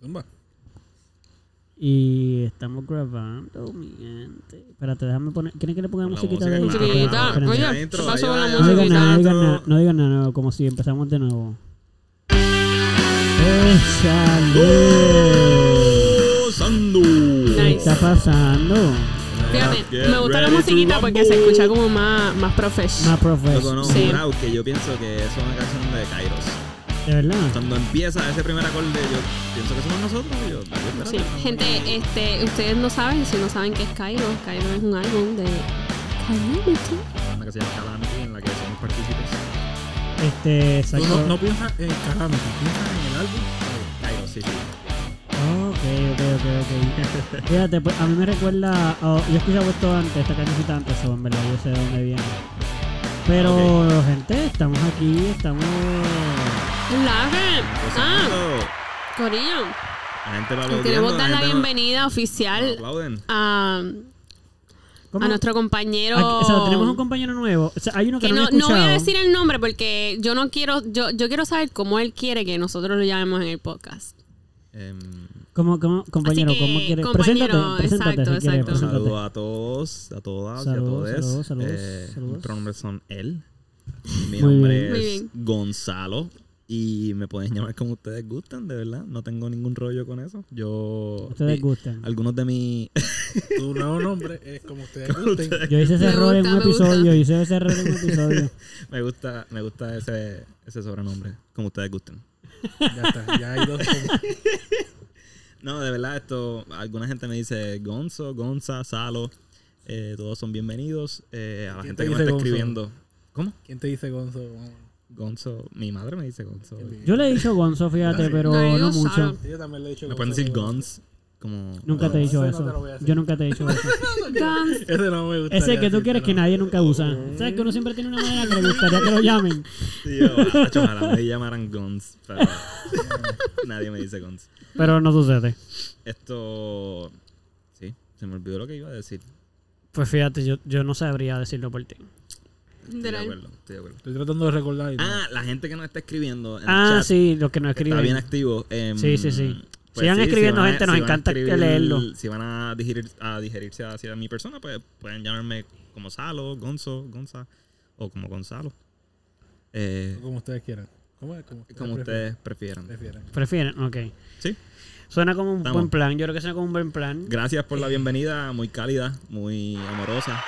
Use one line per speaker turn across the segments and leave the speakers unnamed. Zumba.
Y estamos grabando, mi gente. Espérate, déjame poner. ¿Quieren que le ponga
Con la
musiquita de ahí?
música,
Espérate,
claro.
espérate.
Oye,
¿qué Ah, pasó
ahí
con la
va,
No
ahí va.
digan nada, no
musiquita?
digan nada, no digan nada, no, como si empezamos de nuevo. ¡Échale!
Sandu.
¿Qué
Nice.
está pasando?
Fíjate,
Get
me gusta la
ready to
musiquita porque se
rumble.
escucha como más, más profesional.
Más profe.
Loco, no,
Sí.
jurado que yo pienso que eso es una canción de Kairos.
¿De verdad?
Cuando empieza ese primer acorde, yo pienso que somos nosotros. Yo, yo-
Sí. Gente, este, ustedes no saben, si no saben qué es Cairo, Cairo es un álbum de Calamity.
Una que se llama Calamity, en la que somos partícipes.
Este,
Tú
exacto.
no, no piensas en Calamity, piensas en el álbum.
Kairos, sí, sí.
Ok, ok, ok, ok. Fíjate, pues a mí me recuerda. oh, yo he escuchado esto antes, esta cancioncita antes, so, en verdad, yo sé de dónde viene. Pero, gente, estamos aquí, estamos.
Lave. Ah,
Gozando.
Corillo.
La gente va
Y
aplaudiendo.
Queremos dar la
gente no-
bienvenida
no
oficial
Aplauden.
a,
¿Cómo?
a nuestro compañero.
Aquí- o sea, tenemos un compañero nuevo. O sea, hay uno que,
que
no,
no,
había
no voy a
escuchado.
decir el nombre porque yo no quiero, yo, yo quiero saber cómo él quiere que nosotros lo llamemos en el podcast.
Em,
¿Cómo, cómo, compañero,
que,
cómo quieres?
compañero,
preséntate, preséntate
exacto,
si quieres,
exacto.
Bueno,
preséntate.
saludos a todos, a todas
Saludos,
y a todos.
saludos, saludos,
Eh,
saludos.
Mis pronombres son él. Mi
Muy
nombre
bien.
Muy
es
bien.
Gonzalo. Y me pueden llamar como ustedes gustan, de verdad. No tengo ningún rollo con eso. Yo.
Ustedes
mi-
gustan.
Algunos de mis.
Tu nuevo nombre es como ustedes gusten.
Yo hice ese
Me
error en
gusta,
un
me gusta.
episodio, hice ese error en un episodio.
me gusta, me gusta ese, ese sobrenombre. Como ustedes gusten.
Ya está, ya hay dos como-
No, de verdad, esto. Alguna gente me dice Gonzo, Gonza, Salo. Eh, todos son bienvenidos. Eh, a la
¿Quién
gente
te
que me
dice
está
Gonzo?
escribiendo. ¿Cómo?
¿Quién te dice Gonzo?
Gonzo. Mi madre me dice Gonzo.
Yo le he dicho Gonzo, fíjate, pero
No, yo
no
digo Saro.
mucho.
Sí, yo también le he dicho
Me pueden
Gonzo,
decir
pero-
Guns. Como.
Nunca te he dicho
Eso no
eso.
te lo voy a decir.
Yo nunca te he dicho eso.
Guns.
Ese no me gusta.
Ese que tú quieres que nadie nunca usa. ¿Sabes que uno siempre tiene una manera que le gustaría que lo llamen?
Sí, yo, ah, chacho, ojalá me llamaran Guns, pero nadie me dice Guns.
Pero no sucede.
Esto. Sí, se me olvidó lo que iba a decir.
Pues fíjate, yo, yo no sabría decirlo por ti.
Estoy de
Literal.
acuerdo, estoy de acuerdo.
Estoy tratando de recordar. y no.
Ah, la gente que nos está escribiendo en el
Ah,
chat.
sí, los que no
que Está bien
escriben.
activo. em,
Sí, sí, sí. Sigan escribiendo,
van a-
gente, nos
van a
encanta leerlo.
Si van a, digerir, a digerirse hacia mi persona, pues pueden llamarme como Salo, Gonzo, Gonza o como Gonzalo. Eh,
Como ustedes quieran. ¿Cómo es? Como ustedes,
como
prefieran.
ustedes prefieran.
prefieran.
Prefieren, ok.
Sí.
Suena como un
Estamos.
buen plan. Yo creo que suena como un buen plan.
Gracias por la bienvenida, muy cálida, muy amorosa.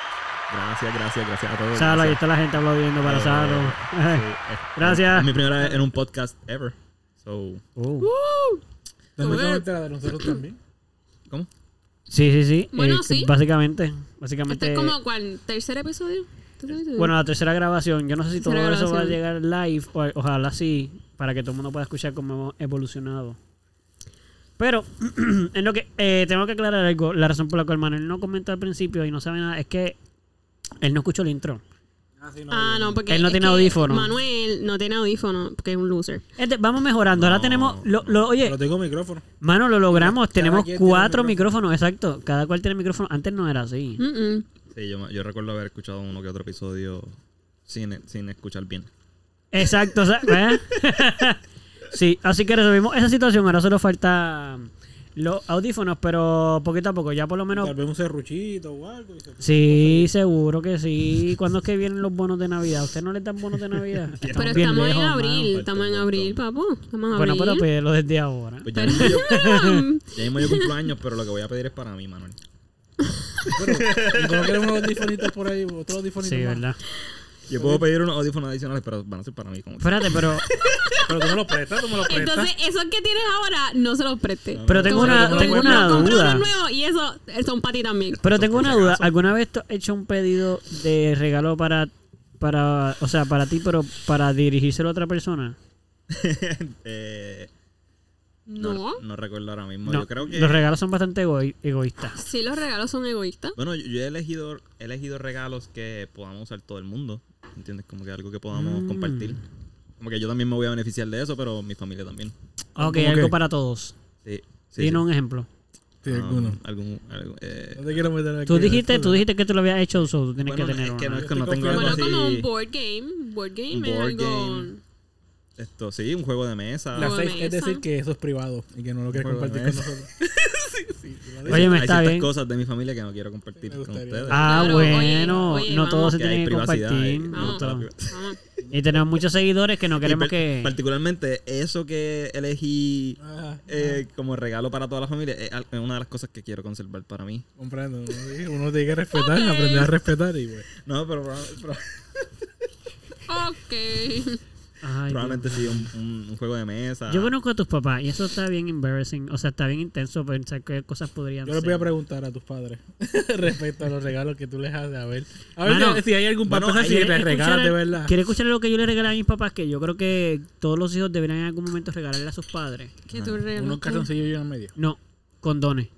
Gracias, gracias, gracias a todos.
Salo, ahí
gracias.
está la gente aplaudiendo para
Eh,
Salo.
Sí, es-
Gracias.
Eh, Es mi primera vez en un podcast ever. So,
Uh.
También
Como-
comentar la de nosotros también.
¿cómo?
Sí, sí, sí. Eh,
Bueno, sí.
Básicamente.
Este
Básicamente.
es como cuál, tercer episodio. ¿Tercer episodio?
Bueno, la tercera grabación. Yo no sé si todo
Tercera
eso va a llegar
grabación.
live. o- ojalá sí. Para que todo el mundo pueda escuchar cómo hemos evolucionado. Pero, en lo que eh, tengo que aclarar algo. La razón por la cual Manuel no comentó al principio y no sabe nada es que él no escuchó el intro.
Ah, sí,
ah, no, porque
Él no
es
tiene
que
audífono.
Manuel no tiene audífono porque es un loser.
Este, vamos mejorando. Ahora
No,
tenemos. lo- lo- oye,
Pero tengo micrófono.
Mano, lo logramos.
Cada
Tenemos
quien tiene
cuatro
un
micrófonos, exacto. Cada cual tiene micrófono. Antes no era así.
Mm, mm.
Sí, yo, yo recuerdo haber escuchado uno que otro episodio sin, sin escuchar bien.
Exacto. o sea, ¿ves? sí, así que resolvimos esa situación. Ahora solo falta um, los audífonos, pero poquito a poco. Ya por lo menos.
Tal vez un serruchito o algo. y se-
Sí, seguro que sí. ¿Cuándo es que vienen los bonos de Navidad? ¿Usted no le dan bonos de Navidad?
Pero
bien
estamos
lejos,
en
mano.
abril,
falta
estamos
un
en abril,
montón.
papo. Estamos en
Bueno,
abril.
pero pues, pídelo desde ahora.
Pues ya mismo, yo, ya mismo yo cumplo años, pero lo que voy a pedir es para mí, Manuel.
Pero no queremos unos audifonitos por ahí, otro audifonito
Sí,
más.
verdad.
Yo puedo pedir unos audífonos adicionales, pero van a ser para mí. Como que-
Espérate, pero,
Pero tú me lo prestas, tú me lo prestas.
Entonces, esos que tienes ahora, Pues no se los preste.
pero tengo una,
Pero
tengo
como
una
Compré unos
duda.
nuevos y eso eh, son para ti también.
Pero
Eso
tengo
por
una
si
duda.
acaso.
¿Alguna vez tú has hecho un pedido de regalo para, para, o sea, para ti, pero para dirigírselo a otra persona?
Eh,
No.
No recuerdo ahora mismo.
No,
Yo creo que.
los regalos son bastante egoi- egoístas.
Sí, los regalos son egoístas.
Bueno, yo, yo he elegido he elegido regalos que podamos usar todo el mundo, ¿entiendes? Como que algo que podamos
Mm.
compartir. Como que yo también me voy a beneficiar de eso, pero mi familia también.
Ok,
¿Cómo
algo
qué?
para todos.
Sí. sí,
Dime
sí.
un ejemplo.
Sí,
Ah,
alguno.
algún- algún, eh,
No te quiero meter aquí.
Tú dijiste, tú dijiste que tú lo habías hecho, so tú tienes
Bueno,
que tener
es que no
uno.
es que no
Estoy
tengo
Pero
Bueno,
algo
confiando.
como un
así.
board game. Board game
Un
es
board
algo.
game. Esto, sí, un juego de mesa.
La
Juego de
safe es
mesa.
decir que eso es privado y que no lo quieres
Juego de
compartir con
mesa.
nosotros. sí, sí.
Hay-
¿vale?
Oye, me
hay
está
ciertas
bien.
cosas de mi familia que no quiero compartir
Me
con
gustaría.
ustedes.
Ah,
Claro, oye,
bueno,
oye,
no
vamos.
todo se
Que hay
tiene que
privacidad,
compartir.
eh,
Vamos.
otro.
Vamos.
Y tenemos muchos seguidores que no
Y
queremos
par-
que.
Particularmente eso que elegí
Ah,
eh, como regalo para toda la familia es al- es una de las cosas que quiero conservar para mí.
comprendo. ¿no? Sí, Uno tiene que respetar, aprender a respetar y pues.
No, pero, proba- proba-
Ok.
Ay,
probablemente
Dios.
sí, un, un- un juego de mesa.
Yo conozco a tus papás y eso está bien embarrassing. O sea, está bien intenso pensar qué cosas podrían
Yo les voy a
ser.
preguntar a tus padres respecto a los regalos que tú les haces. A ver, a ver
Mano,
si hay algún
mano,
papá así
¿Quiere
que te regalas de
escuchar-
verdad.
¿Quiere escuchar lo que yo le regalé a mis papás? Que yo creo que todos los hijos deberían en algún momento regalarle a sus padres.
Que tú
Unos
regalas.
calzoncillos y una media.
No, condones.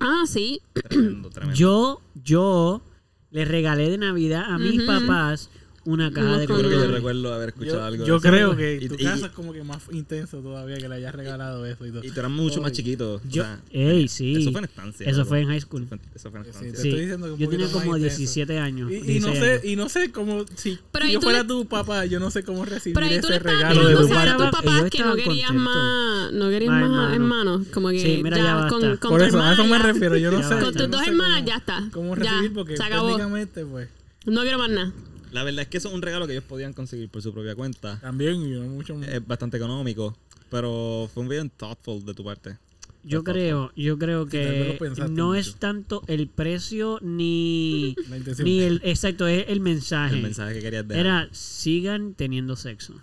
Ah, sí.
Tremendo, tremendo.
Yo, yo le regalé de Navidad a mis
Ujú.
papás una caja
Unos
de
Yo creo que yo
condones.
recuerdo haber escuchado algo. de
yo
eso.
creo que
Y-
tu
y-
caso es como que más intenso todavía que le hayas regalado eso y todo.
Y tú eras mucho más
Ay.
chiquito. o
Yo-
sea,
Ey, sí.
Eso fue en estancia.
Eso
loco.
fue en high school.
Eso fue- Eso fue en
Sí,
estancia.
te
Sí.
estoy diciendo que un
Yo tenía
poquito más
como
intenso.
17 años.
Y, y no
16
sé,
años.
y no sé cómo, si
Pero ahí
yo
tú
fuera
le-
tu papá, yo no sé cómo recibir
Pero ahí tú le
ese
estabas
regalo de
pidiendo
tu
ellos
saber a
parte.
tus
estaban-
papás
ellos
que no
estaban
querías
contentos.
más, no querías
Más
más hermanos.
hermanos.
Como que
Sí, mira,
ya,
ya
con,
basta.
con
Por
tu
eso, a
hermana
eso me
ya-
refiero, yo no
Ya
sé.
basta.
yo
Con tus
no
dos
sé
hermanas
cómo-
ya está.
¿Cómo
Ya,
recibir? Porque
se acabó.
técnicamente, pues,
No quiero más nada.
La verdad es que eso es un regalo que ellos podían conseguir por su propia cuenta.
también y no mucho más.
Es bastante económico. Pero fue un video en thoughtful de tu parte.
Yo creo, yo creo
tal vez
que
lo pensaste
no
mucho.
es tanto el precio ni,
La intención.
ni el exacto, es el mensaje.
El mensaje que querías dejar.
Era sigan teniendo sexo.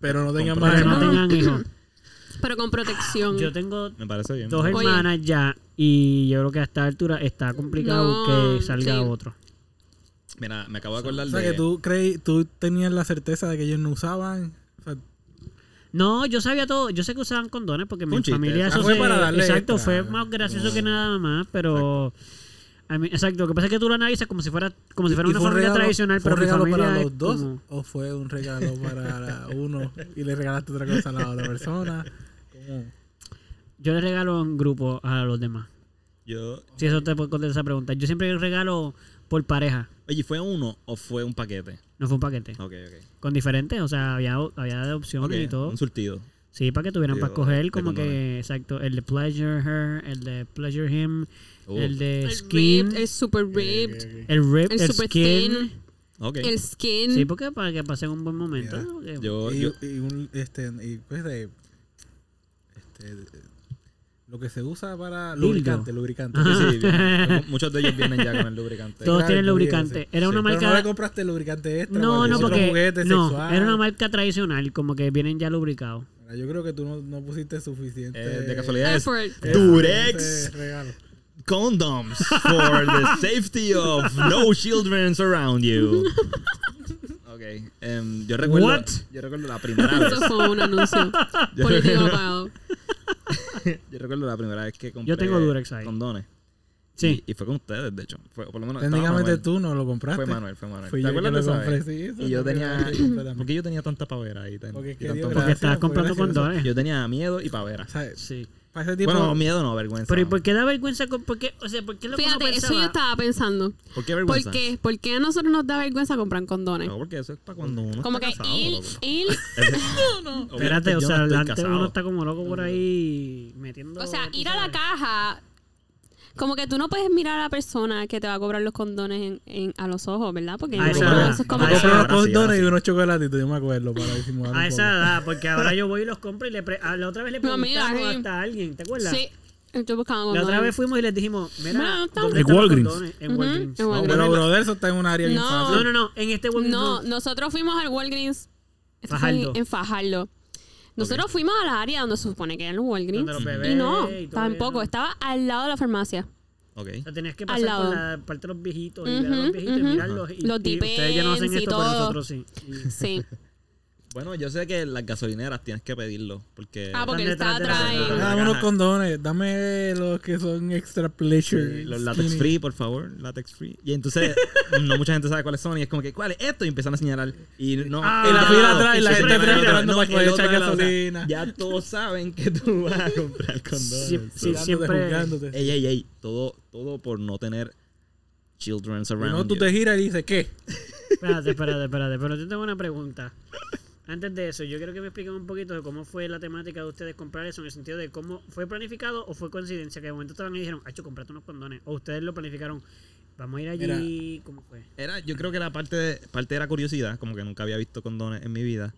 Pero no tengan
Comprar.
más
Pero no
hermanos.
tengan hijos.
Pero con protección.
Yo tengo
Me parece bien.
dos
Oye.
hermanas ya y yo creo que a esta altura está complicado
No,
que salga
sí.
otro.
Mira, me acabo de acordar
O sea,
de...
que tú, creí, tú tenías la certeza de que ellos no usaban. O sea,
No, yo sabía todo. Yo sé que usaban condones porque
Fue
mi
un chiste.
familia
Ah,
eso
fue
se-
para darle
Exacto,
extra.
fue más gracioso que nada más, pero a mí- exacto, lo que pasa es que tú lo analizas como si fuera como si fuera
¿y
una
fue un
familia
regalo-
tradicional, pero
fue un
mi
regalo
familia
para
es
los dos
como-
o fue un regalo para uno y le regalaste otra cosa a la otra persona? ¿Cómo?
yo le regalo en grupo a los demás.
Yo...
Si eso te puede contestar esa pregunta. Yo siempre regalo por pareja,
Oye, ¿fue uno o fue un paquete?
no fue un paquete.
Ok, ok.
Con diferentes, o sea, había, había de opciones
Ok,
y todo.
un surtido.
Sí, para que tuvieran
Sí,
para
o-
coger
de
como que,
condones.
exacto, el de Pleasure Her, el de Pleasure Him,
Uh,
el de
el
Skin,
ripped, el super
Ok,
ripped,
ok, ok.
el Rip,
el
el,
super
Skin.
thin,
Ok.
el skin.
Sí, porque para que pasen un buen momento. ¿no? Que-
Yo,
Y,
yo-
y un, este, y pues de, este, de- lo que se usa para
Dildo.
lubricante, lubricante.
sí,
Sí,
sí, bien. Muchos de ellos vienen ya con el lubricante.
Todos
claro,
tienen
incluido,
lubricante.
sí.
Era una
Pero
marca-
no le compraste lubricante extra.
No, no,
otro
porque
juguete
no,
sexual.
era una marca tradicional, como que vienen ya lubricados.
Mira, Yo creo que tú no, no pusiste suficiente.
Eh, de casualidad es
Effort.
Durex
ese regalo.
condoms for the safety of no children around you. Ok, em, yo recuerdo
What?
yo recuerdo la primera vez.
Eso fue un anuncio
Yo recuerdo,
político apagado.
yo recuerdo la primera vez que compré
Yo tengo Durex ahí.
condones.
Sí.
Y, y fue con ustedes, de hecho. Fue, por lo menos estaba
Técnicamente
Manuel.
tú no lo compraste.
Fue Manuel, fue Manuel.
Fui
¿Te
yo que
acuerdas
lo
de esa
compré,
vez?
sí, eso
Y yo
fue lo
tenía
que compré también.
porque yo tenía tanta pavera ahí. tan-
Porque es
y
que
tanto-
Dios
Porque
Gracias,
estabas
pues,
fue
comprando
gracioso.
condones.
yo tenía miedo y pavera.
O sea,
Sí.
para ese tipo
Bueno, miedo no, vergüenza.
Pero ¿y por qué da vergüenza? con- por qué- o sea, ¿por qué lo que uno
Fíjate, eso
pensaba-
yo estaba pensando.
¿Por qué
¿Por
vergüenza?
qué? ¿Por qué a nosotros nos da vergüenza comprar condones?
No, porque eso es para cuando uno
Como
está
que
casado,
él,
loco.
él,
Obviamente
Espérate, o
yo
sea,
no estoy
delante
casado.
uno está como loco por ahí metiendo...
o sea,
tú
ir a la
sabes.
caja, como que tú no puedes mirar a la persona que te va a cobrar los condones en- en- a los ojos, ¿verdad? Porque
A
no,
esa-
eso es como
a
Yo
que-
compré
esa- ahora sí,
unos
ahora
condones y
sí.
unos chocolatitos, yo me acuerdo, para disimular un
A esa
poco.
edad, porque ahora yo voy y los compro y le pre- a la otra vez le
No, mira,
preguntamos
sí.
hasta a alguien, ¿te acuerdas?
Sí, yo buscaba
La
condones.
otra vez fuimos y les dijimos, mira,
Mira,
¿dónde
En
están los
Walgreens.
condones? En
Ujú,
Walgreens.
en
No,
Walgreens.
pero brother, eso está en un área bien
No.
fácil.
No, no, no, en este Walgreens
No,
no.
nosotros fuimos al Walgreens esto fue
Fajardo.
en Fajardo. Nosotros fuimos a la área donde se supone que eran los
donde
Walgreens.
los bebés
Y no,
y todo
tampoco.
eso.
Estaba al lado de la farmacia.
Ok.
O sea, tenías que
al
pasar por
lado.
la parte de los viejitos y ver a los
Ujú,
viejitos
ujú.
y mirarlos. Y,
Los
y ustedes ya no hacen
depends y
esto, pero
todo.
nosotros sí.
Sí.
Bueno, yo sé que las gasolineras tienes que pedirlo. Porque.
Ah, porque él
Están
estaba
detrás de la
atrás.
persona.
en-
Ajá.
Dame unos condones, dame los que son extra pleasure.
Sí, los latex free, por favor, latex free. Y entonces, no mucha gente sabe cuáles son. Y es como que, ¿cuál es esto? Y empiezan a señalar. Y no.
Ah,
el
y la
otro
fila
lado,
atrás, y la
el
gente
otro
atrás
lado,
esperando
no,
para
el
poder
otro
echar
lado, o sea,
gasolina.
ya todos saben que tú vas a comprar condones.
Sí, sí,
So,
siempre-
siempre.
Ey, ey, ey. Todo, todo por no tener children around.
No, tú
you.
te giras y dices, ¿qué?
Espérate, espérate, espérate. Pero yo tengo una pregunta. Antes de eso, yo quiero que me expliquen un poquito de cómo fue la temática de ustedes comprar eso, en el sentido de cómo fue planificado o fue coincidencia, que de momento estaban y dijeron, hecho, comprate unos condones. O ustedes lo planificaron, vamos a ir allí, ¿cómo fue?
Era, yo creo que la parte, de- parte era curiosidad, como que nunca había visto condones en mi vida.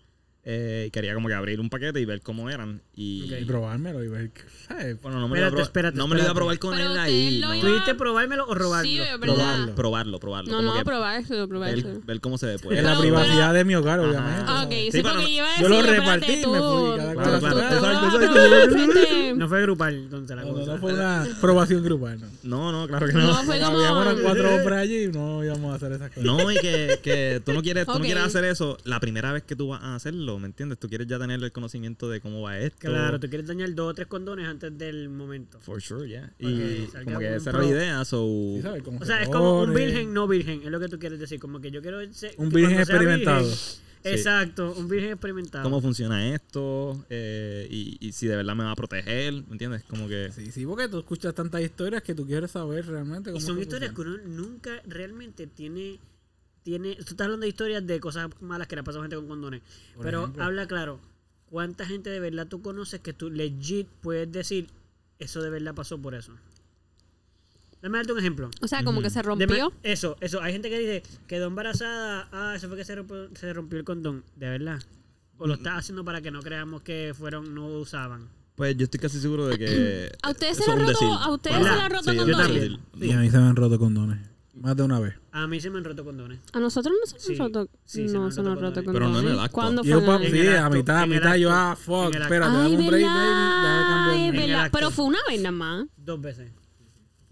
Eh, y quería como que abrir un paquete y ver cómo eran. Y
Ok.
Y probármelo y ver, qué- ¿sabes?
bueno, no me, lo iba a
Espérate,
probar-
espérate,
no me lo iba a
espérate.
probar con
Pero
él
usted
ahí.
lo
no.
iba-
¿Pudiste probármelo o robarlo?
Sí, eh. es
Probarlo,
verdad.
probarlo, probarlo.
No,
como
no,
que
probárselo,
ver,
probárselo.
ver cómo se ve pues.
En la
Pero-
privacidad de mi hogar,
Ajá.
obviamente.
Ah, ok, sí,
Sí, pero
porque
no-
iba a decir,
yo lo
espérate,
repartí y
tú,
me fui, cada
cual a
tú,
su
tú este,
casa.
lo vas a
Exacto,
probar al frente.
No fue grupal, entonces la
No, no,
cosa.
no fue una aprobación grupal, no.
No, no, claro que no.
No, fue como...
Habíamos unos cuatro hombres allí y no íbamos a hacer esas cosas.
No, y que, que tú no quieres, tú
Ok.
no quieres hacer eso la primera vez que tú vas a hacerlo, ¿me entiendes? Tú quieres ya tener el conocimiento de cómo va esto.
Claro, tú quieres dañar dos o tres condones antes del momento.
For sure, yeah.
Ok,
Y
salga
como que
un
esa era
pro.
la idea, so...
Sí, ¿sabes? Como
O sea, es como un virgen no virgen, es lo que tú quieres decir. Como que yo quiero ser.
Un
que
virgen
cuando sea
experimentado.
exacto, un virgen experimentado.
cómo funciona esto eh, y, y si de verdad me va a proteger, ¿me entiendes? Como que...
Sí, sí, porque tú escuchas tantas historias que tú quieres saber realmente
y
cómo
son
que
historias que
funciona.
uno nunca realmente tiene. tiene tú estás hablando de historias de cosas malas que le ha pasado a gente con condones.
Por
pero
ejemplo.
habla claro, ¿cuánta gente de verdad tú conoces que tú legit puedes decir eso de verdad pasó por eso? Dame darte un ejemplo.
O sea, como que se
De
rompió.
ma- eso, eso. Hay gente que dice, quedó embarazada, ah, eso fue que se rompió, se rompió el condón. De verdad. O lo estás haciendo para que no creamos que fueron, no usaban.
Pues yo estoy casi seguro de que...
¿A ustedes se
eso
le
es
ha
un
roto-
decir.
a ustedes
Bueno,
se le ha
roto
sí,
condones?
eso es un decir.
Sí, a mí se me han roto condones. Más de una vez.
A mí se me han roto condones.
A nosotros no se nos
Sí,
roto.
sí, se
no,
nos
se
roto
nos
condones.
roto con
Pero no en el acto.
¿Cuándo
Y
fue?
yo,
la-
pa-
en
sí,
el
a
acto,
mitad, a
en el
mitad, yo,
acto,
ah,
en
fuck,
el acto.
espérate, dame
Ay,
un break,
verdad.
baby, ya
Ay,
me cambió.
el
verdad.
acto.
Pero fue una vez nada más.
Dos veces.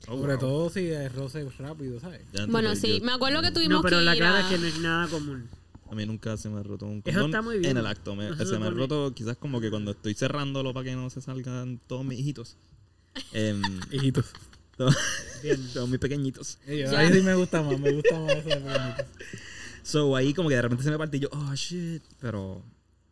Oh,
Sobre
wow.
todo si es roce rápido, ¿sabes?
Ya, entonces,
Bueno, sí,
yo-
me acuerdo que tuvimos
No, pero
que
la
ir
cara
a-
es que no es nada común.
A mí nunca se me ha roto un
Eso
condón
está muy bien.
en el acto. Me-
Eso
se me ha
supone-
roto quizás como que cuando estoy cerrándolo para que no se salgan todos mis hijitos. Em,
Hijitos.
to-
Bien.
todos mis pequeñitos.
Ahí sí me gusta más, me gusta más eso de pequeñitos.
So, ahí como que de repente se me parte y yo, oh, shit. Pero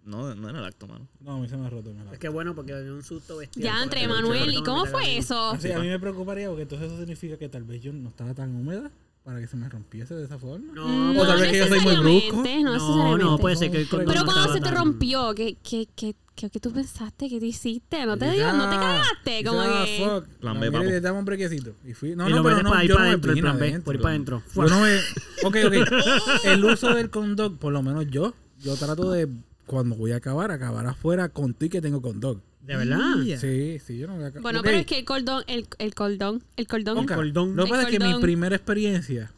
no, no en el acto, mano.
No, a mí se me ha roto. Me la-
Es que bueno, porque es un susto bestial.
Ya, entre
Porque-
Manuel. ¿Y cómo fue eso?
Así, Ah, a mí me preocuparía porque entonces eso significa que tal vez yo no estaba tan húmeda para que se me rompiese de esa forma.
No, pues
No,
O tal vez que yo soy muy
necesariamente,
brusco.
No,
no,
necesariamente.
no, puede ser que el condón
Pero
no
cuando
estaba
se te
tan-
rompió, ¿qué, qué, qué, qué, qué tú pensaste? ¿Qué tú hiciste? No te
Dije,
dio, no te
ah,
cagaste.
dije,
Como
ah,
que.
fuck.
Plan
La
B,
miré
vamos.
y dame un brequecito. Y fui. No,
y
no,
lo
pero
metes
no,
para ir
yo
para
no me
adentro, el
pino
plan B,
adentro.
por ir para adentro.
Yo no me- Ok, ok. El uso del condón, por lo menos yo, yo trato de cuando voy a acabar, acabar afuera con ti que tengo condón.
De verdad.
Sí, sí, yo no voy a acabar.
Bueno,
Ok,
pero es que el cordón, el, el cordón, el cordón.
ok.
condón.
Lo que
El
pasa pues, es que mi
condón.
primera experiencia,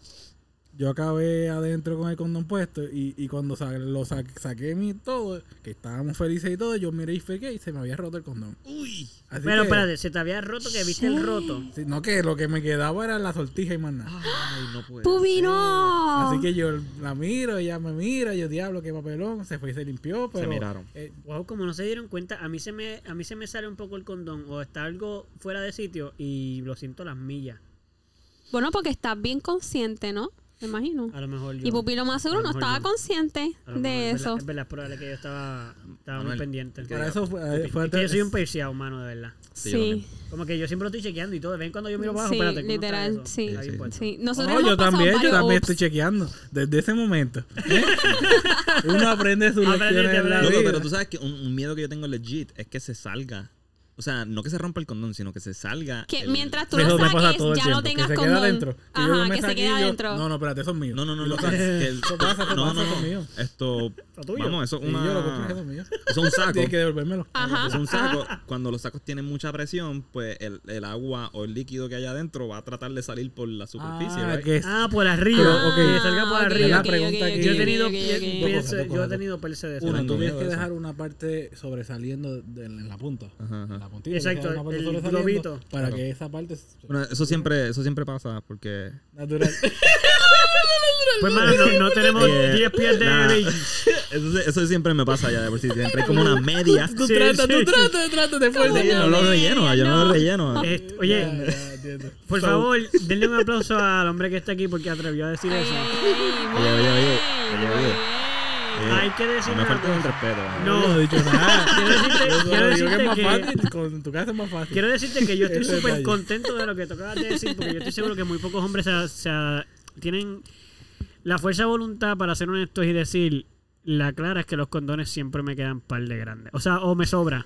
yo acabé adentro con el condón puesto y, y cuando sa- lo sa- saqué mi todo, que estábamos felices y todo, yo miré y fregué y se me había roto el condón.
Uy.
Así
Pero
que-
espérate, se te había roto que viste el roto.
Sí, no, que lo que me quedaba era la sortija y más nada.
Ay, no puede
¡Pubi,
ser.
no!
Ah.
Así que yo la miro, ella me mira, yo diablo, qué papelón, se fue y se limpió, pero...
miraron.
eh,
Wow, como no se dieron cuenta, a mí se me a mí se me sale un poco el condón o está algo fuera de sitio y lo siento a las millas.
Bueno, porque estás bien consciente, ¿no? Me imagino.
A lo mejor yo.
Y Pupi lo más seguro
a lo
no
mejor
estaba
yo-
consciente
a lo mejor
de
es verdad-
eso.
Es verdad, es probable que yo estaba, estaba muy
Manuel,
pendiente.
¿qué
para
diablo?
eso fue... eh,
Es
fue
que yo
antes-
soy un perseado, humano, de verdad.
Sí, yo
Sí.
Como que yo siempre lo estoy chequeando y todo. De vez en cuando yo miro abajo,
Sí,
espérate. ¿cómo está
literal,
eso?
sí.
Está bien
Sí,
puesto.
Sí, nosotros
No,
hemos
yo
pasado
también, yo
varios
también
ups.
estoy chequeando. Desde ese momento. ¿eh? Uno aprende sus
Aprendiste,
lecciones en la
aprendiste.
vida.
Loco, pero tú sabes que un, un miedo que yo tengo legit es que se salga. O sea, no que se rompa el condón, sino que se salga.
Que
el-
mientras tú lo
Eso me pasa
saques,
todo el
ya
tiempo,
no tengas
que se
condón.
queda adentro. Que yo
Ajá,
me
que se
saqué y
queda
yo,
adentro.
No, no, espérate, eso es mío.
No, no, no,
Y
no.
lo saco.
que el-
Eso pasa, eso
no,
pasa,
no,
eso es mío.
no. Esto.
tuyo?
Vamos, eso es
Y
una.
yo lo compré, eso es mío.
Eso es un saco.
Tienes que devolvérmelo.
Ah,
Ajá.
Es un saco. Cuando los sacos tienen mucha presión, pues el, el agua o el líquido que hay adentro va a tratar de salir por la superficie.
Ah,
right?
que es-
Ah, por arriba.
Pero, ok.
Que salga por
ok,
arriba.
ok, ok,
pregunta
ok,
que-
Yo he
ok,
tenido
ok, ok, ok.
piel-
perse-
dos
yo he
cosas.
tenido perse de eso.
Uno,
Tengo
tú tienes
miedo
que
de eso.
dejar una parte sobresaliendo de- en la punta.
Ajá,
En
ajá.
la puntita, tienes que
Exacto,
dejar una parte
el
sobresaliendo
globito.
Para
Claro.
que esa parte es
Bueno, eso siempre, eso siempre pasa porque.
natural.
Pues, mano, no, no tenemos
Eh,
10 pies de
nada.
baby.
Eso, eso siempre me pasa ya de por sí. Siempre hay como una media.
Tú
Sí,
tratas,
sí.
tú tratas, tratas de fuerza.
Sí, no lo relleno, yo no lo relleno.
Eh, oye,
Ya, ya, entiendo.
por
So,
favor, denle un aplauso al hombre que está aquí porque atrevió a decir
Ay,
eso.
ay, ay, muy
Oye, oye, oye,
bien,
oye,
muy
oye.
bien.
Eh,
Hay que decir
No me
una
falta el respeto. ¿eh?
No.
No, he dicho nada.
Quiero decirte-
Yo solo
quiero
digo
decirte
que es más
que-
fácil. Con tu casa es más fácil.
Quiero decirte que yo estoy
Ese es
súper
detalle.
contento de lo que tocabas de decir, porque yo estoy seguro que muy pocos hombres se, se- tienen la fuerza de voluntad para ser honestos y decir, La clara es que los condones siempre me quedan par de grandes. O sea, o me sobra.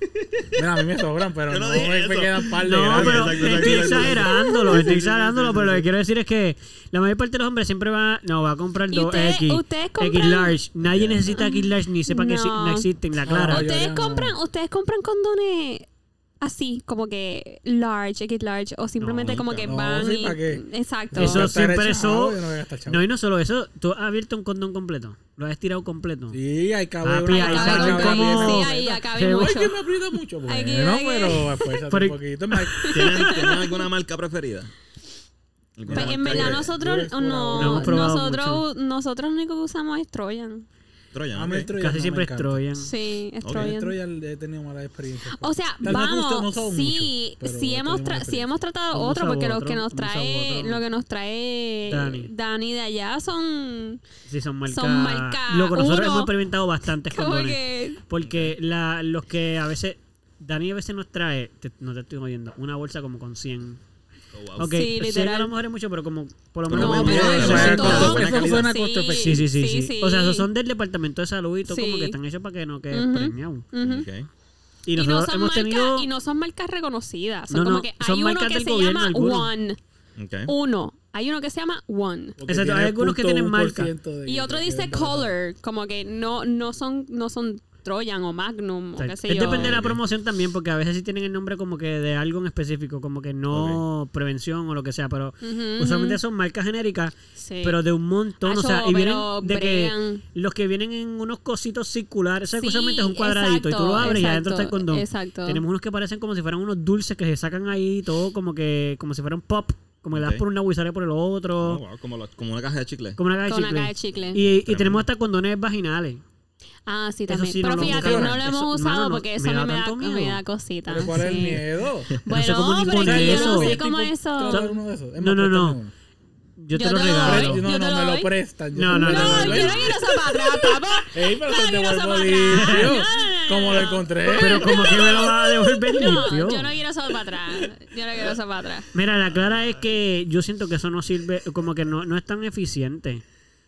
Mira, a mí me sobran, pero
Yo no
no,
dije
me
eso.
quedan par de
No,
grandes.
pero
exacto, exacto,
estoy
exacto.
exagerándolo, estoy exagerándolo, pero lo que quiero decir es que la mayor parte de los hombres siempre va, no, va a comprar
¿Y
dos
ustedes-
X,
ustedes
X
compran-
large. Nadie necesita X large ni sepa que exi- no
No.
existen, la
Ah,
clara.
yo-
ustedes
yo no.
compran, ustedes compran condones así, como que large, X large, o simplemente
No,
como
nunca.
que
No,
van
sí,
y-
¿para qué?
Exacto.
No,
Eso
gastar
siempre
el chavo,
eso-
yo no voy a gastar chavo.
No, y no solo eso, tú has abierto un condón completo, lo has estirado completo.
Sí, hay cabe
Papi,
una
ahí
cosa,
saben
cabe
cómo-
diez,
Sí,
cabe
ahí
otra.
acabe
Se-
Ay,
mucho.
que me aprieta mucho. Bueno,
Ay, que- ay,
pero
que-
esfuérzate
Pero-
un poquito más.
¿Tienen, tienen alguna marca preferida? ¿Alguna
Pues en
marca
verdad
que-
Yo
nosotros
les-
no,
No hemos probado
nosotros, nosotros lo único que usamos es Trojan.
Troyan,
A
ok.
mí el Troyan
Casi
no
siempre
me
es
encanta.
Troyan.
Sí, es
Ok,
El
Trojan.
Troyan he tenido malas experiencias.
O sea,
Tal vez
vamos,
gusta- no sabe
sí,
mucho, pero
sí
he
hemos,
tenido
tra-
buena
sí hemos tratado
Hemos
otro,
usado
porque
otro,
los que nos
hemos usado
trae,
otro.
lo que nos trae
Dani.
Dani, de allá son
Sí, son marcas.
Son marca
Loco, nosotros
uno.
hemos experimentado bastantes
como
condones.
que
Porque la, los que a veces. Dani a veces nos trae, te- no te estoy oyendo, una bolsa como con 100.
Oh, wow.
Ok,
Sí,
100 a
literal.
lo mejor es mucho, pero como por lo
Pero bueno,
menos. una
no,
mira, eso
bolsa.
pero es un
es
montón.
costo- buena calidad.
Suena costo-efectivo.
Sí, sí, sí, sí, O sea, esos son del departamento de salud y todo como
Sí.
que están hechos para que no quede
Ujú.
preñado.
Ujú.
Ok.
Y nosotros
Y, no son
hemos
marcas,
tenido.
y no son marcas reconocidas. Son
No,
como
no,
que
son
hay uno
marcas
que
del ¿Eh?
se
gobierno
llama
algunos.
One.
Ok.
Uno. Hay uno que se llama One.
Porque
Exacto, hay
tiene
algunos que tienen
0.1% de-
Y otro
de-
dice
de-
Color. Como que no, no son, no son Trojan o Magnum o
o sea,
qué sé
es
yo. eh,
depende de la
Ok.
promoción también, porque a veces sí tienen el nombre como que de algo en específico, como que no prevención o lo que sea, pero
Ujú,
usualmente
ujú.
son marcas genéricas,
Sí.
pero de un montón, o sea,
Acho,
y vienen
pero
de que
bregan.
los que vienen en unos cositos circulares, o sea,
Sí,
usualmente es un cuadradito y tú lo
exacto,
abres y adentro está el
exacto,
condón.
exacto.
Tenemos unos que parecen como si fueran unos dulces que se sacan ahí, todo como que como si fuera un pop, como que le das
Ok.
por una huizaria por el otro,
Oh, wow, como, los- como una caja de chicle.
como una caja de
Con una
chicle.
caja de chicle.
Y, y
Tremendo.
tenemos hasta condones vaginales.
ah, sí,
eso
también.
sí no
pero
lo
fíjate,
usaron.
no lo hemos
Eso-
usado
mano, no,
porque
me
eso
da
no me da,
tanto miedo.
me da cosita.
¿Pero cuál es el
sí.
miedo?
No sé
Bueno,
cómo ni
pero
poner
es que yo
eso.
no sé cómo eso.
Tratar uno de esos. Es
No,
más,
no, no.
préstame uno.
Yo te
Yo
lo
te lo
regalo.
doy.
No,
Yo
no,
te
me
lo
lo
doy.
prestan. yo
No,
te lo
no, no,
No,
devuelvo.
no,
yo no quiero esa patrata, papá.
Ey, pero
No,
te
yo no
devuelvo
soy
limpio.
barata. No, no, no,
Como lo
no.
encontré.
Pero como que me lo vas a devolver
No,
limpio.
yo no quiero eso para atrás. Yo no quiero eso para atrás.
Mira, la clara es que yo siento que eso no sirve, como que no, no es tan eficiente.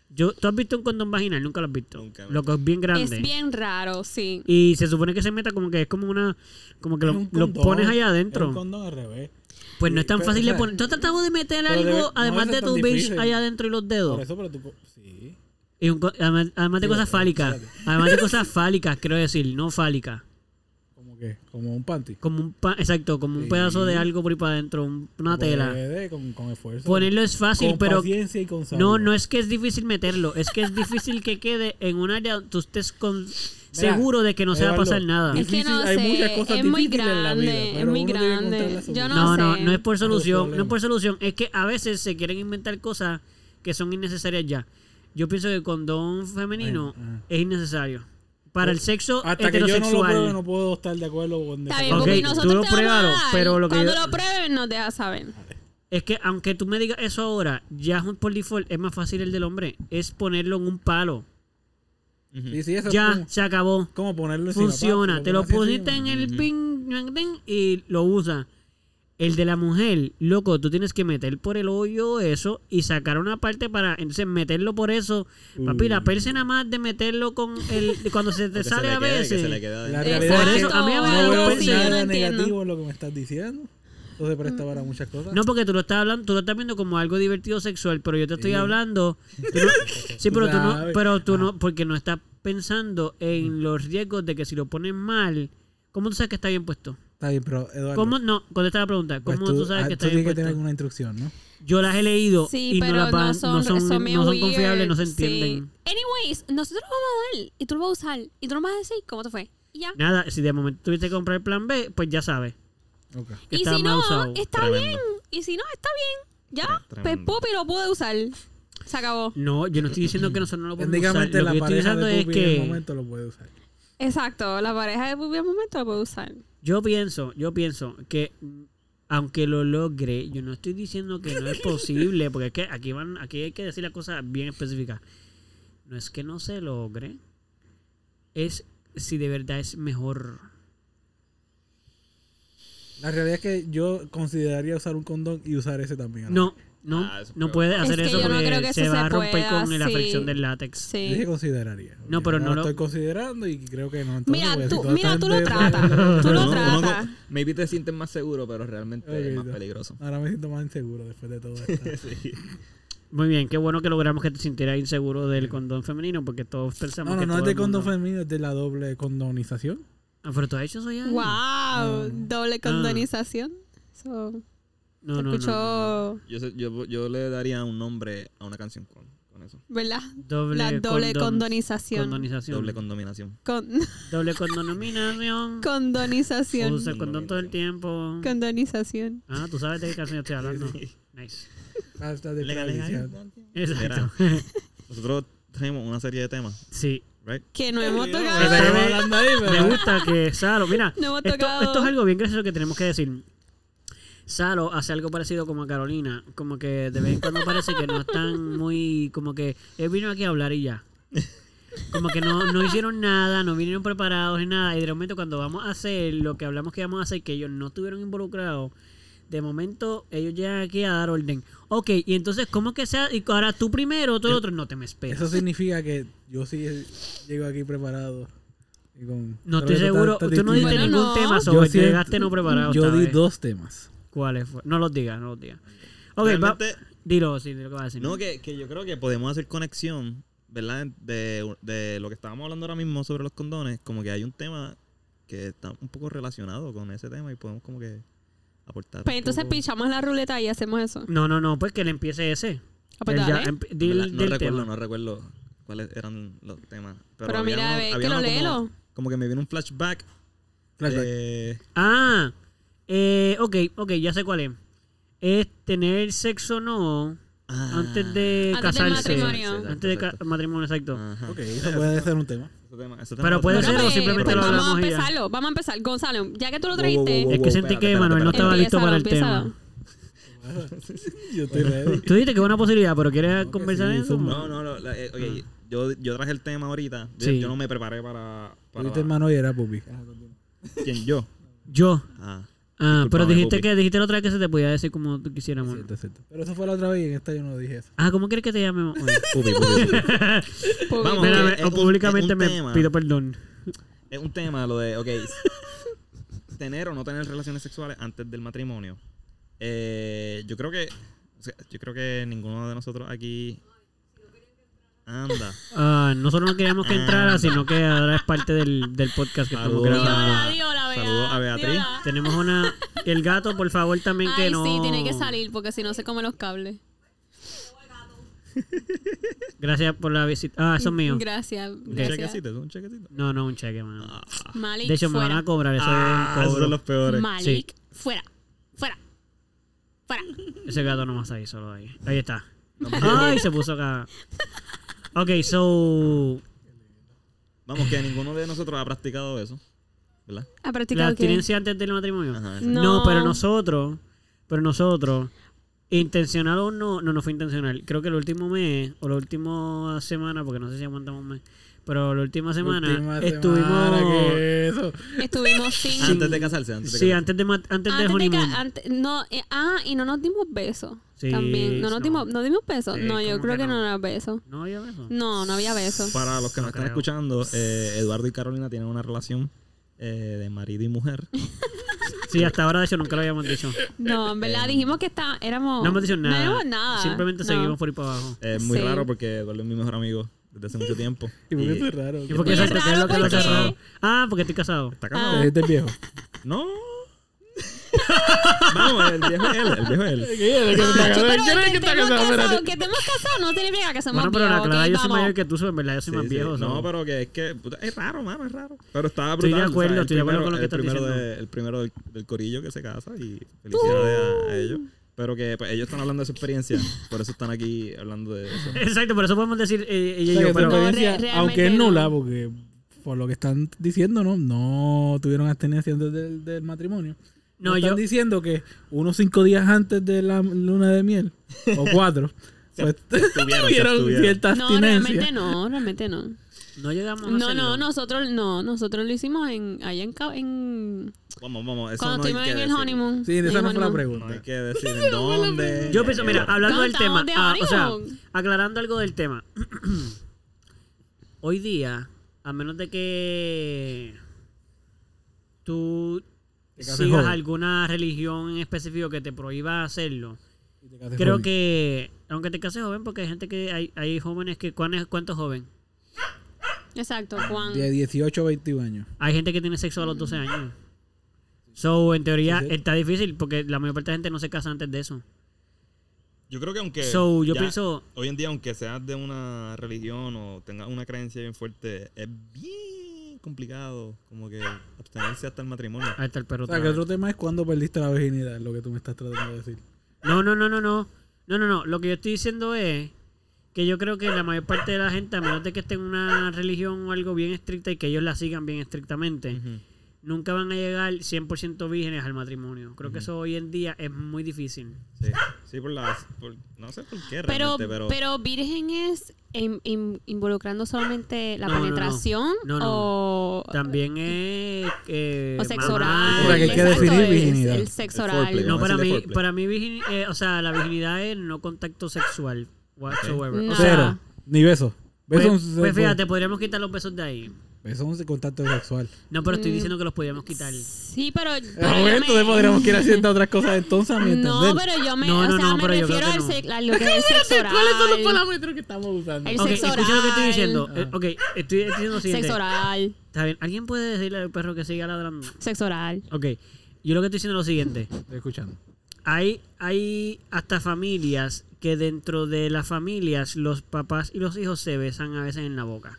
Yo, ¿Tú has visto un condón vaginal? Nunca lo has visto.
Nunca.
Lo que es bien grande.
Es bien raro, sí.
Y se supone que se meta como que es como una... Como que
Es
lo,
un
lo
condón,
pones allá
es un
adentro.
condón al revés.
Pues no es tan
Pero,
fácil
o
de
sea,
poner. Tú has tratado de meter
pero
algo,
debe- no
además
debe
de
ser
tu
tan
bitch
difícil.
allá adentro y los
Por
dedos.
eso, pero tú. co- Sí.
Y un co- además, además de
Digo,
cosas
pero,
fálicas.
espérate.
Además de cosas fálicas, quiero decir, no fálicas.
Como que, como un panty.
Como un pa- exacto, como un
Sí.
pedazo de algo por ahí para adentro, un- una tela.
Puede, con, con esfuerzo.
Ponerlo es fácil,
con
pero
paciencia y con
no, no es que es difícil meterlo, es que es difícil que quede en un área donde tú estés con- seguro de que no se va a
Eduardo,
pasar nada.
Es que no
Difícil, hay muchas
sé,
cosas
es muy
difíciles en la vida,
grande, es
pero
muy
uno tiene que encontrar la
grande.
solución.
Yo
No,
no,
no,
sé.
no es por solución, no es
problema.
por solución, es que a veces se quieren inventar cosas que son innecesarias ya. Yo pienso que el condón femenino
Bueno, ajá.
es innecesario para el sexo
ah. Pues, Hasta que yo no lo
heterosexual.
pruebe, no puedo estar de acuerdo con
Está bien,
Ok, tú
porque nosotros
lo
te vamos a
pruébalo,
dar.
pero lo que
Cuando
yo-
lo prueben nos dejas saber.
Es que aunque tú me digas eso ahora, ya es un- por default es más fácil el del hombre, es ponerlo en un palo.
Ujú.
Y si eso es
Ya
como,
se acabó.
como ponerlo encima,
Funciona.
pa,
Te lo
pones así
pusiste en
encima.
el ping ñang, ting, y lo usas. El de la mujer, loco, tú tienes que meter por el hoyo eso y sacar una parte para entonces meterlo por eso. Papi, la perse nada más de meterlo con el. Cuando se te
Que se
sale
le
a
quede, que
veces.
se le quede
La
adentro.
realidad
Por
es
eso,
que
a mí me da
no
algo
veo
así, yo
nada
no entiendo.
negativo en lo que me estás diciendo. Eso se presta para muchas cosas.
No, porque tú lo estás hablando, tú lo estás viendo como algo divertido sexual, pero yo te estoy hablando. tú no- sí,
Tú
pero tú no,
sabes.
pero tú
Ah.
no, porque no estás pensando
Mm.
en los riesgos de que si lo pones mal, ¿cómo tú sabes que está bien puesto?
Está bien, pero Eduardo.
¿Cómo no? Contesta la pregunta.
pues
¿Cómo tú, sabes
ah,
que está
tú
bien
tienes que tener
puesto?
alguna instrucción, ¿no?
Yo las he leído
Sí,
y no
pero
las van, no son, no son,
bien weird,
confiables, no se
sí.
entienden.
Anyways, nosotros lo vamos a dar y tú lo vas a usar y tú no vas a decir cómo te fue. Y ya.
Nada, si de momento tuviste que comprar el plan B, pues ya sabes.
Ok.
Que
y
está
si
mal
no,
usado.
está
Tremendo.
bien. Y si no, está bien. Ya,
Tre-
pues
tremendo.
Pupi lo pude usar. Se acabó.
No, yo no estoy diciendo que nosotros no lo podemos usar. Lo
Técnicamente
que
este, la
yo estoy
pareja
diciendo
de
es
Pupi en el
que
momento lo puede usar.
Exacto, la pareja de Pupi al momento la puede usar.
yo pienso, yo pienso que mm, aunque lo logre, yo no estoy diciendo que no es posible, porque es que aquí van, aquí hay que decir las cosas bien específicas. No es que no se logre, es si de verdad es mejor.
La realidad es que yo consideraría usar un condón y usar ese también. a la
No, No,
Ah, eso
no
fue-
puede hacer
que
eso
yo no
porque
creo que
se
eso
va a
se
romper
pueda,
con la
sí.
fricción del látex.
Yo dije
Sí.
consideraría.
No, pero no
lo
lo-
estoy considerando y creo que no. entonces,
Mira,
porque si
tú-
toda esta
mira, tú lo
gente-
tratas, tú lo
Uno- uno-
tratas.
maybe te sientes más seguro, pero realmente es
Ok,
más
ya.
peligroso.
Ahora me siento más inseguro después de todo esto.
Muy bien, qué bueno que logramos que te sintieras inseguro del condón femenino porque todos pensamos
Mm. no, no,
que
no
todo
es de
el mundo-
condón femenino, es de la doble condonización.
Ah, pero tú has hecho eso ya.
Wow,
Ah.
doble condonización. So,
No, no, no,
escuchó,
no, no.
Yo, sé- yo, yo le daría un nombre a una canción con, con eso.
¿verdad?
Doble
La doble
condón-
condonización.
condonización.
Doble condominación.
Con-
Doble condominación.
condonización.
Usa condón todo el tiempo.
Condonización.
Ah, tú sabes de qué canción estoy hablando. Nice.
Hasta Ah, de
Legal, legal.
tradición.
Exacto.
Nosotros tenemos una serie de temas,
Sí.
¿right?
Que no hemos
Eh,
tocado.
pero-
Estamos hablando ahí,
Me
pero-
gusta que Salo, mira,
No hemos
esto,
tocado.
esto es algo bien gracioso que tenemos que decir. Salo hace algo parecido como a Carolina, como que de vez en cuando parece que no están muy, como que él vino aquí a hablar y ya. Como que no, no hicieron nada, no vinieron preparados ni nada. Y de momento cuando vamos a hacer lo que hablamos que íbamos a hacer, que ellos no estuvieron involucrados, de momento ellos llegan aquí a dar orden. Ok, y entonces, ¿cómo que sea? Y ahora tú primero, tú el otro, no te me esperas.
Eso significa que yo sí llego aquí preparado. y con-
No
creo
estoy
que
seguro.
está-
Tú
está
no diste
Bueno,
distinto.
ningún
no.
tema
Yo
sobre
sí-
llegaste no preparado.
Yo
esta
di
vez.
dos temas.
¿Cuáles fue? No los digas, no los digas. Ok, va,
Realmente,
dilo, sí, dilo que vas a decir.
No, que, que yo creo que podemos hacer conexión, ¿verdad? De, de lo que estábamos hablando ahora mismo sobre los condones, como que hay un tema que está un poco relacionado con ese tema y podemos como que aportar.
Pues
un
entonces
poco.
pinchamos la ruleta y hacemos eso.
no, no, no, pues que le empiece ese.
Ah, pues
Él ya em,
dale.
empe- dil-
¿Verdad? no
del
recuerdo,
tema.
no recuerdo cuáles eran los temas. Pero,
Pero
había
mira,
uno-
ve, que
había
lo
uno como-
léelo.
Como, que me viene un flashback.
Flashback.
de-
Ah, eh, ok, ok, ya sé cuál es. Es tener sexo no
Ah.
antes de
Antes
casarse.
del matrimonio.
Exacto,
Antes de ca-
exacto. Ah.
matrimonio, exacto.
Ajá.
Ok, eso puede ser un tema.
Ese tema- ese tema
Pero
lo
puede
tenemos.
ser o
pues,
simplemente
pues
lo
vamos a
hablamos y ya.
empezarlo. Vamos a empezar. Gonzalo, ya que tú lo
Wow,
trajiste,
wow, wow,
Es que sentí
espérate,
que
espérate,
Manuel no
espérate.
estaba listo
Empiézalo,
para el tema.
empiézalo.
Yo estoy ready.
Tú dijiste que es una posibilidad, pero ¿quieres
que
conversar
sí,
de eso?
zumba.
No, no, no. la- eh, ok, yo, yo traje el tema ahorita. Yo,
Ah. Sí. Este
yo no me preparé para. para
Tuviste
la-
hermano y era pupi.
¿Quién? Yo.
Yo.
Ah.
Ah,
Discúlpame,
pero dijiste
Pupi.
que dijiste la otra vez que se te podía decir como tú quisieras. amor.
Cierto, cierto. Pero eso fue la otra vez y en esta yo no dije eso.
Ah, ¿cómo quieres que te llamemos hoy?
Pupi, pupi, pupi.
Público.
Vamos.
Espérame,
que es
o
un-
públicamente
es un
me
tema.
pido perdón.
Es un tema lo de, ok, tener o no tener relaciones sexuales antes del matrimonio. Eh, yo creo que, o sea, yo creo que ninguno de nosotros aquí anda.
Ah, nosotros no queríamos que entrara, sino que ahora es parte del, del podcast que estamos
Saludos.
grabando.
Diola, diola, Bea,
Saludos a Beatriz.
diola.
Tenemos una... El gato, por favor, también que
Ay,
no...
sí, tiene que salir porque si no se come los cables.
Gracias por la visita. Ah, eso es mío.
Gracias.
Un
gracias.
chequecito, es un chequecito.
No, no, un cheque, mano.
Malik,
De hecho, me
fuera.
van a cobrar. Eso
Ah,
es un
esos
cobro.
son los peores.
Malik, fuera. Fuera. Fuera.
Ese gato nomás ahí, solo ahí. Ahí está.
pues,
Ay, se puso acá. Ok, so...
Vamos, que ninguno de nosotros ha practicado eso, ¿verdad?
¿Ha
La
practicado qué?
abstinencia antes del matrimonio.
Ajá.
No.
No, pero nosotros, pero nosotros, intencional o no, no, no fue intencional. Creo que el último mes, o la última semana, porque no sé si aguantamos un mes, pero la última semana
Última
estuvimos.
semana, que eso.
Estuvimos sin.
Ah,
Antes de casarse, antes de
Sí,
casarse.
antes de, ma- antes
Antes
de
de que-
honeymoon.
ante- no, eh, ah, y no nos dimos besos.
Sí,
también. No nos
no.
dimos, no dimos besos.
Sí,
no, yo
¿cómo
creo
que
que, no
no?
nos besos.
No había eso.
No, no había besos.
Para los que nos
No
están
creo.
escuchando, eh, Eduardo y Carolina tienen una relación eh, de marido y mujer.
Sí, hasta ahora de hecho nunca lo habíamos dicho.
No, en verdad dijimos que está, éramos.
No hemos dicho nada.
No éramos nada.
Simplemente
No.
seguimos por ahí para abajo.
Es muy
Sí.
raro porque Eduardo es mi mejor amigo desde hace mucho tiempo.
Y porque
Y-
eso es raro.
¿Y por qué
es
eso
raro
es lo que lo
porque-
cerró? Ah, porque estoy casado.
¿Está casado?
Este es viejo.
No. Vamos, el viejo es él, el viejo es él.
Este
Ah, chico, pero que, estemos casados, que estemos casados no significa que somos
Bueno, pero la
viejos.
clara
ok,
yo soy
vamos.
mayor que tú, en verdad yo soy
Sí,
más
sí.
viejo. so-
No, pero que es que puta, es raro, mano, es raro. Pero estaba
Estoy de
brutal.
acuerdo,
el
estoy de acuerdo
primero-
con lo que
el
estás
primero
diciendo.
de- el primero del, del corillo que se casa y felicidades a- a, ellos. Pero que pues, ellos están hablando de su experiencia, por eso están aquí hablando de eso.
Exacto, por eso podemos decir eh, ella
O sea,
y yo,
que esa
pero-
re-
experiencia,
realmente
aunque es
no.
nula, porque por lo que están diciendo, no, no tuvieron abstenencia antes del, del matrimonio.
No,
No, están
yo-
diciendo que unos cinco días antes de la luna de miel, o cuatro, pues
abstuvieron, se
tuvieron
abstuvieron.
cierta
No, realmente
abstinencia.
no, realmente no.
No llegamos a
No,
hacerlo.
no, nosotros no, nosotros lo hicimos en allá en, Ca- en
Vamos, vamos. Eso
Cuando
no hay
estuvimos
que
en el
decir.
honeymoon.
Sí, esa no fue la
honeymoon.
No hay
pregunta.
que decir en dónde.
Yo pienso, mira, hablando
No,
del tema,
estamos de
ah, o sea,
honeymoon.
aclarando algo del tema. Hoy día, a menos de que tú
Te cases
sigas
joven.
alguna religión en específico que te prohíba hacerlo,
Y te quedaste
creo
joven.
que, aunque te cases joven, porque hay gente que, hay, hay jóvenes que, ¿cuán es- ¿cuánto joven?
Exacto,
Ah,
Juan.
De 18 a 21 años.
Hay gente que tiene sexo a los 12 años. So, en teoría,
Sí, sí.
está difícil porque la mayor parte de la gente no se casa antes de eso.
Yo creo que
Eh,
aunque.
So, yo
ya
pienso-
Hoy en día, aunque seas de una religión o tengas una creencia bien fuerte, es bien complicado como que abstenerse hasta el matrimonio.
Ahí está el perro.
O sea,
otra
que
vez.
otro tema es cuando perdiste la virginidad, lo que tú me estás tratando de decir.
No, no, no, no, no. No, no, no. Lo que yo estoy diciendo es que yo creo que la mayor parte de la gente, a menos de que esté en una religión o algo bien estricta y que ellos la sigan bien estrictamente,
Ujú.
nunca van a llegar 100% vírgenes al matrimonio. Creo que eso hoy en día es muy difícil.
Sí, sí, por las. por- no sé por qué
Pero,
realmente, pero.
pero virgen es in- in- involucrando solamente la
No, no, no.
penetración
No, no.
o,
También es... eh,
o sexo
mamá,
oral.
O sea, que hay que
Exacto,
definir
es
virginidad.
El sexo
El
oral.
foreplay.
No,
Vamos a
para
decirle
mí,
foreplay.
para mí virgin- eh, o sea, la virginidad es no contacto sexual whatsoever. O
No.
sea,
Cero. Ni beso. Beso
pues,
un-
pues fíjate, podríamos quitar los besos de ahí.
Beso es un contacto sexual.
No, pero estoy
Mm.
diciendo que los podríamos quitar.
Sí, pero.
En
pero yo
el momento
me-
de podríamos ir haciendo otras cosas entonces mientras
No, pero yo me.
No, no,
o sea,
no,
me
pero yo creo
refiero
que
al
no.
sex- a lo que es sexo oral.
parámetros que estamos usando?
El
Ok,
sexo
escucha lo que estoy
oral.
diciendo.
Ah.
Eh, ok, estoy, estoy diciendo lo siguiente.
Sexo oral.
Está bien, ¿alguien puede decirle al perro que siga ladrando?
Sexo oral.
Ok, yo lo que estoy diciendo es lo siguiente.
Estoy escuchando.
Hay, hay hasta familias que dentro de las familias los papás y los hijos se besan a veces en la boca.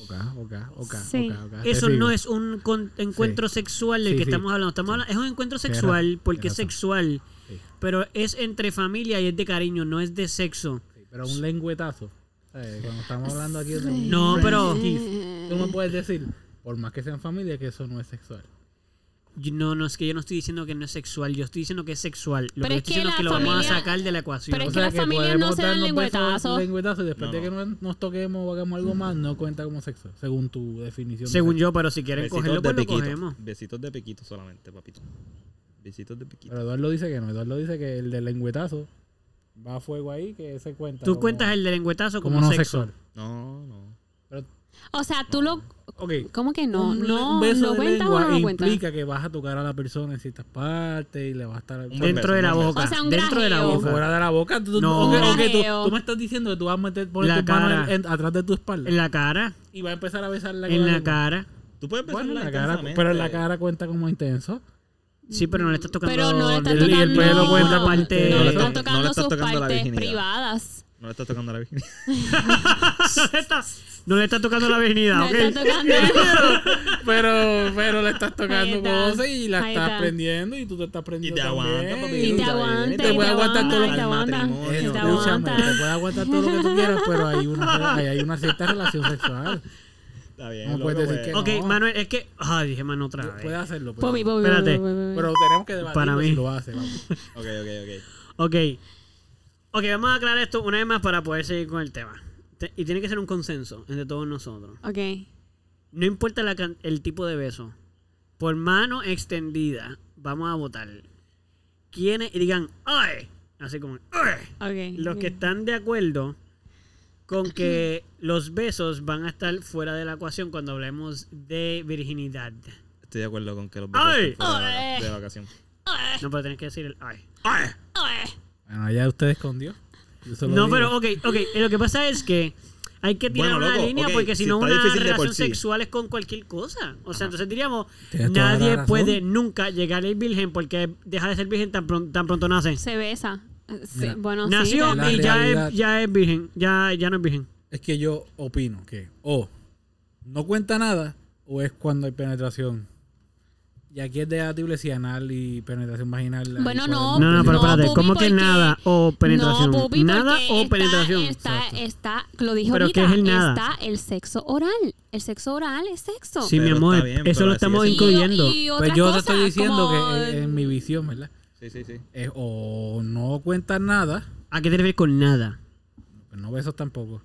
Ok, ok, ok,
Sí.
ok, ok.
Eso
Te sigo.
no es un con- encuentro sexual del
Ah, Sí,
que
sí.
estamos hablando. Estamos hablando- Es un encuentro
Tienes
sexual
razón,
porque es
tienes razón.
sexual,
Sí,
pero es entre familia y es de cariño, no es de sexo.
sí, Pero un lengüetazo. ¿sabes? Cuando estamos hablando aquí de un
No,
friend
pero-
kiss, tú me puedes decir, por más que sean familia, que eso no es sexual.
Yo- No, no, es que yo no estoy diciendo que no es sexual, yo estoy diciendo que es sexual. Lo
Pero
que
es
estoy
que
diciendo es
la
que lo vamos a
familia-
sacar de la ecuación.
Pero es
O
que
sea
las familias
podemos
no se dan
darnos besos
lengüetazos.
lengüetazos y después
No,
de que
no.
nos, nos toquemos o hagamos algo más, no cuenta como sexo, según tu definición. de
Según
sexo.
yo, pero si quieren
besitos
cogerlo,
de
pues lo
piquito.
cogemos.
Besitos de piquito solamente, papito. Besitos de piquito.
Pero Eduardo dice que no, Eduardo dice que el del lengüetazo va a fuego ahí, que ese cuenta.
Tú
como-
cuentas el de lengüetazo como,
como no
sexo.
sexual.
No, no.
Pero,
O sea, tú lo.
ok.
¿Cómo que no?
un
No,
beso
¿lo
de
cuentas o
lengua
no lo cuentas?
implica que vas a tocar a la persona en ciertas partes y le vas a estar
Un buen
Dentro de la
beso, un buen
boca.
O sea, un
dentro de la
grajeo.
Y
boca.
fuera de la boca,
No.
tú, no. tú,
Grajeo.
tú me estás diciendo que tú vas a meter poner
La
tu mano
cara.
en- atrás de tu espalda
En la cara.
y vas a empezar a besarla con
En la
lengua.
cara.
Tú puedes
Bueno, en
besarla
la cara,
intensamente.
pero en la cara cuenta como intenso.
Sí, pero no le estás tocando.
Pero no le estás
el- este,
tocando.
el pelo cuenta como que-
No le
No le
estás
estás-
no
tocando
le estás
sus
tocando la
partes
virginidad.
privadas.
No le estás tocando la virginidad.
No le estás- No le estás tocando la virginidad,
No
Ah, ¿ok?
le estás tocando.
Pero, pero le estás
Ahí
tocando
está.
cosas y la
Ahí
estás
está.
prendiendo y tú te estás
Y
prendiendo.
te aguanta,
también.
papi.
Y te
Está bien.
aguanta,
Te
y
voy a aguantar
aguanta,
todo
y
lo
te
Al
aguanta.
matrimonio.
Y te
Escúchame,
aguanta.
te puede aguantar todo lo que tú quieras, pero hay una, ahí hay una cierta relación sexual.
Está bien.
No
loco,
puedes decir
pues.
que no.
Ok, Manuel, es que. Ay, dije Manuel otra
Puede
vez.
hacerlo, pero,
Bobby, Bobby,
Espérate.
Bobby, Bobby, Bobby.
pero tenemos que debatir
Para mí.
si lo hace. vamos.
Ok, ok,
Ok. Ok, vamos a aclarar esto una vez más para poder seguir con el tema. Te- Y tiene que ser un consenso entre todos nosotros.
Ok.
No importa la can- el tipo de beso. Por mano extendida, vamos a votar. Quienes y digan, ¡ay! Así como, ¡ay!
Ok.
Los que están de acuerdo con que los besos van a estar fuera de la ecuación cuando hablemos de virginidad.
ok. Estoy de acuerdo con que los
¡Ay!
besos están fuera de la- de la ocasión.
No, pero tenés que decir el ay.
Bueno, ya usted escondió. Yo solo
No,
digo.
pero ok, ok. eh, Lo que pasa es que hay que tirar
Bueno,
una
loco,
línea
ok,
porque si
si
no
está
una
difícil de por
relación
sí.
sexual es con cualquier cosa. O sea, entonces diríamos,
Tienes toda la
nadie
razón.
puede nunca llegar a ir virgen porque deja de ser virgen tan, pron- tan pronto nace.
Se besa. Eh, sí,
Mira.
bueno,
Nació
sí.
la
y ya
realidad.
es, ya es virgen. Ya, ya no es virgen.
Es que yo opino que o no cuenta nada o es cuando hay penetración. Y aquí es debatible si anal y penetración vaginal. ahí
Bueno,
pueden-
no,
No, no, pero
No,
espérate,
Pupi,
¿cómo que
porque-
nada o penetración?
No, Pupi,
nada
porque
o
está-
penetración.
Está,
Exacto.
está, lo dijo
Pero
ahorita,
¿qué es el nada?
está el sexo oral. El sexo oral es sexo.
sí, mi
Pero
amor,
está bien,
eso
pero
lo
así
estamos
es.
Y-
incluyendo.
y
Pues
otras
yo te
cosas,
estoy diciendo
como-
que en, en mi visión, ¿verdad?
Sí, sí, sí.
Es o no cuenta nada,
¿A qué te refieres con nada?
pues no besos tampoco.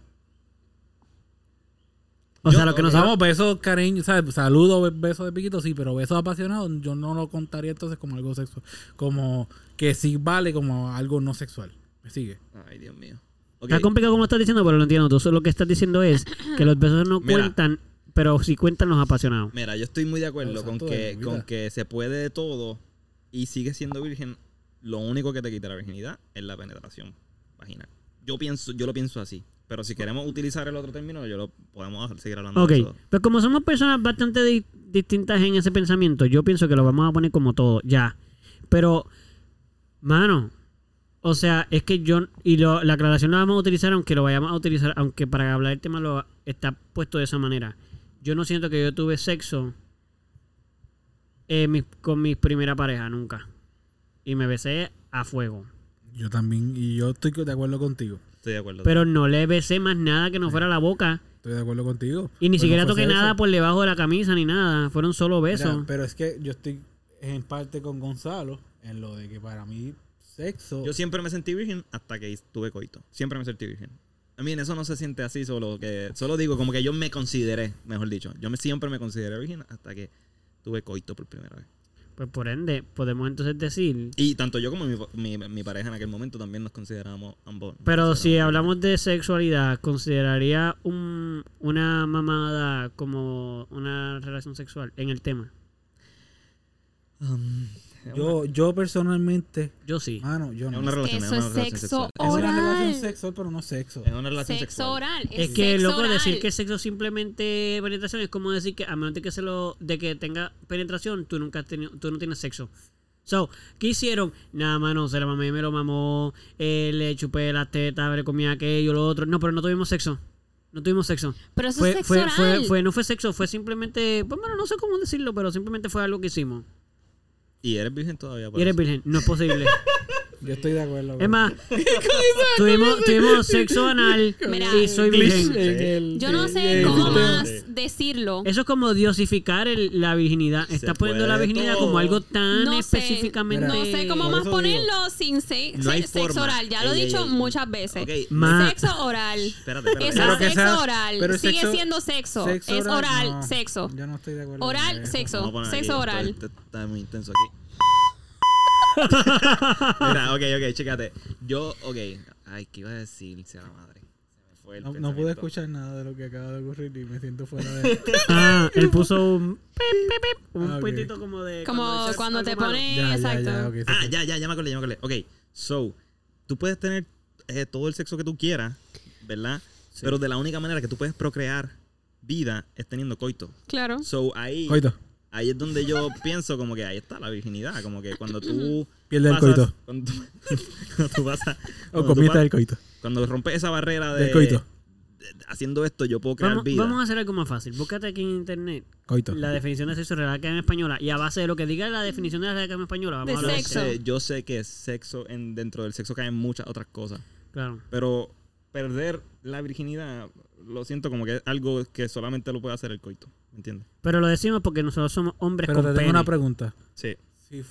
O
Yo-
sea, lo que no
ok.
sabemos.
Vamos, besos, cariño, ¿sabes? Saludos, be- besos de piquito, sí, pero besos apasionados yo no lo contaría entonces como algo sexual. Como que sí vale como algo no sexual. ¿Me sigue?
Ay, Dios mío. Ok,
Está complicado como lo estás diciendo, pero lo entiendo. Tú lo que estás diciendo es que los besos no
Mira.
cuentan, pero sí cuentan los apasionados.
Mira, yo estoy muy de acuerdo
Exacto,
con, que,
evita.
con que se puede todo y sigue siendo virgen. Lo único que te quita la virginidad es la penetración vaginal. Yo pienso, yo lo pienso así. Pero si queremos utilizar el otro término, yo lo podemos hacer- seguir hablando
Ok,
de eso.
pues como somos personas bastante di- distintas en ese pensamiento, yo pienso que lo vamos a poner como todo, ya. Pero, mano, o sea, es que yo, y lo- la aclaración la vamos a utilizar aunque lo vayamos a utilizar, aunque para hablar el tema lo está puesto de esa manera. Yo no siento que yo tuve sexo eh, mis- con mi primera pareja, nunca. Y me besé a fuego.
Yo también, y yo estoy de acuerdo contigo.
Estoy de acuerdo.
Pero no le besé más nada que no fuera la boca.
Estoy de acuerdo contigo.
Y ni
Pero
siquiera
no fue
toqué
sexo.
nada por debajo de la camisa ni nada. Fueron solo
Mira,
besos.
pero es que yo estoy en parte con Gonzalo en lo de que para mí sexo...
yo siempre me sentí virgen hasta que tuve coito. Siempre me sentí virgen. A mí eso no se siente así, solo que solo digo como que yo me consideré, mejor dicho. Yo me, siempre me consideré virgen hasta que tuve coito por primera vez.
Pues por ende, podemos entonces decir.
Y tanto yo como mi, mi- mi pareja en aquel momento también nos considerábamos ambos.
Pero si hablamos de sexualidad, ¿consideraría un, una mamada como una relación sexual en el tema?
Um,
Yo, yo personalmente,
Yo sí.
mano, yo
Es
no.
una
Es
relación,
Eso
es
es
una relación sexual.
sexo
una relación
oral.
sexual, pero no sexo.
Es una relación
Sexo
sexual.
oral.
Es
es
que
sexo
loco decir
oral.
que sexo es simplemente penetración es como decir que a menos de que se lo de que tenga penetración tú nunca has tenido, tú no tienes sexo. So, ¿qué hicieron? Nada, mano, se la mamé, me lo mamó, eh, le chupé las tetas, le comí aquello, lo otro. No, pero no tuvimos sexo. No tuvimos sexo.
Pero eso es
Fue,
sexo
fue,
oral.
fue, fue- no fue sexo, fue simplemente, pues bueno, no sé cómo decirlo, pero simplemente fue algo que hicimos.
Y eres virgen todavía. por
y eres
eso.
virgen, no es posible.
Yo estoy de acuerdo.
es más, tuvimos, tuvimos sexo anal
Mira.
y soy virgen.
Yo no sé
Sí,
cómo
sí.
más decirlo.
Eso es como diosificar el- la virginidad.
Se
Estás poniendo la
puede
virginidad
todo.
como algo tan
No sé,
específicamente.
Mira,
No sé cómo
Por
más
eso
ponerlo sin se-
No hay
se- sexo
forma.
oral. Ya lo
Ey,
he
ey,
dicho
ey.
muchas veces.
Ok,
Ma-
Sexo oral.
Espérate, espérate.
Eso
Pero
es
que
sexo
sea-
oral.
pero el
Sigue
sexo-
siendo sexo. es oral,
no,
sexo.
Yo no estoy de acuerdo.
Oral,
con eso.
sexo.
Vamos a poner
sexo
aquí,
oral.
Está, está muy intenso aquí. Mira, ok, ok, chécate. Yo, ok. Ay, ¿qué iba a decir? Sea la madre. Se me fue el
No, no
pensamiento.
pude escuchar nada de lo que acaba de ocurrir y me siento fuera de.
Ah, él puso un pip, pip, pip, un
Ah, ok.
puntito como de.
Como
dices
cuando
algo
te
malo.
pones.
ya, ya,
exacto.
ya, ok, sí,
Ah,
sí.
ya, ya, ya me acordé, ya me acordé. Ok, so, tú puedes tener eh, todo el sexo que tú quieras, ¿verdad? Pero de la única manera que tú puedes procrear vida es teniendo coito.
Claro.
So, ahí,
Coito,
ahí es donde yo pienso como que ahí está la virginidad. Como que cuando tú...
pierde el
pasas-
coito.
Cuando tú, cuando tú pasas...
O
cuando tú
comienza
pasas-
el coito.
Cuando rompes esa barrera de,
Del coito.
de- haciendo esto, yo puedo crear
Vamos,
vida.
vamos a hacer algo más fácil. Búscate aquí en internet
Coito.
la definición de sexo real que hay en española y a base de lo que diga la definición de la real que hay en española, vamos
De
a
yo
hablar.
sexo.
sé, yo sé que sexo en, dentro del sexo caen muchas otras cosas,
Claro.
pero perder la virginidad lo siento como que es algo que solamente lo puede hacer el coito, ¿me entiendes?
Pero lo decimos porque nosotros somos hombres
Pero
con
te tengo
pene.
una pregunta.
Sí.
Si, f-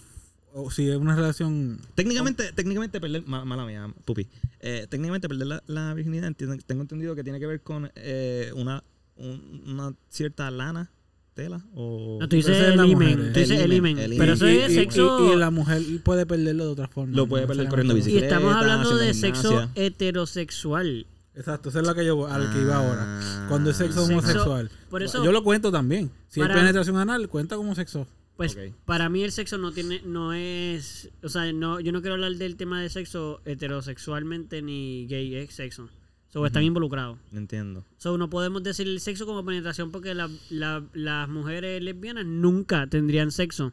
o si es una relación.
Técnicamente, técnicamente perder, ma- mala mía, pupi, Eh, técnicamente perder la, la virginidad, entiendo- tengo entendido que tiene que ver con eh, una, un- una cierta lana, tela o...
No, tú
Pero
dices
esa es la
el
mujer,
imen.
eh.
Tú dices
El
el
himen,
imen.
el
Pero
himen.
eso
y,
es
y-
sexo.
Y, y la mujer puede perderlo de otra forma.
Lo puede perder corriendo
Y
bicicleta.
estamos hablando
haciendo
de sexo
gimnasia.
heterosexual.
Exacto, eso es lo que yo al que
Ah,
iba ahora. Cuando es sexo
Ah.
homosexual.
Por eso-
yo lo cuento también. Si
Para-
es penetración anal, cuenta como sexo.
Pues
Ok.
para mí el sexo no tiene, no es, o sea, no, yo no quiero hablar del tema de sexo heterosexualmente ni gay es sexo. So, están involucrados.
Entiendo.
So, no podemos decir el sexo como penetración porque la- la- las mujeres lesbianas nunca tendrían sexo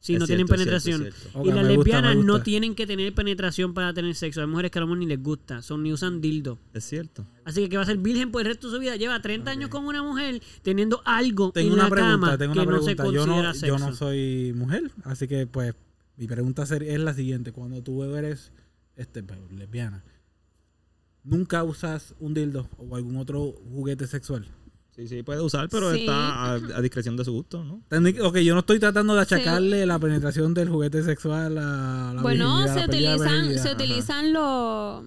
si
Es
no tienen
cierto, es cierto, es
penetración.
cierto.
Ok,
y las
me gusta, me
lesbianas no
gusta.
tienen que tener penetración para tener sexo. Hay mujeres que a lo mejor ni les gusta, son ni usan dildo.
Es cierto.
Así que que va a ser virgen por el resto de su vida. Lleva 30 años con una mujer teniendo algo
Tengo
en
una
la
pregunta,
cama
tengo
que
una
no
pregunta.
se
yo,
considera
no,
sexo.
yo no soy mujer, así que pues mi pregunta ser- es la siguiente. Cuando tú eres este, pues, lesbiana, ¿nunca usas un dildo o algún otro juguete sexual?
Sí, sí, puede usar, pero
Sí.
está a, a discreción de su gusto, ¿no?
Tendrí- Ok, yo no estoy tratando de achacarle la penetración del juguete sexual a la
Bueno,
virginidad,
se
la pérdida de
utilizan,
virginidad.
se
Ajá.
utilizan los.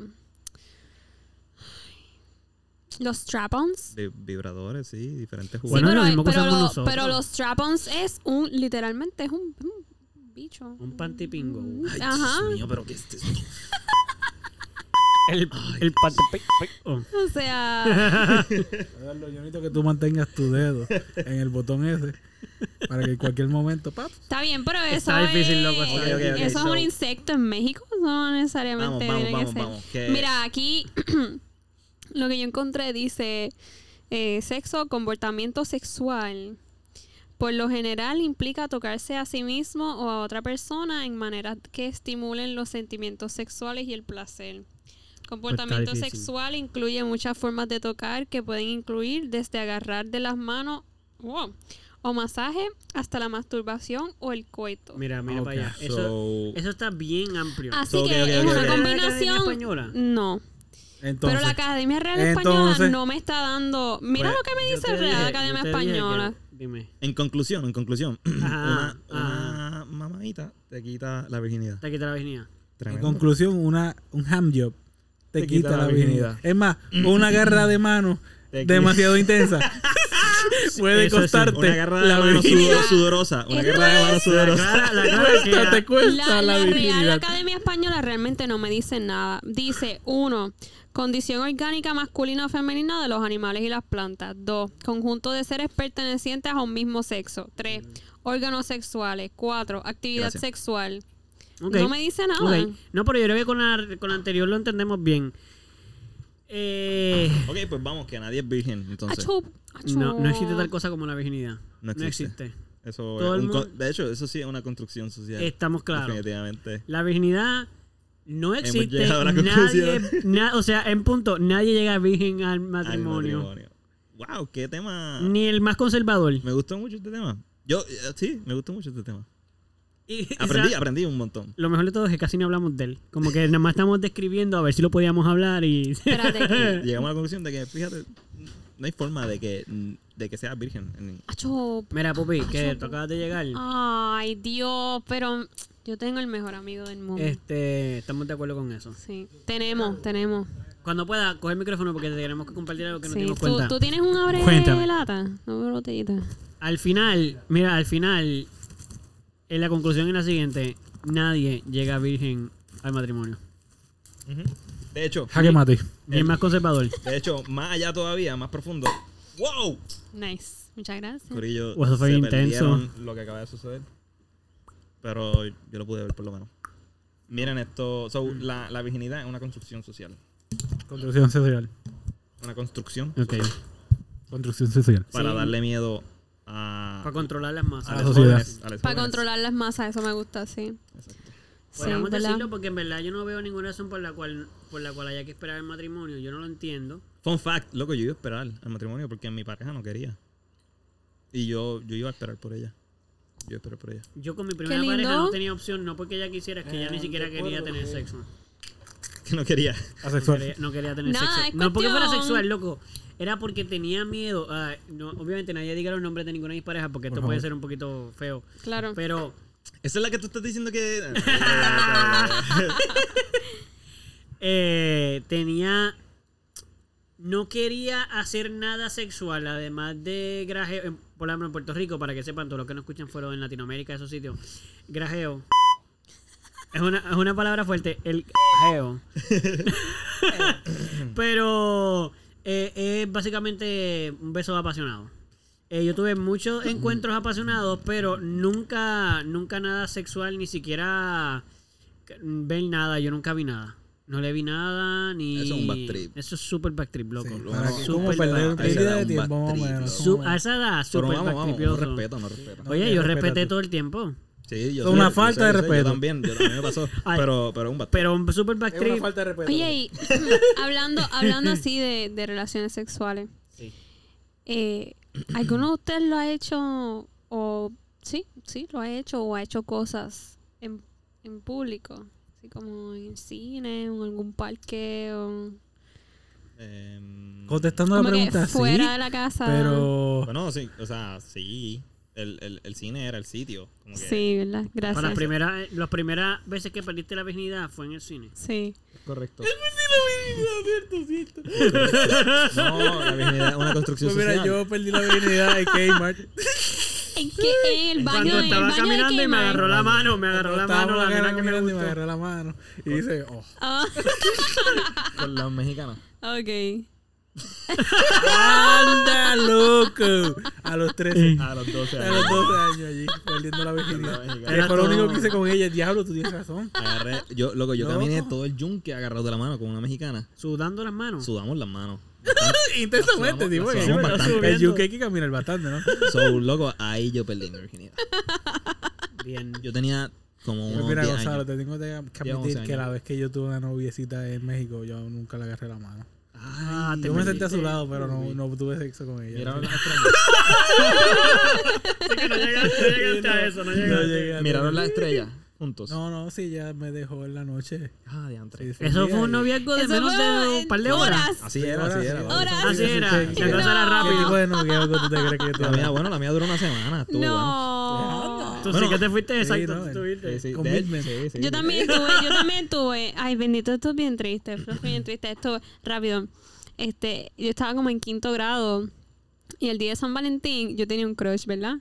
Los strap-ons.
Vi- vibradores, sí, diferentes
Sí,
juguetes.
Bueno,
pero,
lo mismo que
pero
usamos
lo-
nosotros.
pero los strap-ons es un, literalmente es un, un bicho.
Un pantipingo.
Ay,
Ajá.
Dios mío, pero qué
este
es esto.
El, el pantipingo.
O sea,
Eduardo, Yo necesito que tú mantengas tu dedo en el botón ese para que en cualquier momento, pap,
está bien, pero eso
Está difícil,
es,
loco, está
Ok, ok, ok,
eso
so-
es un insecto en México, no
Vamos,
necesariamente
vamos,
tiene que
vamos,
ser.
vamos. ¿Qué
Mira, aquí lo que yo encontré dice eh, sexo, comportamiento sexual. Por lo general implica tocarse a sí mismo o a otra persona en maneras que estimulen los sentimientos sexuales y el placer. Comportamiento
difícil.
sexual incluye muchas formas de tocar que pueden incluir desde agarrar de las manos wow, o masaje hasta la masturbación o el coito.
Mira, mira
Ok,
para allá.
Ah, so-
Eso, eso está bien amplio.
Así
So, ok,
que
ok,
es
ok,
una
ok.
¿Academia
combinación.
Española?
No.
entonces.
pero la Academia Real Española
entonces-
no me está dando. Mira
Pues,
lo que me
yo
dice
te
Real
dije- yo
Academia
te dije que-
Española.
dime.
En conclusión, en conclusión,
Ajá,
una, una mamadita te quita la virginidad.
Te quita la virginidad.
En
Tremendo.
conclusión, una, un ham job te, quita, la virginidad. Es más, una garra de mano
Te quita-
demasiado intensa puede
Eso sí.
costarte
Una garra de
la
mano
virginidad.
sudor- sudorosa. Una
Eso
garra de mano
La
sudorosa.
cara, la cara que
Cuesta,
da-
te cuesta
La,
la,
la Real
virginidad.
Academia Española realmente no me dice nada. Dice, uno, condición orgánica masculina o femenina de los animales y las plantas. Dos, conjunto de seres pertenecientes a un mismo sexo. Tres, órganos sexuales. Cuatro, actividad
Gracias.
sexual.
Ok.
No me dice nada.
Ok. No, pero yo creo que con la, con la anterior lo entendemos bien. Eh,
Ok, pues vamos, que nadie es virgen. Entonces,
Achú, achú.
no, no existe tal cosa como la virginidad.
No
No
existe.
existe.
eso
todo
es
el
un con-
mundo-
De hecho, eso sí es una construcción social.
Estamos claros.
Definitivamente.
La virginidad no existe.
llegado a la
Nadie,
conclusión.
na- o sea, en punto, nadie llega virgen al
Al
matrimonio.
matrimonio. Wow, qué tema.
Ni el más conservador.
Me gustó mucho este tema. Yo, eh, sí, me gustó mucho este tema.
Y- o
Aprendí,
sea,
aprendí un montón.
lo mejor de todo es que casi no hablamos de él. Como que nada más estamos describiendo a ver si lo podíamos hablar y... Eh.
Espérate.
Llegamos a la conclusión de que, fíjate, no hay forma de que, de que seas virgen. en-
Achú.
Mira, Pupi, que tú acabas de llegar.
Ah, Ay, Dios, pero yo tengo el mejor amigo del mundo.
Este, estamos de acuerdo con eso.
Sí, tenemos, tenemos.
Cuando pueda, coge el micrófono porque tenemos que compartir algo que no
Sí,
dimos
¿Tú,
cuenta.
tú tienes un abre
Cuéntame.
lata, no una botellita.
Al final, mira, al final, en la conclusión es la siguiente. Nadie llega virgen al matrimonio.
Ujú. De hecho,
Jaque mate.
Ni el más conservador.
de hecho, más allá todavía, más profundo. ¡Wow!
Nice, muchas gracias.
Corillo,
O Pues eso fue
se
intenso.
perdieron lo que acaba de suceder. Pero yo lo pude ver por lo menos. Miren esto. so, la, la virginidad es una construcción social.
Construcción social.
Una construcción
Ok.
Construcción social.
para
Sí.
darle miedo a,
Para controlar las masas.
a
la
los
sociedad.
jóvenes, a los
Para
jóvenes.
controlar las masas, eso me gusta, sí.
Exacto.
Sí,
Podríamos
¿verdad?
decirlo porque en verdad yo no veo ninguna razón por la cual por la cual haya que esperar el matrimonio. Yo no lo entiendo.
Fun fact, loco, yo iba a esperar al matrimonio porque mi pareja no quería. Y yo, yo iba a esperar por ella. Yo esperé por ella.
Yo con mi primera
lindo.
pareja no tenía opción, no porque ella quisiera, es que
Eh,
ella ni siquiera quería tener sexo.
Que no quería.
No
Asexual.
quería, no quería tener
Nada, es
sexo. No porque fuera
cuestión-
sexual, loco. Era porque tenía miedo. a- no, obviamente nadie diga los nombres de ninguna de mis parejas porque esto
Por
puede
favor.
ser un poquito feo.
Claro.
Pero
Esa es la que tú estás diciendo que.
eh, tenía... No quería hacer nada sexual, además de grajeo, en- por ejemplo en Puerto Rico, para que sepan, todos los que no escuchan fuera en Latinoamérica, esos sitios, grajeo. Es una, es una palabra fuerte, el grajeo. Pero eh, es básicamente un beso apasionado. Eh, yo tuve muchos encuentros apasionados, pero nunca, nunca nada sexual, ni siquiera c- ver nada. Yo nunca vi nada. No le vi nada, ni...
Eso es un bad trip.
Eso es super backtrip, loco.
Sí,
lo-
para
no,
que,
super
¿Cómo perder un
bad trip.
Ahí se da
de
un
tiempo más o
backtrip,
menos?
loco.
Su- a esa edad,
Pero
super
vamos, vamos, no
backtripioso.
respeto, no respeto.
Oye,
No,
yo
que
respeté
respeto.
todo el tiempo.
Sí, yo
Es una
yo
falta de
yo Yo
respeto.
también, yo también me pasó.
Ay.
pero, pero un bate.
Pero un super backtrip...
de respeto.
Oye, y hablando, hablando así de, de relaciones sexuales,
Sí.
eh, ¿alguno de ustedes lo ha hecho o sí, sí, lo ha hecho o ha hecho cosas en, en público? Así como en el cine, o en algún parque, o
Em,
Contestando la
como que
pregunta, sí.
fuera de la casa.
Pero
Bueno, sí, o sea, sí. el, el, el cine era el sitio. Como que,
Sí, ¿verdad?
Para las
Gracias.
primeras, las primeras veces que perdiste la virginidad fue en el cine.
Sí.
Correcto.
cierto, cierto.
No, la virginidad es una construcción
Pues mira,
social.
yo perdí la virginidad de Kmart.
¿En qué? En el baño,
Cuando
en el
estaba
baño
caminando
de
y me
Kmart.
agarró la mano, me agarró la mano, la
cara
nena que me
me
gustó.
agarró la mano. Y dice, oh,
Ah,
Con las mexicanas.
ok.
anda loco. A los 13.
A los 12
A los 12 años allí, perdiendo la virginidad.
La mexicana.
Que fue lo
todo-
único que hice con ella. Diablo, tú tienes razón.
Agarré, yo, loco, yo
Loco.
caminé todo el yunque agarrado de la mano con una mexicana.
Sudando las manos.
Sudamos las manos.
Intensamente,
Las sudamos-
tipo. que-
las
Sí,
sudamos
pero
bastante.
El UK hay que caminar bastante, ¿no?
So, loco, ahí yo perdí mi virginidad.
Bien.
Yo tenía como
Pues
unos
mira,
10
Gonzalo,
años.
te tengo que que
Llevo
admitir
11
que la
años.
vez que yo tuve una noviecita en México, yo nunca le agarré la mano.
Ah, te
Yo me senté
perdiste.
a su lado, pero no, no tuve sexo con ella.
Mira,
Así
los
que-
extraños.
Así que no llegaste, no llegaste a eso, no
No
llegaste.
llegué a
Miraron
tener-
las estrellas juntos.
No, no, sí, ya me dejó en la noche.
Ah, diantre.
Sí, sí,
Eso
sí,
fue un
ahí.
noviazgo de
Eso
menos de
fue
un par de horas.
Así era,
Ahora
así
sí,
era.
ahora
loco.
sí.
Así era.
Sí, sí,
La cosa era
No.
¿Qué tipo
rápido.
de noviazgo tú te crees que yo
La
tuve?
mía, bueno, la mía duró una semana. Estuvo
No.
Tú sí
Bueno,
que te fuiste
sí,
exacto.
no,
tú
el-
estuviste.
bueno. Sí, sí, de-
Commitment.
sí, sí,
Yo
sí.
también tuve, yo también tuve. Ay, bendito, esto es bien triste, esto es bien triste. Esto, rápido. Este, yo estaba como en quinto grado y el día de San Valentín yo tenía un crush, ¿verdad?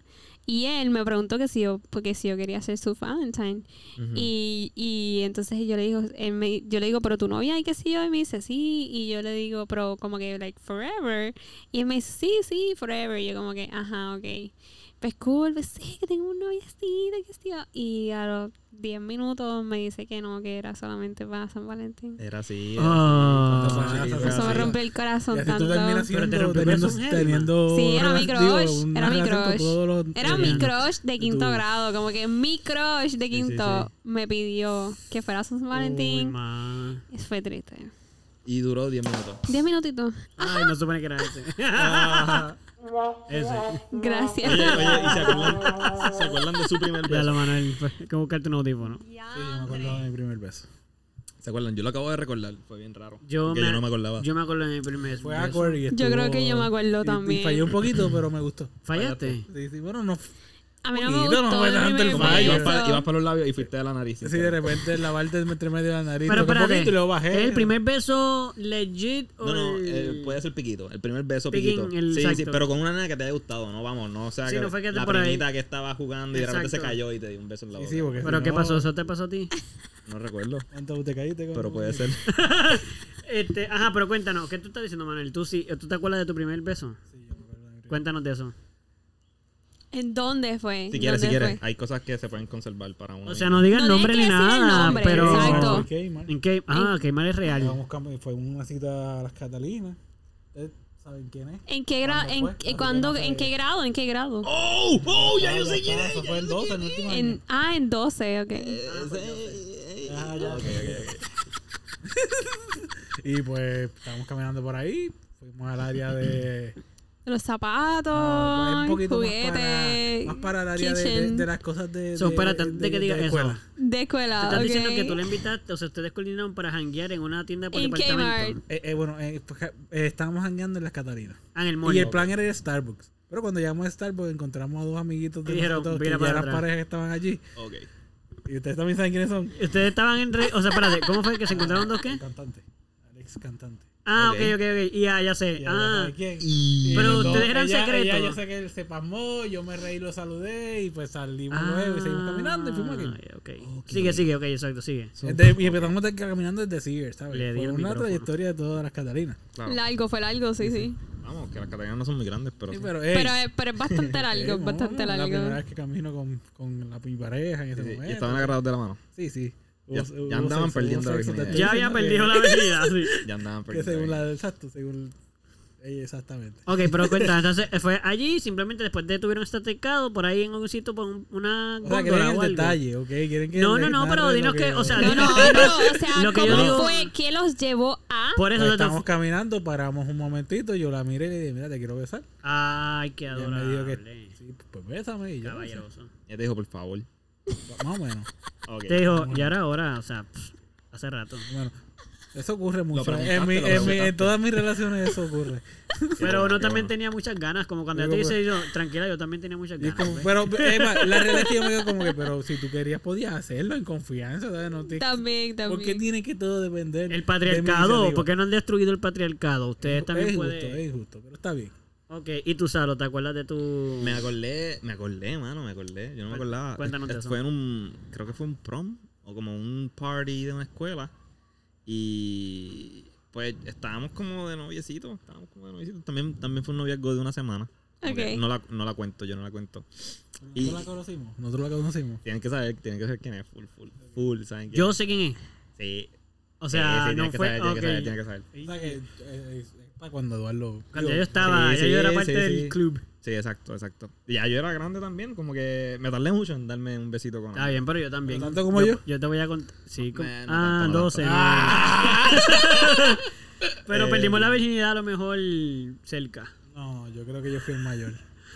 Y él me preguntó que si yo, porque si yo quería ser su Valentine.
Ujú.
Y, y entonces yo le digo, él me- yo le digo, pero tu novia, ¿y qué sé yo? Y me dice, sí. Y yo le digo, pero como que, like, forever. Y él me dice, sí, sí, forever. Y yo como que, ajá, ok. Pues cool, pues sí, que tengo un noviecito, que sí. Y a los 10 minutos me dice que no, que era solamente para San
Eh,
Valentín.
Era así. era
Ah.
así. Era así,
Eso
era
Eso
así.
me
sí.
rompe el
Y
corazón
así tú
tanto.
Pero te
terminas siendo,
rompió el
teniendo,
corazón, Helma.
teniendo
Sí, era mi
relac-
crush,
una
era mi
relación con
crush.
todos los-
Era mi
los-
crush de quinto
tú.
grado, como que mi crush de quinto me pidió que fuera San
Uy,
Valentín.
ma.
Fue triste.
Y duró 10 minutos.
10 minutitos.
Ay, no supone que era ese. ese.
Gracias.
Oye, oye, ¿y se acuerdan, se acuerdan de su primer
Ya
beso?
lo, Manuel. Fue que buscarte un audífono.
Sí, yo me acuerdo de mi primer beso.
¿Se acuerdan? Yo lo acabo de recordar. Fue bien raro.
Yo
Porque
me-
yo no me acordaba.
Yo me acuerdo de mi primer
Fue
beso.
awkward y
Yo creo que yo me acuerdo
y- y
también.
fallé un poquito, pero me gustó.
¿Fallaste?
Sí, sí, bueno, no.
A mí no me
Poquito,
gustó
no
no,
fue
el
tanto el
primer
Ah,
fallo.
ibas
beso.
para los labios y fuiste a la nariz.
Sí, de repente lavarte entre medio de la nariz.
Pero
toqué un
espérate.
poquito y luego
¿Es
bajé.
el primer beso legit o
No, no,
el-
eh, puede ser piquito. El primer beso
Piquín,
piquito.
el
sí, sí,
exacto.
pero con una nena que te haya gustado, no vamos, no. O sea,
Sí,
que
no fue que te
la
por ahí-
primita que estaba jugando y de repente se
Exacto.
cayó y te dio un beso en la
Sí,
boca.
sí, porque
¿Pero
si
qué
no-
pasó? ¿Eso te pasó a ti?
No recuerdo,
Entonces te caíste. con-
pero puede ser.
Este, ajá, pero cuéntanos, ¿qué tú estás diciendo, Manuel? ¿Tú, sí, ¿Tú te acuerdas de tu primer beso?
Sí, yo me acuerdo de mi primer-
Cuéntanos de eso.
¿En dónde fue?
Si quieres, si
¿Dónde
quieres.
fue?
Hay cosas que se pueden conservar para uno.
O
mismo.
sea, no digas
No
nombre ni
tiene que decir el
nada,
nombre,
pero...
exacto.
Fue en Kmart.
¿En qué? Ah, que mal es real.
Estábamos cam- Fue una cita a las Catalinas. Ustedes ¿Saben quién es?
¿En qué grado?
¿Cuándo
En,
fue?
eh,
Hace que
¿cuándo-
no sé.
¿En qué grado? ¿En qué grado?
¡Oh! ¡Oh! ¡Ya yo sé quién
está,
es!
eso fue el 12, en el último año.
En, ah, en 12, ok.
Eh.
Ese-
Ah, ya.
Ok, ok, ok.
Y pues estábamos caminando por ahí, fuimos al área de...
Los zapatos,
Ah, un poquito más
juguetes,
para, más para el área de, de-
kitchen.
de las cosas de...
So,
de-
espérate, antes de que digas eso.
escuela.
de
Te
escuela,
estás
ok.
diciendo que tú le invitaste, o sea, ustedes coordinaron para janguear en una tienda por
En
departamento.
Kmart.
Eh, eh, bueno, eh, pues, ja- eh, estábamos jangueando en las Catalinas.
Ah, en el
Y
mall.
el plan era ir a Starbucks. Pero cuando llegamos a Starbucks encontramos a dos amiguitos de
Y dijeron,
nosotros que
"Vira
ya
para
eran
atrás".
parejas que estaban allí.
Ok.
Y ustedes también saben quiénes son.
Ustedes estaban entre... O sea, espérate, ¿cómo fue que se encontraron dos qué?
Cantante. Alex Cantante.
Ah, ok,
Ok.
ok, ok. Y Ya, ya sé.
Y ella no
Ah,
sabe quién.
Y...
Pero
los dos-
ustedes eran
ella-
secretos.
ella- yo sé que él se pasmó, yo me reí, lo saludé y pues salimos luego y seguimos caminando y fuimos aquí. Oh,
Ah, ok. Sigue, sigue, ok, exacto, sigue.
Desde- Este, y empezamos de- caminando desde Sears, ¿sabes?
Le di
Fue
el
una
micrófono.
trayectoria de todas las Catalinas.
Claro.
Largo, fue largo, sí, sí.
Vamos, que las catalanas no son muy grandes, pero...
Sí,
sí.
pero, ey,
Pero, es- pero es bastante
ey,
largo,
no,
bastante
La primera vez
largo.
que camino con, con la, mi pareja en ese
Sí, sí, Y
momento.
estaban agarrados de la mano.
Sí, sí.
Ya- ya andaban perdiendo la
te
virginidad.
estoy
Ya había
diciendo que-
perdido la habilidad, sí.
Ya andaban
Que
perdiendo.
según
ahí.
la exacto, según... ey, exactamente.
Ok, pero cuenta, entonces eh, fue allí, simplemente después de tuvieron este atacado por ahí en un sitio por un- una
O sea,
góndola
quieren
o
el
algo.
detalle, ¿ok? Quieren que
No, no,
les
no, pero
narre lo
dinos que- o sea,
No, no, no, o sea,
Lo que yo
¿cómo
digo-
fue? ¿Qué los llevó a...?
Por eso
Pues
te-
estábamos caminando, paramos un momentito, yo la miré y le dije, mira, te quiero besar.
Ay, qué
Y él me dijo
adorable.
que, sí, pues bésame y yo.
Caballeroso.
Ya te dijo, por favor.
Más o menos.
Ok.
Te dijo, ya era hora, o sea, pff, hace rato.
Bueno, Eso ocurre mucho.
preguntaste,
En, mi-
lo
en mi- en
preguntaste.
todas mis relaciones eso ocurre.
Pero uno también
tenía
tenía muchas ganas, como cuando yo te
Yo
dice yo, tranquila, yo también tenía muchas
Y es
ganas. pues.
como,
¿ves?
pero, es más, la realidad es que yo me digo como que, pero si tú querías, podías hacerlo en confianza, ¿sabes? No te-
También,
Pues, ¿Por qué
también.
tiene que todo depender?
El
de
patriarcado,
mi
¿por qué
iniciativa?
no han destruido el patriarcado? Ustedes
es
también
justo,
pueden.
es justo, pero está bien.
Ok, y tú, Salo, ¿te acuerdas de tu.
Me acordé, me acordé, mano, me acordé. Yo no me acordaba.
Cuéntanos de
Eh,
eso.
Fue en un, creo que fue un prom o como un party de una escuela. Y pues estábamos como de noviecitos, estábamos como de noviecitos. También, también fue un noviazgo de una semana. Como
Ok.
que No la, no la cuento, yo no la cuento. Y-
Nosotros la conocimos. Nosotros la conocimos.
Tienen que saber, tienen que saber quién es, full, full, full, ¿saben quién
Yo
es?
sé quién es.
Sí.
O
sí,
sea,
sí, tienen
no
que
fue.
saber, tienen que saber,
ok.
tienen que saber.
O sea que, eh, eh, es para cuando Eduardo.
Cuando
digo,
yo estaba,
Sí,
ya yo
sí,
era
sí,
parte
sí.
del club.
Sí, exacto, exacto. Y ya yo era grande también, como que me tardé mucho en darme un besito con
Está bien, pero yo también.
¿Pero tanto como yo?
Yo te voy a contar. Sí,
No,
con-
no
ah,
tanto, no
12.
tanto.
no. pero
Eh,
perdimos la virginidad a lo mejor cerca.
No, yo creo que yo fui el mayor.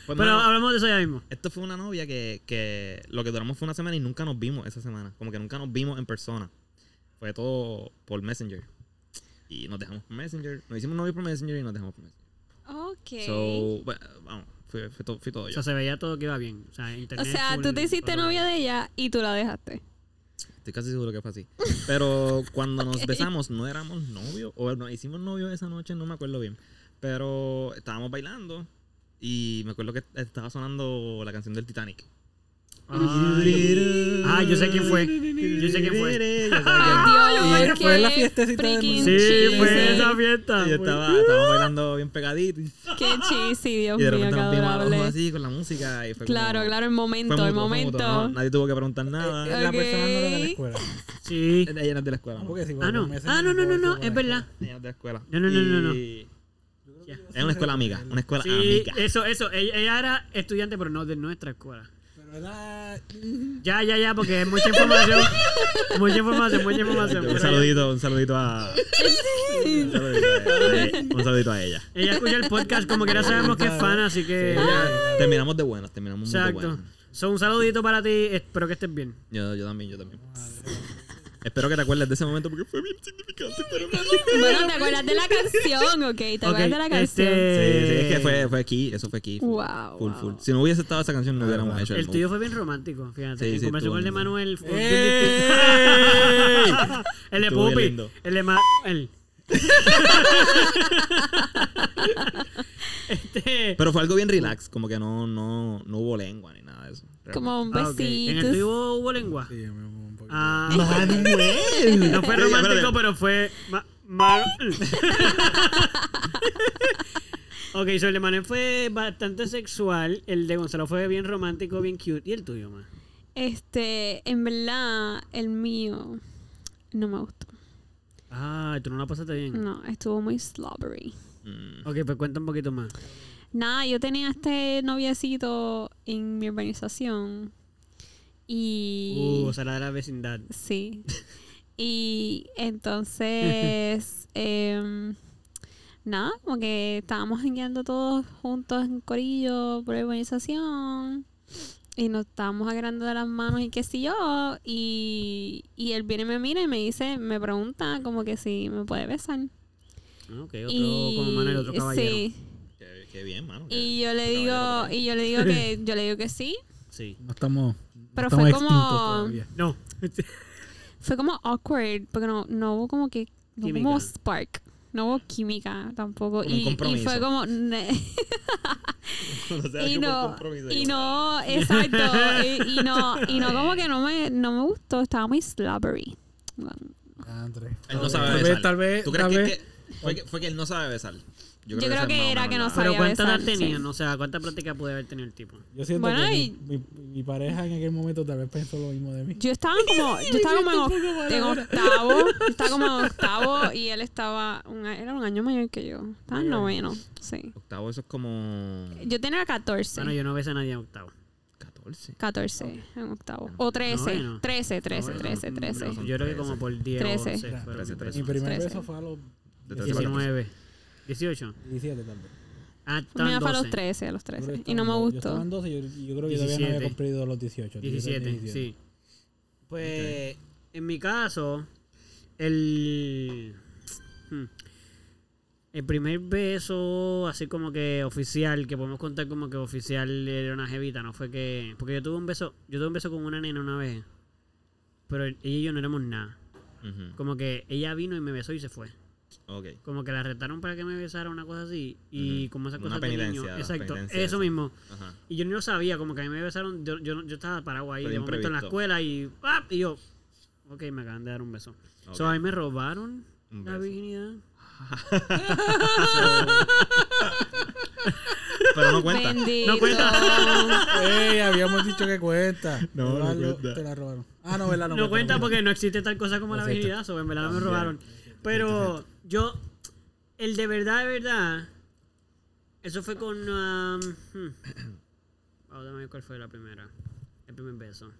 Pues,
pero
mano,
hablamos de eso ya mismo.
Esto fue una novia que, que lo que duramos fue una semana y nunca nos vimos esa semana. Como que nunca nos vimos en persona. Fue todo por Messenger. Y nos dejamos por Messenger. Nos hicimos novios por Messenger y nos dejamos por Messenger.
Ok.
So, bueno, vamos, fue, fue todo, fui todo
O
yo.
sea, se veía todo que iba bien. O sea,
o
internet.
sea,
full,
tú te hiciste
todo.
novia de ella y tú la dejaste.
Estoy casi seguro que fue así. Pero cuando nos besamos, no éramos novios. O no, hicimos novios esa noche, no me acuerdo bien. Pero estábamos bailando. Y me acuerdo que estaba sonando la canción del Titanic.
Ay. Ah, yo sé quién fue. Ah, Yo sé quién fue.
Yo sé quién fue.
Dios,
Dios,
¿y fue la
qué
fiestecita de
freaking
Manuel?
Sí,
cheesy.
fue esa fiesta.
Y yo
fue-
estaba, estaba bailando bien pegadito. Y
Qué cheesy, Dios
y de
mío,
repente
qué
nos vimos a los ojos
adorable.
así con la música. Y fue
Claro,
como-
claro, el
fue
momento,
mutuo,
el
fue mutuo,
momento.
no, nadie tuvo que preguntar
Ah,
nada.
Eh,
La persona no era de la
Ok.
escuela.
Sí.
Ella no es de la escuela.
Ah,
amor.
porque si
Ah,
fue por
no.
Messenger,
Ah, no, no, no,
puede
no.
ser
Es
por la
verdad.
Ella no es de la escuela.
No, no, no, no, no.
Y-
escuela. Yo creo que
Era una escuela amiga. Una escuela
Sí,
amiga.
eso, eso. Ella, ella era estudiante, pero no de nuestra escuela.
Pero era.
Ya, ya, ya, porque es mucha información. mucha información, mucha información.
Un
Pero
saludito, un saludito a. Un saludito a ella. Un saludito a ella.
Ella, ella escucha el podcast, como que ya sabemos que es fan, así
Eh,
que.
Ella- Terminamos de buenas, terminamos muy de
Exacto.
buenas.
So, un saludito para ti. Espero que estés bien.
Yo, yo también, yo también. Espero que te acuerdes de ese momento porque fue bien significante para mí.
Bueno, te acuerdas de la canción, ok, te acuerdas
Ok,
de la canción.
Sí,
este,
sí, es que fue, fue aquí, eso fue aquí. Full,
Eh. Wow,
full,
wow.
full. Si no hubiese estado esa canción, no hubiéramos hecho el,
El
move.
tuyo fue bien romántico, fíjate.
Sí,
en
sí,
conversación
estuvo
con el de
lindo.
Manuel. fue bien
¡Ey!
distinto. el de
Estuvo bien
Pupi.
lindo.
El de Ma. El. este.
Pero fue algo bien relax, como que no, no, no hubo lengua ni nada de eso.
Como un
Ah, ok. En el
besito.
tuyo hubo lengua.
Sí, me un poquito.
Ah,
¡Manuel!
no fue romántico, pero fue. ma- ma- ok, so el de Manuel fue bastante sexual. El de Gonzalo fue bien romántico, bien cute. ¿Y el tuyo, ma?
Este, en verdad, el mío no me gustó.
Ah, tú no la pasaste bien.
No, estuvo muy slobbery.
Mm,
Ok, pues cuenta un poquito más.
Nada, yo tenía este noviecito en mi urbanización. Y.
Uh, o sea, la de la vecindad.
Sí. Y entonces, em, nada, como que estábamos jangueando todos juntos en corillo por la urbanización. Y nos estábamos agarrando de las manos y qué sé yo. Y, y él viene y me mira y me dice, me pregunta como que si me puede besar.
Ah, Ok, otro
y,
como Manuel, otro caballero. Sí.
Sí.
Qué, qué bien, mano. qué-
Y yo le
qué
digo,
caballero,
y yo le digo que, yo le digo que sí.
No estamos. no
Pero
estamos
fue como-
extintos todavía.
No.
fue como awkward porque no, no hubo como que no hubo
Química.
como spark no hubo química tampoco
Como un
y, y
compromiso.
fue como ne-
O sea,
y
yo por
no
compromiso,
y
yo-
no exacto y, y no y no como que no me no me gustó estaba muy slobbery
Ah, Andrés.
Él no sabe
Tal
besar.
vez, tal vez.
¿Tú crees
tal
que,
vez-
que- fue que fue que él no sabe besar?
Yo creo
esa es
que
más o menos
era que no
la-
Pero
Sabía
¿cuánta edad
besar, sí.
tenían? O sea, ¿cuánta práctica puede haber tenido el tipo?
Yo siento
Bueno,
que
y-
mi, mi- mi pareja en aquel momento tal vez pensó lo mismo de mí.
yo estaba como yo estaba como en, oc- en octavo yo estaba como en octavo y él estaba un a- era un año mayor que yo estaba en noveno sí
Octavo, eso es como.
yo tenía
Bueno,
14
yo no besé a nadie en octavo.
14.
14 en octavo o 13
Noveno.
13 13
Noveno.
13 13
Son
Yo creo que como
trece.
por 10
Trece.
o 11.
Trece,
fueron mis
trece.
besos.
Mi primer
Trece.
beso fue a los
De trece para
19. 18.
17 tal vez.
Ah,
Pues Me
estaban
fue a los
12.
13, a los
Yo creo
13.
que
Y no me
estaba- Yo estaba
gustó.
en 12 y yo, yo creo que todavía no
17.
había cumplido los 18.
17, sí. Pues en mi caso, el, Hmm. El primer beso, así como que oficial, que podemos contar como que oficial era una jevita, no fue que. Porque yo tuve un beso, yo tuve un beso con una nena una vez. Pero ella y yo no éramos nada.
Ujú.
Como que ella vino y me besó y se fue.
Ok.
Como que la retaron para que me besara, una cosa así. Y
Ujú.
como esas
Una
cosas de niño.
penitencia,
Exacto,
penitencia
eso
esa.
mismo.
Ajá.
Y yo no lo sabía, como que a mí me besaron, yo, yo, yo estaba parado ahí
Fue
de momento en la
imprevisto.
escuela y ¡pap! Y yo, ok, me acaban de dar un beso.
Ok.
So, a mí me robaron
Un
la
beso.
virginidad.
Pero no cuenta.
Bendito.
No cuenta.
Ey, habíamos dicho que cuenta.
No, no
Eduardo,
cuenta.
Te la robaron. Ah, no, ¿verdad?
No,
No,
cuenta
no
porque no existe tal cosa como la
Exacto.
virginidad, so, en verdad me
También.
robaron. Pero yo, el de verdad, de verdad, eso fue con... um, hmm. Vamos a ver cuál fue la primera. El primer beso.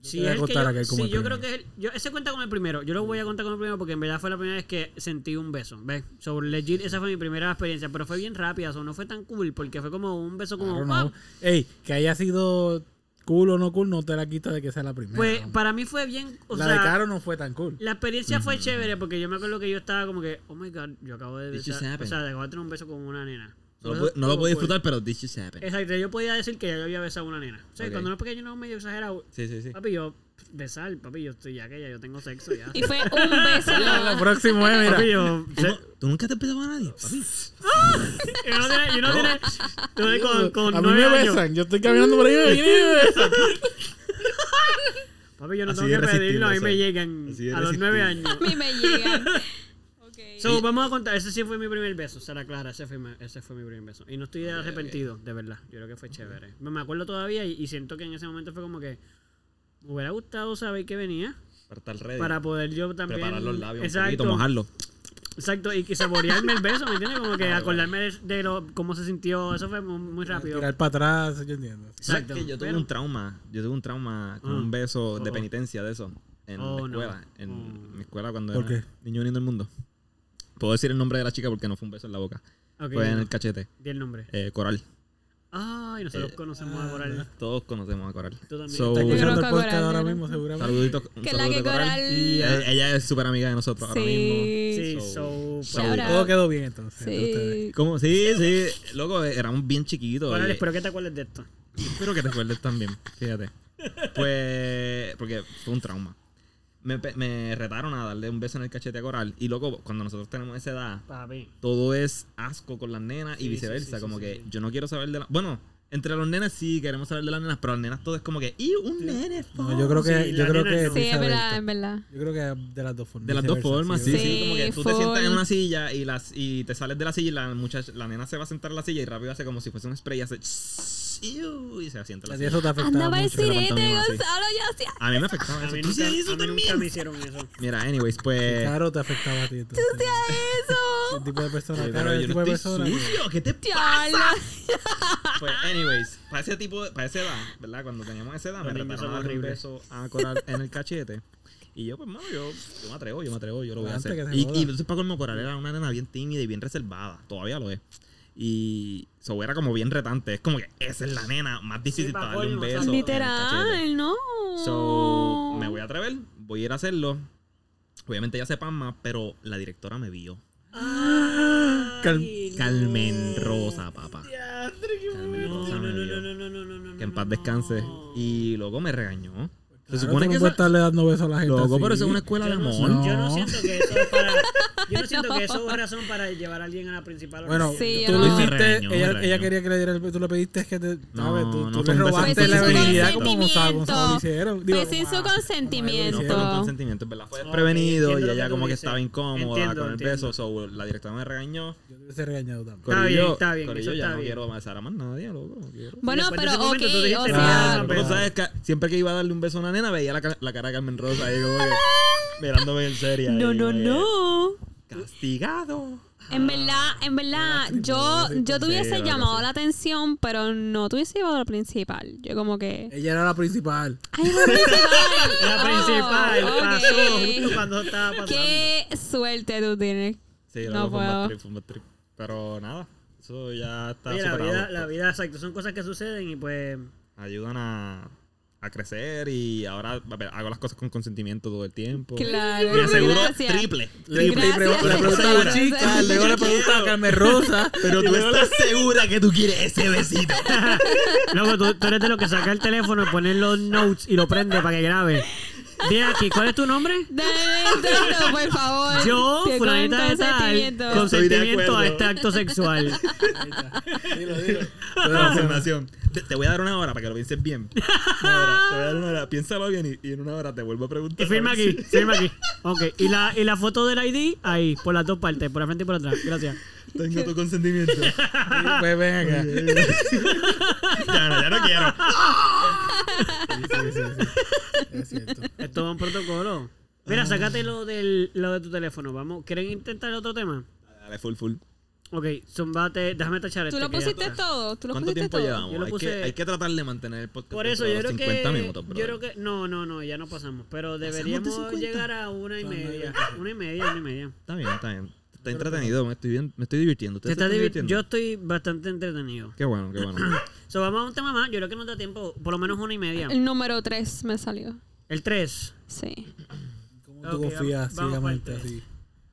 Sí,
voy
es
a
el que
contar
yo,
aquel como
sí,
el
yo creo
primero.
que es el, yo, ese cuenta como el primero. Yo lo voy a contar como el primero porque en verdad fue la primera vez que sentí un beso. ¿Ves? Sobre legit, esa fue mi primera experiencia, pero fue bien rápida, so, no fue tan cool porque fue como un beso como... ah,
Claro,
¡pam!
no. Ey, que haya sido cool o no cool, no te la quita de que sea la primera.
Pues
¿no?
para mí fue bien... O
la
sea,
de Caro no fue tan cool.
La experiencia fue chévere porque yo me acuerdo que yo estaba como que, oh my god, yo acabo de
It just
besar, o
happened.
sea, acabo de tener un beso con una nena.
No lo,
Eso
pude- no lo pude
estuvo cool.
disfrutar, pero this just happened.
Exacto, yo podía decir que ya yo había besado a una nena. O sea,
Ok.
cuando no es pequeño no medio exagerado,
Sí, sí, sí.
papi, yo besar, papi, yo estoy ya que ya yo tengo sexo ya.
Y fue un beso.
Lo próximo es, mira.
Papi, yo,
¿Tú, no- tú nunca te has besado a nadie, papi?
y uno tiene, y uno tiene, tú ves con, con
a mí
nueve
me
años.
besan. Yo estoy caminando por ahí y me besan.
Papi, yo no
Así de
tengo que pedirlo, a mí
irresistible
me
soy.
llegan
Así de
a los nueve
irresistible.
años.
A mí me llegan. Okay.
So, vamos a contar, ese sí fue mi primer beso, será clara, ese fue, mi- ese fue mi primer beso. Y no estoy arrepentido, de verdad, yo creo que fue chévere. Me- Me acuerdo todavía y, y siento que en ese momento fue como que me hubiera gustado saber que venía
Para estar ready.
para poder yo también...
preparar los labios un
exacto,
poquito, mojarlos.
Exacto, y que saborearme el beso, ¿me entiendes? Como
Ah,
que acordarme de, de lo, cómo se sintió, eso fue mu- muy, rápido.
Tirar para atrás, yo entiendo.
O sea,
Exacto,
Pues que yo tuve
pero-
un trauma. Yo tuve un trauma con
Ah.
un beso de
Oh.
penitencia de eso. En
Oh, no.
la escuela. En
Oh.
mi escuela cuando
¿Por
era
qué?
niño uniendo el mundo. Puedo decir el nombre de la chica porque no fue un beso en la boca.
Ok,
fue Pues, en
di-
el cachete.
di el nombre.
Eh, coral.
Ay, nosotros
Eh,
conocemos a Coral.
Todos conocemos a Coral.
Tú también.
So,
Está
Yo creo
escuchando
que
el podcast
Coral,
ahora
¿no?
mismo, seguramente.
saluditos. un
que la
saludo de
que Coral.
Y, eh,
Eh, ella es súper amiga de nosotros ahora mismo.
Sí.
Sí, so...
So-
pues,
Shout
out.
Todo quedó bien entonces. entre ustedes.
Sí.
¿Cómo? Sí, sí. Loco, eh, éramos bien chiquitos.
Coral,
y-
espero que te acuerdes de esto.
Espero que te acuerdes también, fíjate. Pues, porque fue un trauma. Me, pe- me retaron a darle un beso en el cachete a Coral. Y loco, cuando nosotros tenemos esa edad,
Papi.
todo es asco con las nenas
Sí,
y viceversa.
sí, sí,
como
sí,
que
sí.
yo no quiero saber de las. Bueno, entre los nenas sí queremos saber de las nenas, pero las nenas todo es como que. ¡Y un nene!
No, yo creo que.
Sí,
yo
la
creo
nena
que
no.
Sí, es
viceversa.
verdad, es verdad.
Yo creo que de las dos formas.
De las dos
viceversa,
formas, sí, sí,
¿verdad?
Sí,
Como que tú te
full.
sientas en una silla y las y te sales de la silla y la muchacha, la nena se va a sentar en la silla y rápido hace como si fuese un spray y hace. "Iu", Y se asienta en la
Así
silla.
eso te afecta
Andaba el
mucho.
la
sirete,
pantomima, sí.
Gonzalo, ya hacía.
A mí me afectaba
A
eso.
mí
¿Tú
nunca,
hacías eso
a mí
también?
nunca me hicieron eso.
Mira, anyways, pues.
Claro, te afectaba a ti. entonces.
Eso.
¿Qué tipo de persona?
Ay,
Claro,
pero
el
eh, yo
tipo
no
de
estoy
persona. que-
sucio, ¿qué te
Diablo.
Pues, anyways, para ese tipo, de- para esa edad, ¿verdad? Cuando teníamos esa edad, me
Los niños
retaron
son
a dar un
horribles.
beso a Coral en el cachete. Y yo, pues, mano, yo, yo me atrevo, yo me atrevo, yo lo voy a
Adelante,
hacer.
que se
Y,
joda.
y entonces, para colmo, Coral era una nena bien tímida y bien reservada. Todavía lo es. Y eso era como bien retante. Es como que esa es la nena más difícil
Sí, pa'
para darle un
colmo, o sea,
beso. en el cachete.
Literal, no.
So, me voy a atrever, voy a ir a hacerlo. Obviamente ya sepan más, pero la directora me vio.
Cal-
Carmen Rosa, papá. Carmen
No,
Rosa
no, no,
me
no,
vio.
no, no, no, no, no,
Que en paz
no.
descanse. Y luego me regañó. Se
Claro,
supone
tú
que
no puedes
eso,
estarle dando besos a la gente.
loco,
así.
pero eso es una escuela de
Yo no,
amor.
No.
yo no siento que eso es para. Yo no siento que eso es razón para llevar a alguien a la principal.
Bueno,
Sí,
tú
yo no.
lo hiciste,
Me regañó, me
ella,
regañó.
ella quería que le diera el beso, tú le pediste es que te, sabes, tú,
no
tú
fue
le
un beso
robaste
sin
la
su
habilidad como Gonzalo,
consentimiento.
Gonzalo hicieron.
Pues sin su consentimiento.
No fue con consentimiento, es ¿verdad? Fue
Ok,
desprevenido
entiendo
y
lo
ella
que tú
como que
dices.
estaba incómoda
Entiendo,
con el
entiendo.
beso. So, la directora me regañó.
Yo te hubiese regañado también.
Está bien,
Corillo,
está bien,
corillo,
eso
ya
está
no
bien.
quiero besar a más nadie, loco. No quiero.
Bueno,
Después de
pero
ese momento
ok,
tú dijiste,
o
"Ah,
sea.
Pero tú
Claro.
sabes que siempre que iba a darle un beso a una nena veía la, ca- la cara de Carmen Rosa ahí como que mirándome en serio.
No, no, no.
Castigado.
En verdad, en verdad, yo, yo
Sí,
te hubiese
claro que
llamado
sí.
la atención, pero no te hubiese llevado a la principal. Yo como que...
Ella era la principal.
¡Ay, la principal!
La principal
Oh,
pasó
ok.
justo cuando estaba pasando.
¡Qué suerte tú tienes!
Sí,
No
loco, fue un
puedo.
bad trip, fue un bad trip. Pero nada, eso ya está
Oye, la
superado.
vida, la vida, exacto, son cosas que suceden y pues.
Ayudan a, a a crecer y ahora a ver, hago las cosas con consentimiento todo el tiempo.
Claro,
Me aseguro
gracias.
Oh. triple.
Le,
triple.
le pre-
Gracias.
le pregunta a la
Gracias.
chica, luego le pregunta a Carmen Rosa.
Pero tú estás segura que tú quieres ese besito.
Luego tú, tú eres de lo que saca el teléfono, pone los notes y lo prende para que grabe. Dile aquí, ¿cuál es tu nombre?
Dale, intento, por favor.
Yo,
Que
fulanita
con
de tal,
consentimiento.
consentimiento
acuerdo.
a este acto sexual.
Dilo, dilo.
Pero afirmación. Te, te voy a dar una hora para que lo pienses bien. Una hora, te voy a dar una hora. Piénsalo bien y, y en una hora te vuelvo a preguntar.
Y firma
a ver
aquí, firma aquí. Ok, y la, y la foto del ID ahí, por las dos partes, por la frente y por atrás. Gracias.
si Tengo tu consentimiento.
Pues ven acá.
ya no, ya no quiero.
Sí, sí, sí. Es cierto.
Esto va un protocolo. Ah. Mira, sácate lo, del, lo de tu teléfono. Vamos, ¿quieren intentar otro tema?
Dale, full, full.
Ok, zumbate, déjame tachar
Tú
este.
lo
que ya
pusiste
está.
todo. ¿Tú lo
¿Cuánto
pusiste
tiempo
todo?
llevamos?
Yo lo
Hay,
puse-
que, hay que tratar de mantener el podcast.
Por eso
dentro
yo
de
creo
los
que
50 minutos,
yo
brother.
creo que no, no, no, ya no pasamos, pero deberíamos
50?
llegar a una y
Ah, no,
media,
ya.
una y media, una y media.
Está bien, está bien. Está entretenido, me estoy, bien- me estoy divirtiendo.
Te
¿Ustedes se
estás
están
divi-
divirtiendo?
Yo estoy bastante entretenido.
Qué bueno, qué bueno.
So, vamos a un tema más. Yo creo que nos da tiempo, por lo menos una y media.
El número 3 me salió.
El 3.
Sí.
¿Cómo
Ok,
tú confías
vamos- vamos para el
ciegamente
tres.
así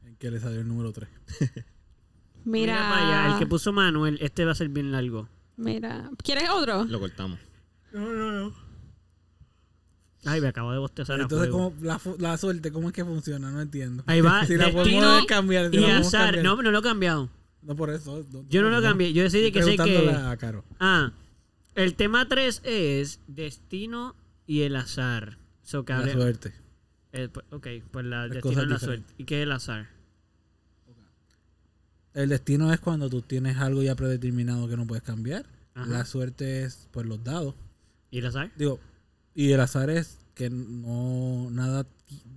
en que le salió el número 3?
Mira, para allá,
Mira.
el que puso Manuel, este va a ser bien largo.
Mira. ¿Quieres otro?
Lo cortamos.
No, no, no. Ay, me acabo de bostezar. a
Entonces,
fuego.
¿cómo, la, fu- la suerte, ¿cómo es que funciona? No entiendo.
Ahí va,
Si la
destino
podemos cambiar. si
Y
la podemos
azar.
cambiar.
No, no lo he cambiado.
No, por eso.
Yo no lo cambié. Yo decidí que sé
Preguntándole
que.
a Caro.
Ah, el tema 3 es destino y el azar. So, que
La
hable-
suerte.
eh, pues, ok, pues la
Las
destino
cosas
y la
diferentes.
suerte. ¿Y qué es el azar?
El destino es cuando tú tienes algo ya predeterminado que no puedes cambiar.
Ajá.
La suerte es pues los dados.
¿Y el azar?
Digo, y el azar es que no nada,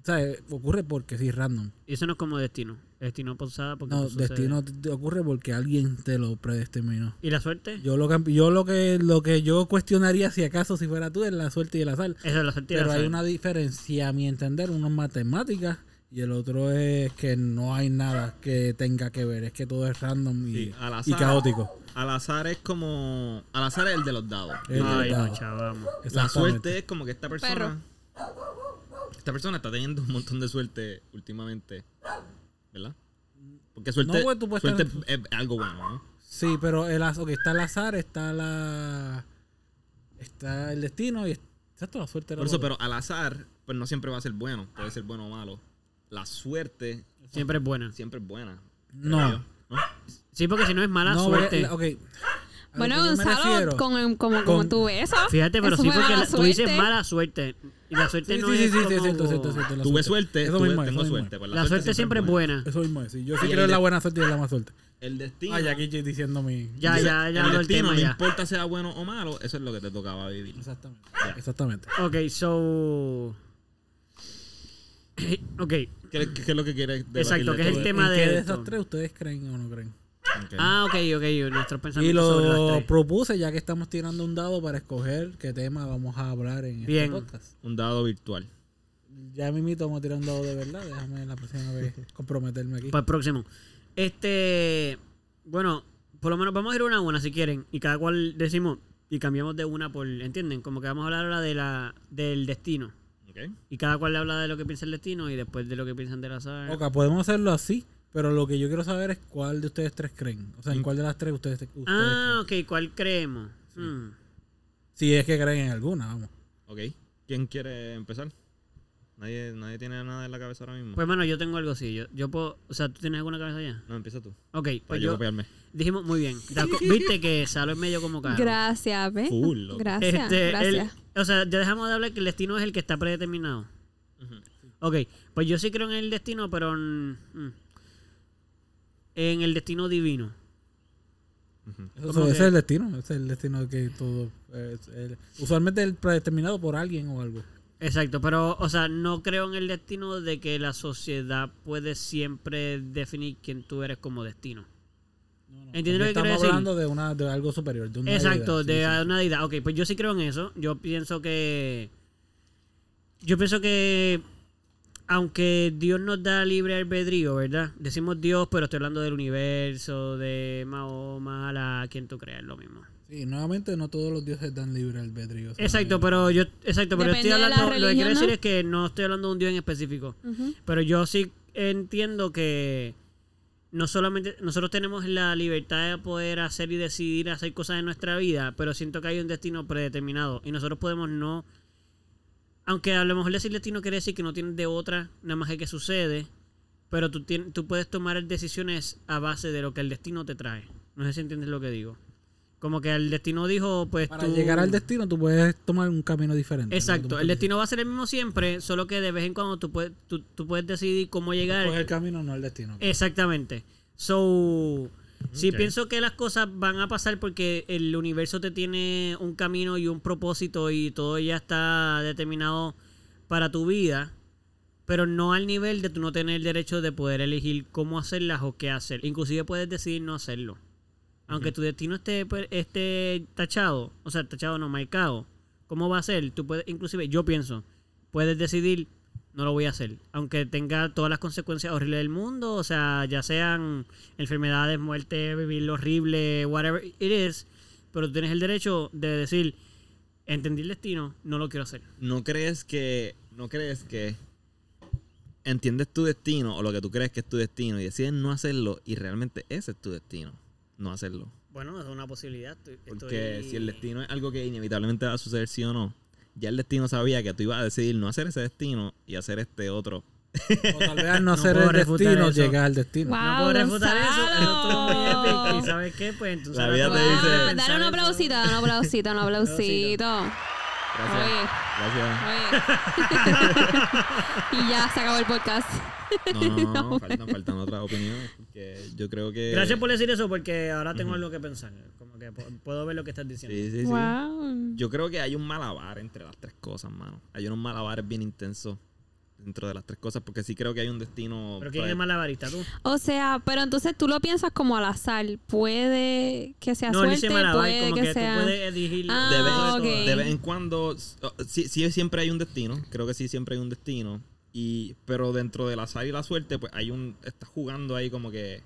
¿sabes? Ocurre porque sí, random.
Eso no es como destino. Destino posada porque
No,
pues sucede.
destino te- te ocurre porque alguien te lo predeterminó.
¿Y la suerte?
Yo lo que yo lo que lo que yo cuestionaría si acaso si fuera tú es la suerte y el azar,
Esa es la suerte y el
pero hay
azar.
una diferencia a mi entender, uno es matemáticas y el otro es que no hay nada que tenga que ver, es que todo es random y,
Sí, al
y
azar.
caótico.
Al azar es como. Al azar es el de los dados.
El
Ay,
dado.
no, chaval.
La
Exactamente.
suerte es como que esta persona.
Perro.
Esta persona está teniendo un montón de suerte últimamente. ¿Verdad? Porque suerte,
No, pues, tú puedes
suerte
tener-
es algo bueno, ¿no?
Sí, pero el azar, está el azar, está la está el destino y está toda la suerte. era
Por eso,
lo-
pero al azar, pues no siempre va a ser bueno. Puede ser bueno o malo. La suerte
Siempre es buena.
siempre es buena.
no.
¿no?
Sí, porque si no es mala
no,
suerte. Este
porque- ok. A lo
Bueno,
que yo me
Gonzalo,
refiero-
con, el- como, como
Con-
tú eso.
Fíjate, pero
Eso
sí,
fue
porque
mala
la- tú dices
suerte.
mala suerte. Y la suerte
Sí,
no
sí,
es
sí, sí,
como...
sí, es cierto, es cierto, es cierto, la
Tuve
suerte.
suerte,
Eso
tuve-
mismo es,
tengo
eso mismo
suerte.
es.
pues
La suerte siempre es buena.
Eso mismo es, sí. Yo sí
Y el
creo en la
de-
buena suerte y en la mala suerte.
El destino.
Ah, ya aquí estoy diciendo mi...
Ya,
Entonces,
ya, ya,
el
lo el
destino,
tema
no
ya.
importa sea bueno o malo, eso es lo que te tocaba vivir.
Exactamente.
Ya.
Exactamente.
Ok, so... Ok,
¿Qué, qué- qué es lo que quieres debatir
Exacto,
de
que
todo
es el
esto?
tema
¿En
de
Pues, qué de
esto.
esas tres ustedes creen o no creen?
Ok.
Ah, ok, ok. Nuestros
Y
pensamientos sobre las
lo
tres.
propuse ya que estamos tirando un dado para escoger qué tema vamos a hablar en
Bien.
este podcast.
Un dado virtual.
Ya mismito vamos a tirar un dado de verdad. Déjame la próxima vez comprometerme aquí.
Para el Pues próximo. Este... Bueno, por lo menos vamos a ir una a una si quieren. Y cada cual decimos... Y cambiamos de una por... ¿Entienden? Como que vamos a hablar ahora de la, del destino.
Ok.
Y cada cual le habla de lo que piensa el destino y después de lo que piensan del azar.
Ok, podemos hacerlo así, pero lo que yo quiero saber es cuál de ustedes tres creen. O sea, en cuál de las tres ustedes, ustedes
Ah, ok. ¿Cuál creemos? Hmm.
creen. Si es que creen en alguna, vamos.
Ok. ¿Quién quiere empezar? Nadie, nadie tiene nada en la cabeza ahora mismo.
Pues, mano, yo tengo algo así. Yo, yo puedo... O sea, ¿tú tienes alguna cabeza ya?
no, empieza tú.
Ok,
Para
pues
yo
yo...
copiarme.
Dijimos, muy bien. De acu- Viste que Salo es medio como caro.
Gracias, ¿ves?
Full, loco.
Gracias,
Este,
gracias.
el- o sea, ya dejamos de hablar que el destino es el que está predeterminado.
Ujú.
Ok, pues yo sí creo en el destino, pero en, mm, en el destino divino.
Ujú.
Eso-
Como
ese
que-
es el destino, ese es el destino que todo. es el- usualmente el predeterminado por alguien o algo.
Exacto, pero, o sea, no creo en el destino de que la sociedad puede siempre definir quién tú eres como destino. ¿Entiendes lo que
Estamos
quiero decir?
hablando de, una, de algo superior. De una
Exacto,
deidad, sí,
de
sí.
una deidad. Ok, pues yo sí creo en eso. Yo pienso que. Yo pienso que. Aunque Dios nos da libre albedrío, ¿verdad? Decimos Dios, pero estoy hablando del universo, de Mahoma, la quien tú creas, lo mismo.
Sí, nuevamente no todos los dioses dan libre albedrío. o sea,
Exacto, pero yo, exacto, pero estoy
Depende de la
hablando, lo que quiero
religión, ¿no?
decir es que no estoy hablando de un dios en específico,
Ujú.
pero yo sí entiendo que no solamente nosotros tenemos la libertad de poder hacer y decidir hacer cosas en nuestra vida, pero siento que hay un destino predeterminado y nosotros podemos no aunque a lo mejor decir destino quiere decir que no tienes de otra nada más que que sucede, pero tú tien- tú puedes tomar decisiones a base de lo que el destino te trae. No sé si entiendes lo que digo. Como que el destino dijo, pues
Para
tú-
llegar al destino tú puedes tomar un camino diferente.
Exacto, el destino va a ser el mismo siempre, solo que de vez en cuando tú puedes, tú, tú puedes decidir cómo llegar.
es el camino, no el destino.
Exactamente. So, si
Ok.
pienso que las cosas van a pasar porque el universo te tiene un camino y un propósito y todo ya está determinado para tu vida, pero no al nivel de tú no tener el derecho de poder elegir cómo hacerlas o qué hacer. Inclusive puedes decidir no hacerlo. Aunque tu destino esté, per- esté tachado, o sea, tachado no, marcado, ¿cómo va a ser? Tú puedes, inclusive, yo pienso, puedes decidir, no lo voy a hacer, aunque tenga todas las consecuencias horribles del mundo, o sea, ya sean enfermedades, muerte, vivir horrible, whatever it is, pero tú tienes el derecho de decir, entendí el destino, no lo quiero hacer.
¿No crees que. No crees que. Entiendes tu destino o lo que tú crees que es tu destino y decides no hacerlo y realmente ese es tu destino, no hacerlo.
Bueno, es una posibilidad. estoy-
Porque
estoy-
si el destino es algo que inevitablemente va a suceder sí o no, ya el destino sabía que tú ibas a decidir no hacer ese destino y hacer este otro.
O tal vez al
No
no, ser
puedo
el
refutar
destino,
eso.
llegar al destino.
Wow.
No puedo refutar eso,
Gonzalo.
pero tú- ¿Y sabes qué? Pues entonces...
La
ahora
vida
tú
te
vas a
dice-
pensar
Dale un
eso.
aplausito, un aplausito, un aplausito.
Gracias.
Oye.
Gracias.
Oye. y ya se acabó el podcast.
No, no, no, faltan, faltan otras opiniones. Porque yo creo que.
Gracias por decir eso porque ahora tengo algo que pensar. Como que po- puedo ver lo que estás diciendo.
Sí, sí, sí.
Wow.
Yo creo que hay un malabar entre las tres cosas, mano. Hay unos malabares bien intensos dentro de las tres cosas, porque sí creo que hay un destino.
Pero ¿quién es malabarista? ¿Tú?
O sea, pero entonces tú lo piensas como al azar. Puede que sea
no, él
suerte,
dice malabar,
puede
como
que,
que, tú
sea.
puedes elegir...
Ah,
de, vez,
Ah, ok.
de vez en cuando. s- oh, Sí, sí, siempre hay un destino. Creo que sí, siempre hay un destino. Y, pero dentro del azar y la suerte, pues hay un. Estás jugando ahí como que.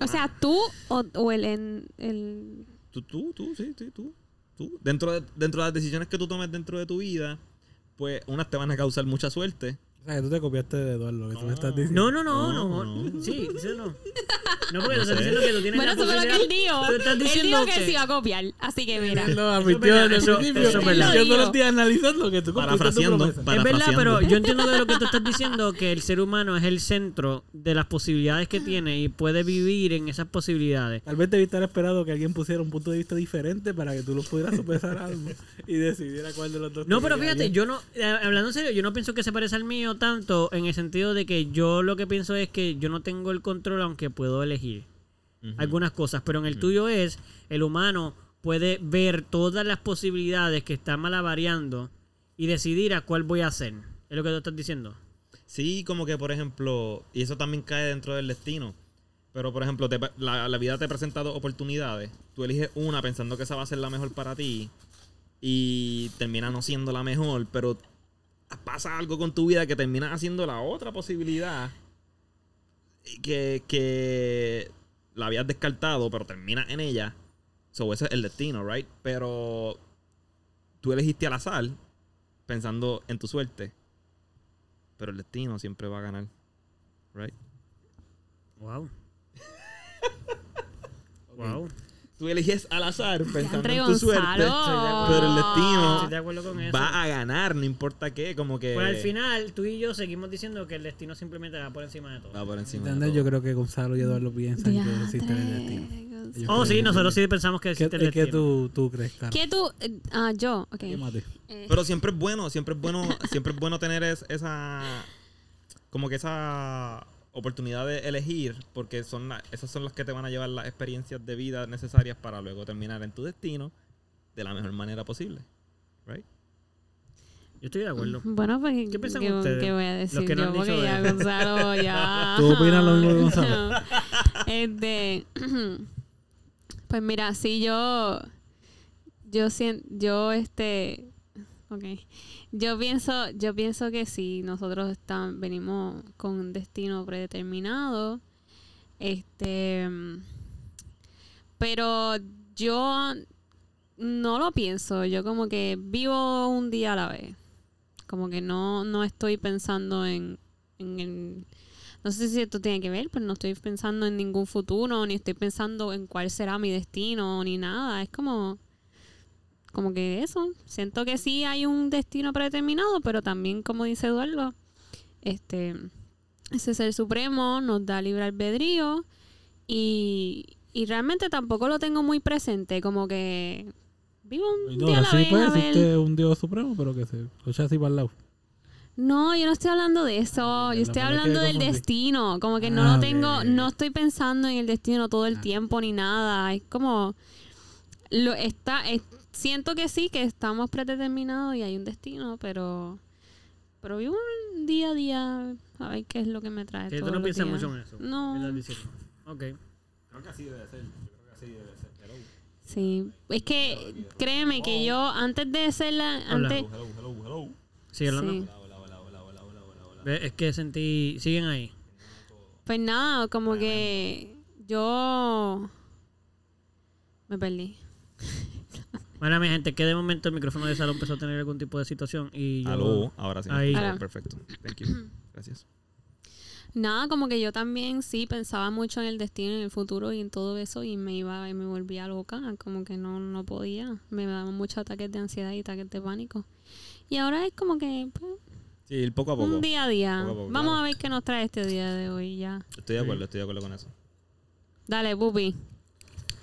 O sea, tú o, o el, en- el.
Tú, tú, tú, sí, sí, tú. tú. Dentro, de, dentro de las decisiones que tú tomes dentro de tu vida, pues unas te van a causar mucha suerte.
O sea, que tú te copiaste de Eduardo, lo que tú me estás diciendo.
Ah. No, no, no, no.
No.
Sí, sí o no. No, porque tú
sé.
estás diciendo que tú tienes
Bueno,
la
eso fue lo que
posibilidad.
él dijo.
Tú estás
Él
diciendo
dijo que,
que-
se iba a copiar. Así que mira.
Él lo
Eso
admitió
es
desde el
verdad,
principio.
eso es
Yo
verdad.
todos los días analizando que tú cumpliste tu
Parafraseando.
promesa.
Es verdad, pero
Parafraseando.
yo entiendo de lo que tú estás diciendo que el ser humano es el centro de las posibilidades que tiene y puede vivir en esas posibilidades.
Tal vez debiste haber esperado que alguien pusiera un punto de vista diferente para que tú lo pudieras sopesar algo y decidiera cuál de los dos.
No,
te
pero
quedaría.
fíjate, yo no, eh, hablando en serio, yo no pienso que se parece al mío tanto en el sentido de que yo lo que pienso es que yo no tengo el control aunque puedo elegir
Ujú.
algunas cosas, pero en el tuyo es el humano puede ver todas las posibilidades que está malavariando y decidir a cuál voy a hacer. Es lo que tú estás diciendo.
Sí, como que por ejemplo, y eso también cae dentro del destino. Pero por ejemplo, te- la, la vida te presenta dos oportunidades. Tú eliges una pensando que esa va a ser la mejor para ti y termina no siendo la mejor, pero pasa algo con tu vida que termina haciendo la otra posibilidad y que, que la habías descartado, pero termina en ella. So, ese es el destino, ¿right? Pero tú elegiste al azar pensando en tu suerte pero el destino siempre va a ganar. Right?
Wow. wow.
Tú eliges al azar pensando
Andre
en tu suerte,
Gonzalo.
pero el destino
Estoy de acuerdo con eso.
va eh. a ganar, no importa qué, como que
Pues al final, tú y yo seguimos diciendo que el destino simplemente va por encima de todo.
va por encima. de
¿Entiendes?
todo.
Yo creo que Gonzalo y Eduardo piensan que existe el destino.
Diantre.
Yo
Oh,
creo
sí,
que-
nosotros sí pensamos que
¿Qué,
existe el
eh, ¿qué
destino.
tú, tú crees, Carlos?
¿Qué tú? eh, Ah, yo. Ok.
Quémate.
Eh,
Pero siempre es bueno, siempre es bueno, siempre es bueno tener es- esa como que esa oportunidad de elegir, porque son la- esas son las que te van a llevar las experiencias de vida necesarias para luego terminar en tu destino de la mejor manera posible. Right?
Yo estoy de acuerdo.
Bueno, pues, ¿qué,
piensan
qué
ustedes?
voy a decir?
Los que no
yo,
han
porque
dicho
ya
de-
Gonzalo, ya.
¿Tú opinas lo mismo que Gonzalo?
Este, pues mira, sí, yo. Yo siento. Yo, este. Ok. Yo pienso, yo pienso que si nosotros están, venimos con un destino predeterminado, este. mm, Pero yo no lo pienso. Yo como que vivo un día a la vez. Como que no, no estoy pensando en, en el- No sé si esto tiene que ver, pero no estoy pensando en ningún futuro, ni estoy pensando en cuál será mi destino, ni nada. Es como... Como que eso. Siento que sí hay un destino predeterminado, pero también, como dice Eduardo, este... Ese ser supremo nos da libre albedrío y, y realmente tampoco lo tengo muy presente, como que vivo un
No,
día a la
así
vez,
pues,
a ver.
existe un dios supremo, pero que se lo echa así para el lado.
No, yo no estoy hablando de eso,
Ah,
yo
ya,
estoy
la verdad
hablando
que
del
confundí.
destino, como que no
Ah,
lo
ok,
tengo,
ok,
no
ok.
estoy pensando en el destino todo el
Ah.
tiempo ni nada, es como lo está es- siento que sí que estamos predeterminados y hay un destino, pero pero vivo un día a día a ver qué es lo que me trae
Que tú
todos
no
los
piensas
días.
mucho en eso.
No.
¿verdad? Diciendo. Ok.
Creo que así debe ser. Yo creo que así debe ser. Hello.
Sí, es que créeme que yo antes de ser la
Hola.
antes
Hello, hello, hello.
Sigue hablando.
Sí.
Hola, hola, hola, hola, hola, hola, hola.
Ve, Es que sentí. Siguen ahí.
pues nada, como que yo me perdí.
Bueno, mi gente, que de momento el micrófono de salón empezó a tener algún tipo de situación y yo.
Aló, ahora sí.
Ahí.
Ahora,
Ahora.
Perfecto. Thank you. Gracias.
Nada, como que yo también sí pensaba mucho en el destino, en el futuro y en todo eso y me iba y me volvía loca, como que no no podía, me daban muchos ataques de ansiedad y ataques de pánico. Y ahora es como que pues,
Sí, el poco a poco.
un día a día.
Poco a poco,
Vamos
claro.
a ver qué nos trae este día de hoy ya.
Estoy de acuerdo, estoy de acuerdo con eso.
Dale, Bubi.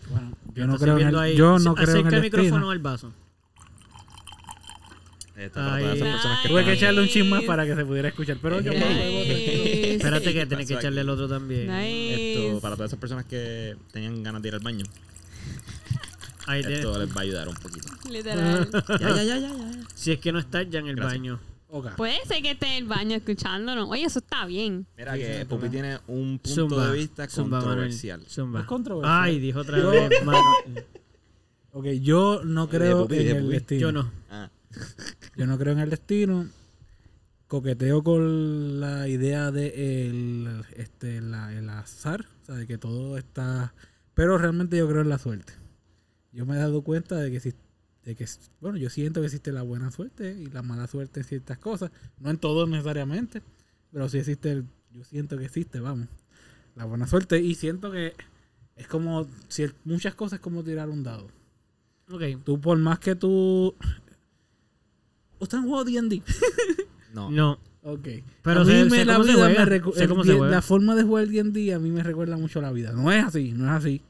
Bueno, yo
Yo
no
estoy
creo en
viendo
el,
ahí.
yo no creo en
Acerca
el
el micrófono
destino.
al vaso.
Esto para todas
Ahí.
esas personas que
Tuve que
están-
echarle un chisma para que se pudiera escuchar, pero yo
Nice.
Espérate que
¿Qué
tenés que
pasó
echarle
aquí?
el otro también.
Nice.
Esto, para todas esas personas que tenían ganas de ir al baño,
Ahí te-
esto les va a ayudar un poquito.
Literal.
Ya, ya, ya, ya, ya.
Si es que no estás ya en el
Gracias.
baño.
Oca.
Puede ser que esté en el baño escuchándonos. Oye, eso está bien.
Mira
Sí, sí,
que
no
Pupi
problema.
tiene un punto
Zumba.
de vista
Zumba, Manuel.
controversial.
Zumba.
Es controversial.
Ay, dijo otra
Yo-
vez. Manuel.
Ok, yo no
De
creo
Pupi,
en
de
el
Pupi.
destino.
Yo no.
Ah,
Yo no creo en el destino. Coqueteo con la idea de el, este, la- el azar, o sea, de que todo está... Pero realmente yo creo en la suerte. Yo me he dado cuenta de que, si- de que bueno, yo siento que existe la buena suerte y la mala suerte en ciertas cosas. No en todo necesariamente, pero sí existe, el- yo siento que existe, vamos, la buena suerte. Y siento que es como, cier- muchas cosas es como tirar un dado.
Ok.
Tú por más que tú... ¿Usted han jugado D&D?
no.
No.
Ok.
Pero
a mí
sé-
me,
sé
la
cómo se
vida me
juega,
recu-
sé
el
cómo se
die-
juega.
La forma de jugar el día a mí me recuerda mucho a la vida. No es así, no es así.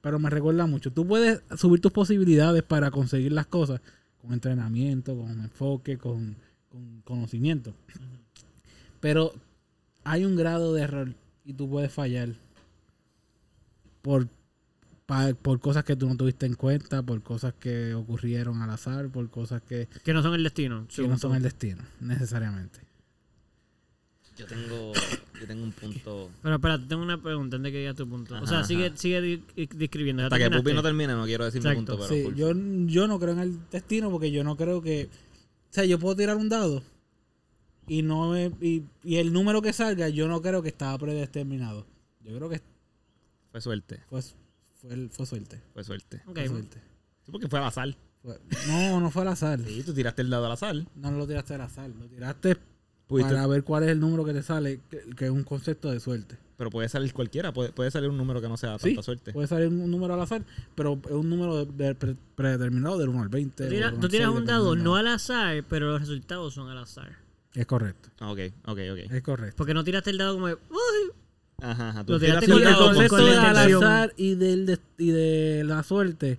Pero me recuerda mucho. Tú puedes subir tus posibilidades para conseguir las cosas con entrenamiento, con enfoque, con, con conocimiento. Pero hay un grado de error y tú puedes fallar por, pa- por cosas que tú no tuviste en cuenta, por cosas que ocurrieron al azar, por cosas que,
Que no son el destino.
que no son el destino, necesariamente.
Yo tengo, yo tengo un punto.
Pero espérate, tengo una pregunta antes de que digas tu punto. o
Ajá,
sea, sigue,
ajá.
sigue di- di- describiendo. ¿Ya
Hasta que Pupi
terminaste?
no termine, no quiero decir mi
Exacto.
punto, pero.
Sí,
full.
yo, yo no creo en el destino porque yo no creo que. O sea, yo puedo tirar un dado y no me- y, y el número que salga, yo no creo que estaba predeterminado. Yo creo que
Fue suerte,
fue, fue, fue suerte.
fue suerte.
Ok. pues.
Fue suerte.
Sí, porque fue al azar.
Fue- no, no fue al azar.
Sí, tú tiraste el dado al azar.
No lo tiraste al azar. Lo tiraste
Pudiste-
para ver cuál es el número que te sale, que, que es un concepto de suerte.
pero puede salir cualquiera, puede, puede salir un número que no sea
Sí,
tanta suerte.
Puede salir un número al azar, pero es un número de- de pre- predeterminado del 1 al
Tú
20. o del
tiras,
1
tú
al
tiras
6,
un dado
dependiendo.
no al azar, pero los resultados son al azar.
Es correcto,
Ah, Ok, ok, ok.
es correcto.
Porque no tiraste el dado como de, "Uy".
Ajá, ajá. Tú
Lo
tiraste
tiraste
el
Cuidado
Porque el
dado
con-
concepto
con la
del al
intención.
azar y, del des- y de la suerte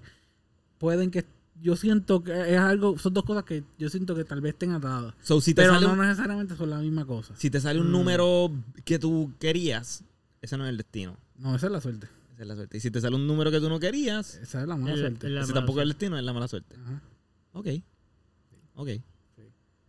pueden que yo siento que es algo son dos cosas que yo siento que tal vez estén atadas
So, si te
pero
sale
no
un-
necesariamente son la misma cosa
Si te sale un
Mm.
número que tú querías, ese no es el destino.
no esa es la suerte
Esa es la suerte. Y si te sale un número que tú no querías,
esa es la mala
El-
suerte
el- La
ese
mala
tampoco es el
suerte.
destino, es la mala suerte.
Ajá,
Ok. Ok.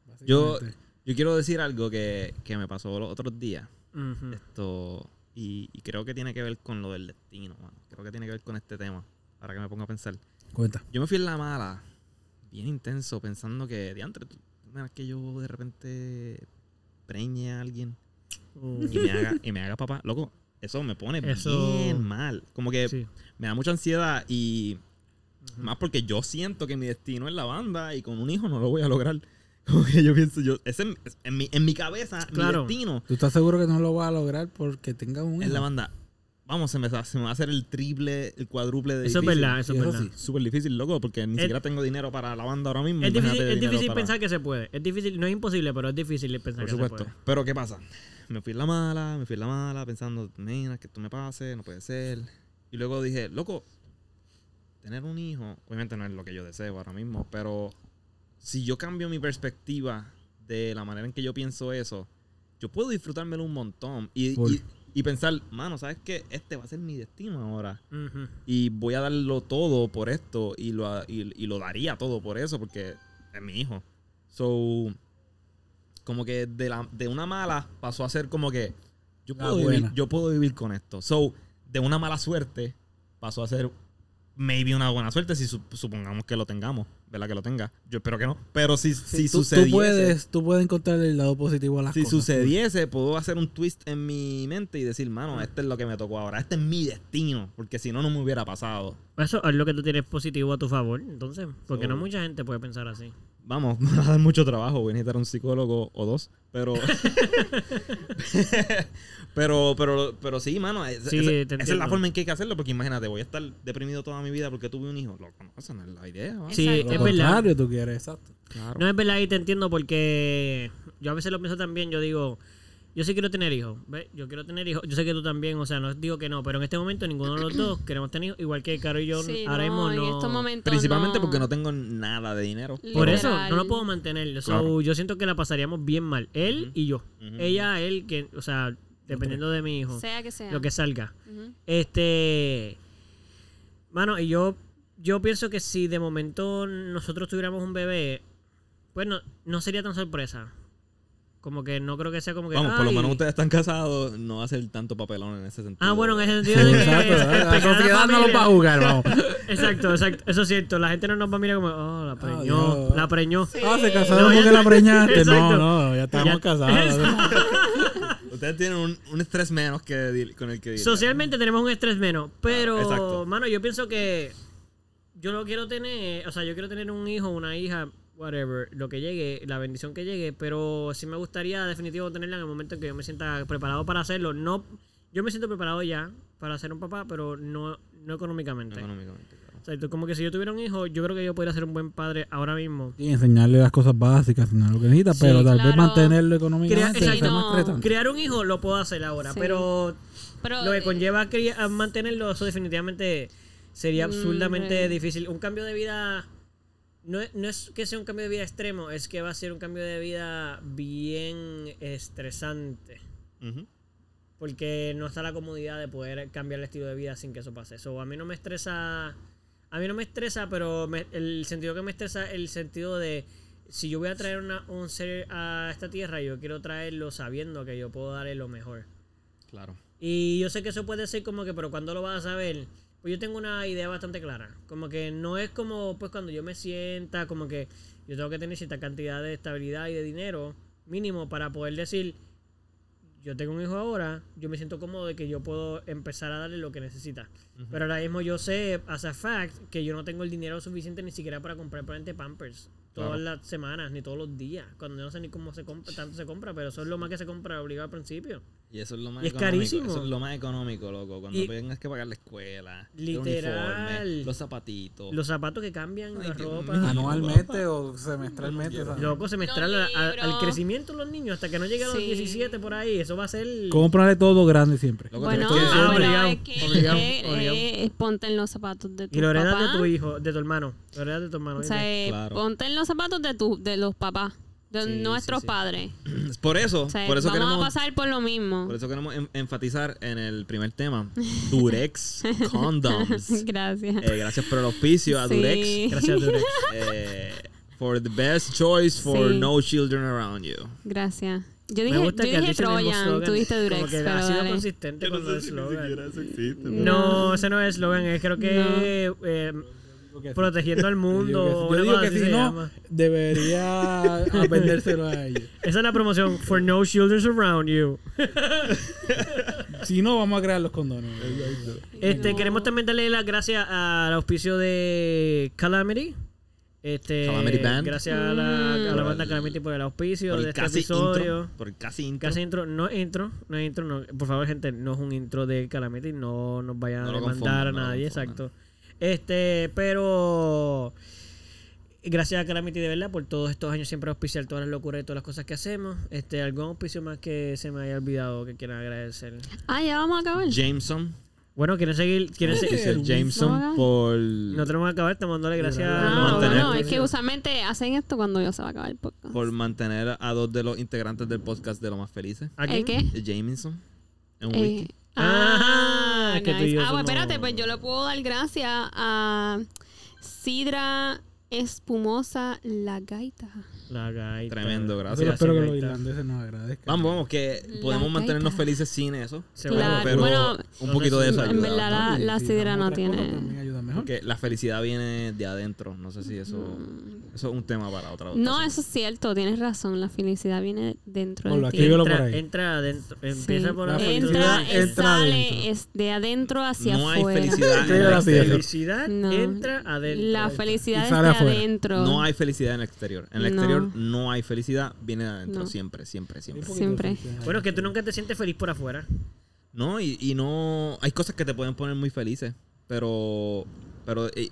básicamente.
Yo- Yo quiero decir algo que, que me pasó los otros días.
Ujú.
Esto. Y, y creo que tiene que ver con lo del destino, mano. Creo que tiene que ver con este tema. Ahora que me pongo a pensar.
cuenta
Yo me fui en la mala, bien intenso, pensando que, diantre, tú- tú me das que yo de repente preñe a alguien
Uh,
y me haga, y me haga papá. Loco, Eso me pone
Eso-
bien mal. Como que
Sí.
me da mucha ansiedad y más porque yo siento que mi destino es la banda y con un hijo no lo voy a lograr. Como que yo pienso, yo, ese es- es- en, mi, en mi cabeza,
Claro.
mi destino
¿Tú estás seguro que no lo vas a lograr porque tenga un
es la
hijo?
banda. Vamos, se me, va- se me va a hacer el triple, el cuádruple de
Eso es
difícil.
verdad, eso es
Eso
verdad.
sí.
Súper difícil, loco, porque ni
Es-
siquiera tengo dinero para la banda ahora mismo.
Es difícil,
Imagínate
es
dinero
difícil
para-
pensar que se puede. Es difícil, no es imposible, pero es difícil
Por
pensar que se
supuesto.
puede.
Pero ¿qué pasa? Me fui en la mala, me fui en la mala, pensando, mira, que esto me pase, no puede ser. Y luego dije, loco, tener un hijo, obviamente no es lo que yo deseo ahora mismo, pero si yo cambio mi perspectiva de la manera en que yo pienso eso, yo puedo disfrutármelo un montón y,
Full.
y- y pensar, mano, ¿sabes qué? Este va a ser mi destino ahora
Ujú.
y voy a darlo todo por esto y lo, y, y lo daría todo por eso porque es mi hijo. So, como que de, la, de una mala pasó a ser como que yo
La
puedo, vivir,
buena.
yo puedo vivir con esto. So, de una mala suerte pasó a ser maybe una buena suerte si su- supongamos que lo tengamos, ¿verdad? Que lo tenga. Yo espero que no. Pero si, si
tú,
sucediese...
tú puedes, tú puedes encontrar el lado positivo a las
Si
cosas.
sucediese, puedo hacer un twist en mi mente y decir, mano, este es lo que me tocó ahora, este es mi destino, porque si no, no me hubiera pasado.
Eso es lo que tú tienes positivo a tu favor, entonces. Porque
So-
no mucha gente puede pensar así.
Vamos, me va a dar mucho trabajo. Voy a necesitar un psicólogo o dos. Pero. pero, pero, pero sí, mano. es-
Sí,
esa- esa
te
es
entiendo.
la forma en que hay que hacerlo. Porque imagínate, voy a estar deprimido toda mi vida porque tuve un hijo. Loco, no, esa no es la idea. ¿vale?
Sí,
Exacto.
Lo
es verdad.
contrario tú quieres, exacto.
Claro.
No es verdad y te entiendo porque yo a veces lo pienso también, yo digo, yo sí quiero tener hijos, ¿ves? Yo quiero tener hijos, yo sé que tú también, o sea, no digo que no, pero en este momento ninguno de los dos queremos tener hijos, igual que Caro y yo
Sí,
ahora mismo
no,
no.
en estos momentos
Principalmente porque no tengo nada de dinero.
Por eso,
Literal.
no lo puedo mantener. So,
Claro.
Yo siento que la pasaríamos bien mal, él
Ujú.
y yo.
Ujú.
Ella, él, que, o sea, dependiendo de mi hijo,
Sea que sea.
lo que salga.
Ujú.
Este. Mano, y yo, yo pienso que si de momento nosotros tuviéramos un bebé, pues no, no sería tan sorpresa. Como que no creo que sea como que.
Vamos, por lo
"Ay".
menos ustedes están casados. No va a ser tanto papelón en ese sentido.
Ah, bueno, en ese
Sí,
sentido de que.
exacto. La la
pequeña
sociedad no lo
familia.
va a jugar, vamos.
Exacto, exacto. Eso es cierto. La gente no nos va a mirar como, oh, la preñó.
Dios.
la preñó.
Ah, se
No,
casaron
ya-
porque la preñaste.
Exacto.
No, no, ya estamos
Ya-
casados.
Ustedes tienen un, un estrés menos que deal- con el que deal.
Socialmente tenemos un estrés menos, pero,
Ah, exacto.
mano, yo pienso que yo lo quiero tener, o sea, yo quiero tener un hijo, una hija, whatever, lo que llegue, la bendición que llegue, pero sí me gustaría definitivo tenerla en el momento en que yo me sienta preparado para hacerlo. No, yo me siento preparado ya para ser un papá, pero no, no económicamente.
Económicamente, claro.
O sea, tú- como que si yo tuviera un hijo, yo creo que yo podría ser un buen padre ahora mismo.
Y enseñarle las cosas básicas, enseñarle lo que necesita,
Sí,
pero tal vez
claro.
mantenerlo económicamente.
Crea-
o sea,
sí,
más
no.
retante.
Crear un hijo lo puedo hacer ahora,
Sí.
pero
Pero,
lo
eh,
que conlleva cri- a mantenerlo, eso definitivamente sería
Mm,
absurdamente
eh.
difícil. Un cambio de vida no es, no es que sea un cambio de vida extremo, es que va a ser un cambio de vida bien estresante.
Ujú.
Porque no está la comodidad de poder cambiar el estilo de vida sin que eso pase. So, a mí no me estresa. A mí no me estresa, pero me- el sentido que me estresa es el sentido de. Si yo voy a traer una- un ser a esta tierra, yo quiero traerlo sabiendo que yo puedo darle lo mejor.
Claro.
Y yo sé que eso puede ser como que, pero cuando lo vas a saber? Pues yo tengo una idea bastante clara. Como que no es como, pues cuando yo me sienta, como que yo tengo que tener cierta cantidad de estabilidad y de dinero mínimo para poder decir, yo tengo un hijo ahora, yo me siento cómodo de que yo puedo empezar a darle lo que necesita.
Ujú.
Pero ahora mismo yo sé, as a fact, que yo no tengo el dinero suficiente ni siquiera para comprar por ejemplo, Pampers todas
Claro.
las semanas, ni todos los días. Cuando yo no sé ni cómo se compra, tanto se compra, pero eso es lo más que se compra obligado al principio.
Y eso es lo más
Y es
económico.
carísimo.
Eso es lo más económico, loco. Cuando
Y-
tengas que pagar la escuela,
Literal.
el uniforme, los zapatitos.
Los zapatos que cambian,
Ay,
la
Dios
ropa.
mío.
Anualmente o semestralmente. o sea.
Loco, semestral
Los
a- a- al
libros.
crecimiento de los niños hasta que no lleguen a los
Sí.
17 por ahí. Eso va a ser.
Cómprale todo grande siempre.
Loco,
Bueno,
tienes que-
Ah,
bueno,
obligado,
es que
obligado,
eh,
obligado.
eh, ponte en los zapatos de tu
Y lo heredas
papá.
de tu hijo, de tu hermano. Lo heredas de tu hermano.
O sea,
dime.
eh,
Claro.
ponte en los zapatos de tu, de los papás, de
Sí, sí,
nuestros
sí.
padres.
Por eso,
O sea,
por eso
vamos a
queremos,
pasar por lo mismo.
por eso queremos en- enfatizar en el primer tema. Durex Condoms.
Gracias.
Eh, gracias por el auspicio a
Sí.
Durex.
Gracias, Durex.
Eh, for the best choice for
Sí.
no children around you.
Gracias.
Me
Yo dije,
gusta que
yo
has
dije
dicho el mismo
Trojan,
slogan.
tú dijiste Durex,
Como que
pero
ha sido
dale.
consistente con el eslogan.
eso existe.
No, ese no es el eslogan. Es creo que. eh, protegiendo al mundo.
Yo
una
digo
cosa
que
así
si
se
no,
llama.
debería vendérselo a ellos.
Esa es la promoción. For no children around you.
Si no, vamos a crear los condones.
Este,
No.
queremos también darle las gracias al auspicio de Calamity. Este,
Calamity Band.
Gracias a la, a la banda Calamity por el auspicio
Por
de
el
este
casi
episodio.
intro. Por el casi intro.
Casi intro, no es intro, no es intro, no. Por favor, gente, no es un intro de Calamity, no nos vayan
No
a
lo
demandar a
confundan, no lo
nadie,
confundan.
exacto. Este, pero gracias a Calamity de verdad por todos estos años siempre auspiciar todas las locuras y todas las cosas que hacemos. Este, algún auspicio más que se me haya olvidado que quieran agradecer.
Ah, ya vamos a acabar.
Jameson.
Bueno, quieren seguir, quieren se-
Dice
Luis.
Jameson
No,
por.
No tenemos que acabar, estamos dándole gracias
Ah,
no,
bueno,
mantener-
es que usualmente hacen esto cuando ya se va a acabar el podcast.
por mantener a dos de los integrantes del podcast de lo más felices.
¿A
¿El
quién?
qué?
Jameson. Es un
Eh,
whisky.
Ah,
ah,
que tú y
nice.
yo
Ah, bueno,
somos-
espérate, pues yo le puedo dar gracias a Sidra Espumosa La Gaita.
La gaita.
Tremendo,
Yo
gracias.
espero que los
Gaita.
irlandeses nos agradezcan.
Vamos, vamos, que
La
podemos mantenernos
gaita.
felices sin eso.
Seguro.
Claro,
pero
bueno,
un poquito de eso
en
ayuda.
verdad
bastante.
la- la
Sí,
sidra
damos
no
otras
tiene-
cosas también ayuda mejor.
Porque la felicidad viene de adentro. No sé si eso, eso es un tema para otra
Mm. No,
ocasión.
eso es cierto, tienes razón. La felicidad viene dentro
Ponlo
de
aquí.
ti.
Escríbelo por
entra,
ahí.
entra adentro.
Sí.
Empieza por la
Entra,
felicidad.
entra, eh,
entra
sale,
adentro.
es de adentro hacia
Ah, No hay
afuera.
felicidad.
Escríbelo
en el
La
así, Así es.
exterior.
felicidad
No.
entra adentro.
La felicidad
Y
es
sale
de
afuera.
adentro.
No hay felicidad en el exterior. En el
No.
exterior no hay felicidad. Viene de adentro.
No.
Siempre, siempre,
Un
siempre.
poquito de
Siempre.
felicidad.
Bueno, es que tú nunca te sientes feliz por afuera.
No, y, y no. Hay cosas que te pueden poner muy felices. Pero. Pero. eh, eh,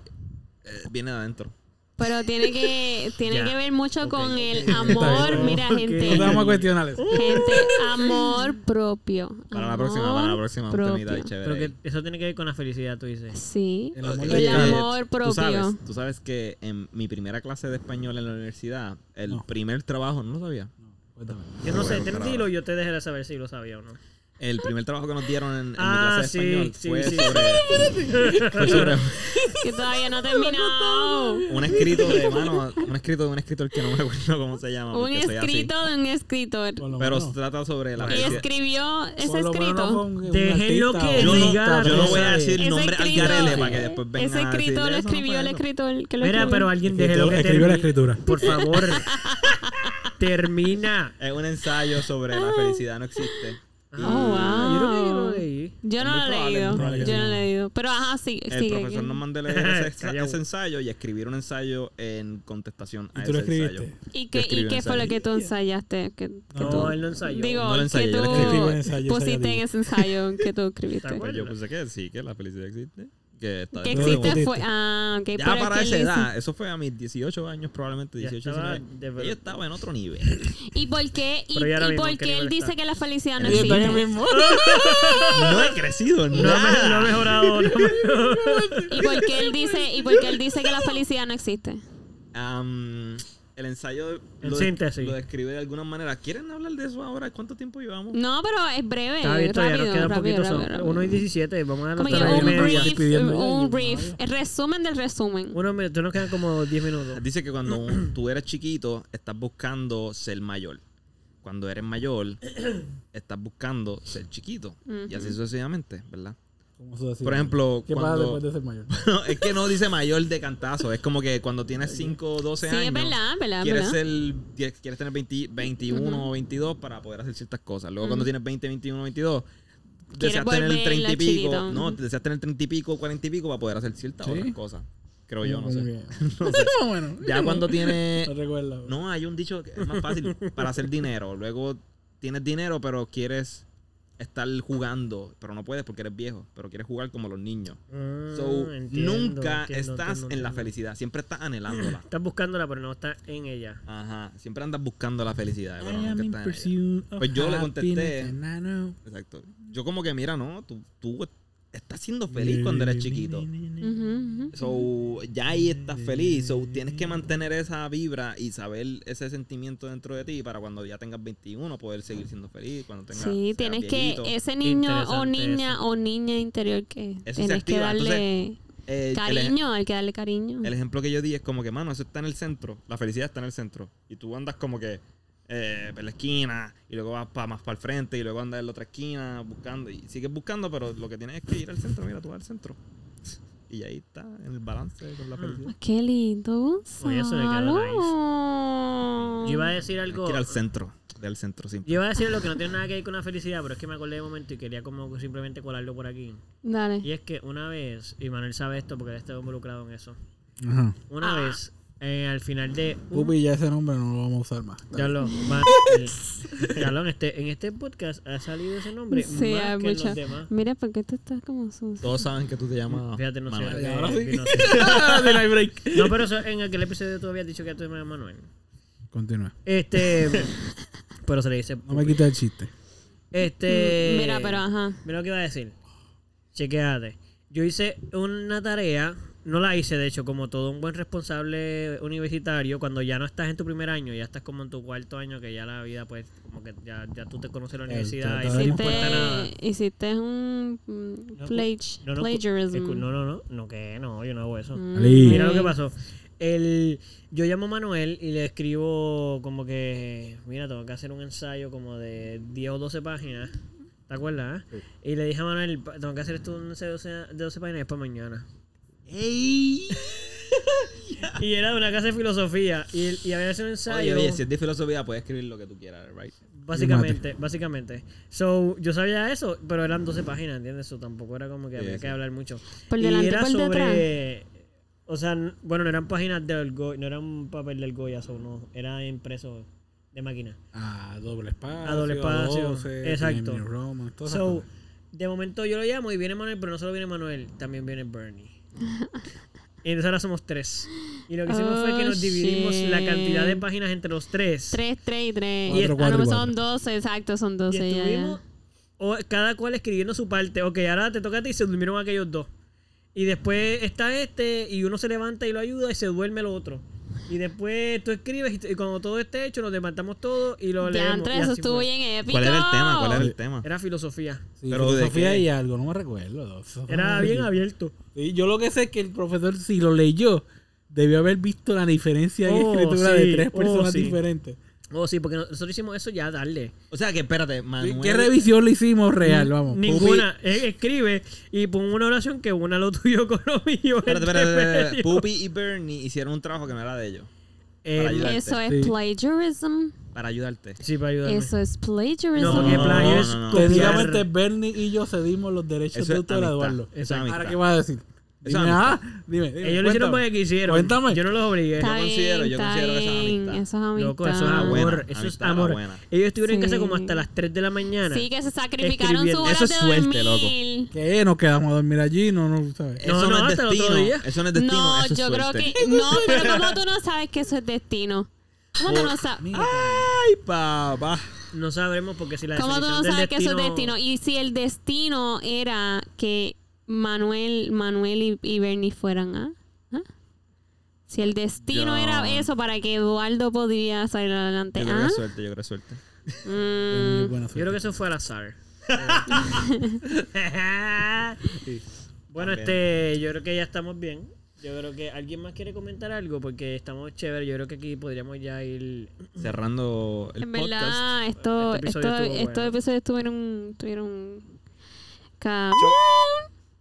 viene de adentro.
Pero tiene que, tiene
Ya.
que ver mucho
Ok.
con el
Está
amor.
bien.
Mira,
Ok.
No te
gente.
vamos a cuestionar eso.
Gente, amor propio.
Para la próxima, para la próxima. Un temita ahí
propio.
chévere
Pero
ahí.
que eso tiene que ver con la felicidad, tú dices.
Sí.
El amor
Eh,
de
El
eh,
Dios.
amor propio.
Tú sabes, tú sabes que en mi primera clase de español en la universidad, el
No.
primer trabajo, no lo sabía.
No, cuéntame.
Yo no
Lo voy a
sé, te
contar
dilo
ahora.
y yo te dejaré saber si lo sabía o no.
El primer trabajo que nos dieron en, en
Ah,
mi clase
sí,
de español
sí,
fue,
sí.
Sobre, fue sobre
Que todavía no ha terminado.
un escrito de mano, un escrito de un escritor que no me acuerdo cómo se llama.
Un
porque soy así. pues,
escrito de un escritor.
Por lo
Pero
menos-
se trata sobre la
Y
felicidad.
escribió
por
ese
lo menos no fue
escrito.
un- un
Déjenlo
artista
que
o
Yo
un
no,
diga la
yo no voy a
cosa
decir
Ese
nombre al
escritor-
garele para que después vengan
Ese
a decirle,
escrito lo
"Eso no fue
escribió el
eso".
escritor que lo
Mira,
escribió.
pero alguien déjelo que
Escribió la
termine.
escritura.
Por favor. termina.
Es un ensayo sobre la felicidad no existe. Y
Ah, wow.
Yo creo que yo lo leí.
Yo no
Muy
lo he
probable,
leído.
muy
probable que
Yo no
no.
lo he leído. Pero ajá, sí,
El
sigue.
profesor nos mandó a leer ese,
Callao.
ese ensayo y escribir un ensayo en contestación a
Y tú lo
ese
escribiste.
ensayo.
¿Y
Yo
qué,
escribí
y qué
un
fue lo
ensayo.
que tú ensayaste? Que, que
No,
tú,
No, él lo ensayó.
digo,
No lo ensayé,
que
yo
tú
escribí
un ensayo
pusiste en
ensayativo.
ese ensayo que tú escribiste.
Está
Pues yo
Bueno.
pensé que sí, que la felicidad existe. Que está
Que
dentro
lo
de
existe
pusiste.
fue... Ah, ok.
Ya
pero
para
¿quién
esa
lo hizo?
edad, eso fue a mis 18 años, probablemente
Ya
18,
estaba
19.
de-
Ella estaba en otro nivel.
¿Y por qué, y,
Pero ya ahora
y
mismo,
por
¿en qué
qué él
nivel
dice
está?
que la felicidad
En
no
el
existe?
No he crecido en
No, me, no ha
nada.
mejorado. no ha mejorado.
¿Y por qué él dice, y por qué él dice que la felicidad no existe?
Am, el ensayo
En
lo, de-
síntesis.
lo describe de alguna manera. ¿Quieren hablar de eso ahora? ¿Cuánto tiempo llevamos?
No, pero es breve.
Está bien, todavía
rápido,
nos queda un
rápido,
poquito.
rápido,
Son
rápido.
1 y 17. Vamos a
Como
las
que
tarde
Todavía
y
un
no
media.
estoy
brief,
despidiendo ya,
un
yo
brief,
no.
el resumen del resumen.
Uno minuto, nos quedan como 10 minutos.
Dice que cuando tú eres chiquito, estás buscando ser mayor. Cuando eres mayor, estás buscando ser chiquito. Y así sucesivamente, ¿verdad?
Como eso así.
Por ejemplo,
¿Qué pasa
cuando...
después de ser mayor?
No, es que no dice mayor de cantazo. Es como que cuando tienes 5 o 12
Sí,
años.
es verdad, es verdad, es
Quieres,
verdad.
ser, quieres quieres tener 20 21 o 22 para poder hacer ciertas cosas. Luego, cuando tienes 20, 21, 22. Deseas tener
volver
30 y
lo
pico.
chiquito.
No, deseas tener 30 y pico, 40 y pico para poder hacer ciertas
¿Sí?
otras cosas. Creo yo, no
Como
sé.
que- No, bueno.
Ya cuando tienes.
No recuerdo.
No, hay un dicho que es más fácil para hacer dinero. Luego tienes dinero, pero quieres estar jugando. Pero no puedes porque eres viejo. Pero quieres jugar como los niños.
Ah,
So,
entiendo,
nunca
entiendo,
estás
entiendo,
en la
entiendo.
felicidad, siempre estás anhelándola.
Estás buscándola, pero no estás en ella.
Ajá, siempre andas buscando la felicidad, pero
I am
nunca
in
estás en ella.
pursuit of
Pues yo le contesté.
happiness and I know.
Exacto. Yo como que, mira, no, tú, tú estás siendo feliz cuando eres chiquito.
Ujú, ujú.
So, ya ahí estás feliz. So, tienes que mantener esa vibra y saber ese sentimiento dentro de ti para cuando ya tengas 21 poder seguir siendo feliz. Cuando tengas,
Sí,
seas
tienes
viejito.
que, eh, ese niño o
Interesante
niña
eso.
o niña interior que
se
tienes que
activa,
darle
Eh, el-
cariño, hay que darle cariño.
El ejemplo que yo di es como que, mano, eso está en el centro. La felicidad está en el centro. Y tú andas como que eh, por la esquina y luego vas pa- más para el frente y luego andas en la otra esquina buscando. Y sigues buscando, pero lo que tienes es que ir al centro. Mira, tú vas al centro. Y ahí está en el balance con la felicidad.
Ah, Qué lindo,
Oye, eso le quedó
Gonzalo.
Yo iba a decir
Tienes
Mm.
algo.
que ir al centro. del centro simple.
Yo iba a decir lo que no tiene nada que ver con la felicidad, pero es que me acordé de momento y quería como simplemente colarlo por aquí.
Dale.
Y es que una vez, y Manuel sabe esto porque él estaba involucrado en eso.
Ajá.
Una
Ah.
vez, eh, al final de. un-
Pupi, ya ese nombre no lo vamos a usar más.
Ya lo, va- Ya lo, en este, en este podcast ha salido ese nombre
Sí,
más
hay
que en los
mucha.
demás.
Mira, porque tú estás como sucio.
Todos saben que tú te llamas.
Fíjate, no sé.
Manuel.
eh,
ahora sí.
no sé.
Del aire break.
No, pero eso, en aquel episodio tú habías dicho que tú eras Manuel.
Continúa.
Este. pero se le dice.
No me quites el chiste.
Este.
Mira, pero ajá.
Mira lo que iba a decir. Chequéate. Yo hice una tarea, no la hice, de hecho, como todo un buen responsable universitario, cuando ya no estás en tu primer año, ya estás como en tu cuarto año, que ya la vida, pues, como que ya, ya tú te conoces la
El
universidad y no
tratado.
te importa nada.
Hiciste, hiciste un mm,
No, pues,
plagi-
No, no,
plagiarism.
escu- No, no, no, no, que no, yo no hago eso.
Mm.
Ali.
Mira lo que pasó. El, yo llamo a Manuel y le escribo como que, mira, tengo que hacer un ensayo como de 10 o 12 páginas. ¿Te acuerdas? eh? Y le dije a Manuel, "Pa- tengo que hacer esto un ensayo de 12 de 12 páginas y es para mañana.
¡Ey!
Y era de una clase de filosofía. Y, él- y había hecho un
Oye,
ensayo.
oye, si es de filosofía, puedes escribir lo que tú quieras, right?
Básicamente, básicamente. So, yo sabía eso, pero eran 12 páginas, ¿entiendes? Eso tampoco era como que
Sí,
había
sí.
que hablar mucho.
Por
y
delante,
era
por
sobre. O sea, n- bueno, no eran páginas del Goya, no eran papel del Goya, so, no. Era impreso de máquina.
A doble espacio.
A doble espacio, exacto.
New Roman, todas esas
So,
cosas.
de momento yo lo llamo y viene Manuel, pero no solo viene Manuel, también viene Bernie. y entonces ahora somos tres. Y lo que hicimos fue que
Oh,
nos dividimos la
shit.
cantidad de páginas entre los tres.
3, 3 y 3.
Cuatro, cuatro,
ah, no,
cuatro.
son 12, exacto, son
Y
12. ya,
estuvimos
ya.
o- cada cual escribiendo su parte. Ok, ahora te toca a ti y se durmieron aquellos dos. Y después está este y uno se levanta y lo ayuda y se duerme el otro. Y después tú escribes y, t- y cuando todo esté hecho nos levantamos todos y lo
Ya,
leemos.
entre
Y
eso
así
estuvo
fue.
bien épico.
¿Cuál era el tema? ¿Cuál era el tema?
Era filosofía.
Sí,
Pero de
filosofía
qué?
y algo, no me recuerdo. dos.
Ah,
Eso
Era
fue-
bien abierto.
Sí, yo lo que sé es que el profesor, si lo leyó, debió haber visto la diferencia en
Oh,
escritura
sí,
de tres
oh,
personas
sí.
diferentes.
Oh, sí, porque nosotros hicimos eso ya, darle.
O sea, que espérate, Manuel.
¿Qué revisión le hicimos real? Vamos.
Ninguna. Eh, escribe y pon una oración que una lo tuyo con lo mío.
Espérate,
entre
espérate, espérate, espérate.
medio.
Pupi y Bernie hicieron un trabajo que no era de ellos.
Eh,
Para ayudar.
Eso es
Sí.
plagiarism.
Para ayudarte.
sí, para ayudarme.
Eso es plagiarism.
No, porque
No,
plagio
no,
es
no, este no.
copiar.
Técnicamente, Pues Bernie y yo cedimos los derechos
Eso
de
es
autor a
amistad.
Eduardo.
Eso es
Ahora,
amistad.
¿qué vas a decir?
Eso
Dime,
es amistad.
ah, dime, dime,
Ellos lo hicieron
cuéntame.
porque quisieron.
Cuéntame.
Yo no los obligué.
Está
Yo considero- yo
bien, está
considero que eso es
bien.
amistad.
Eso es amistad.
Loco, eso es
Ah,
amor.
buena,
eso es
amistad, ah,
amor.
buena.
Ellos estuvieron en casa
Sí.
como hasta las 3 de la mañana.
Sí, que se sacrificaron sus
Escribiendo.
horas
Eso es
de
suerte, loco.
dormir.
¿Qué? Nos quedamos a dormir allí, no, no, ¿sabes?
Eso
no,
no, es
hasta el otro
destino.
día.
Eso no es destino.
No,
eso es
yo creo
suerte.
que. No, pero ¿cómo tú no sabes que eso es destino? ¿Cómo tú no sabes?
Ah.
¡Ay, papá!
No sabremos porque si la
¿Cómo tú no
definición del
sabes que eso es
destino-
destino? Y si el destino era que Manuel, Manuel y, y Bernie fueran a. ¿Ah? Si el
Yo-
destino era eso para que Eduardo podría salir adelante.
Yo creo que
¿Ah?
es suerte, yo creo que es suerte.
Mm,
Buena
Yo creo que
suerte.
eso fue al azar. Eh. bueno,
También.
este, yo creo que ya estamos bien. Yo creo que alguien más quiere comentar algo porque estamos chéveres. Yo creo que aquí podríamos ya ir.
Cerrando el
en
podcast.
verdad, esto,
Este
esto,
episodio estuvo bueno.
estos episodios tuvieron. tuvieron ca-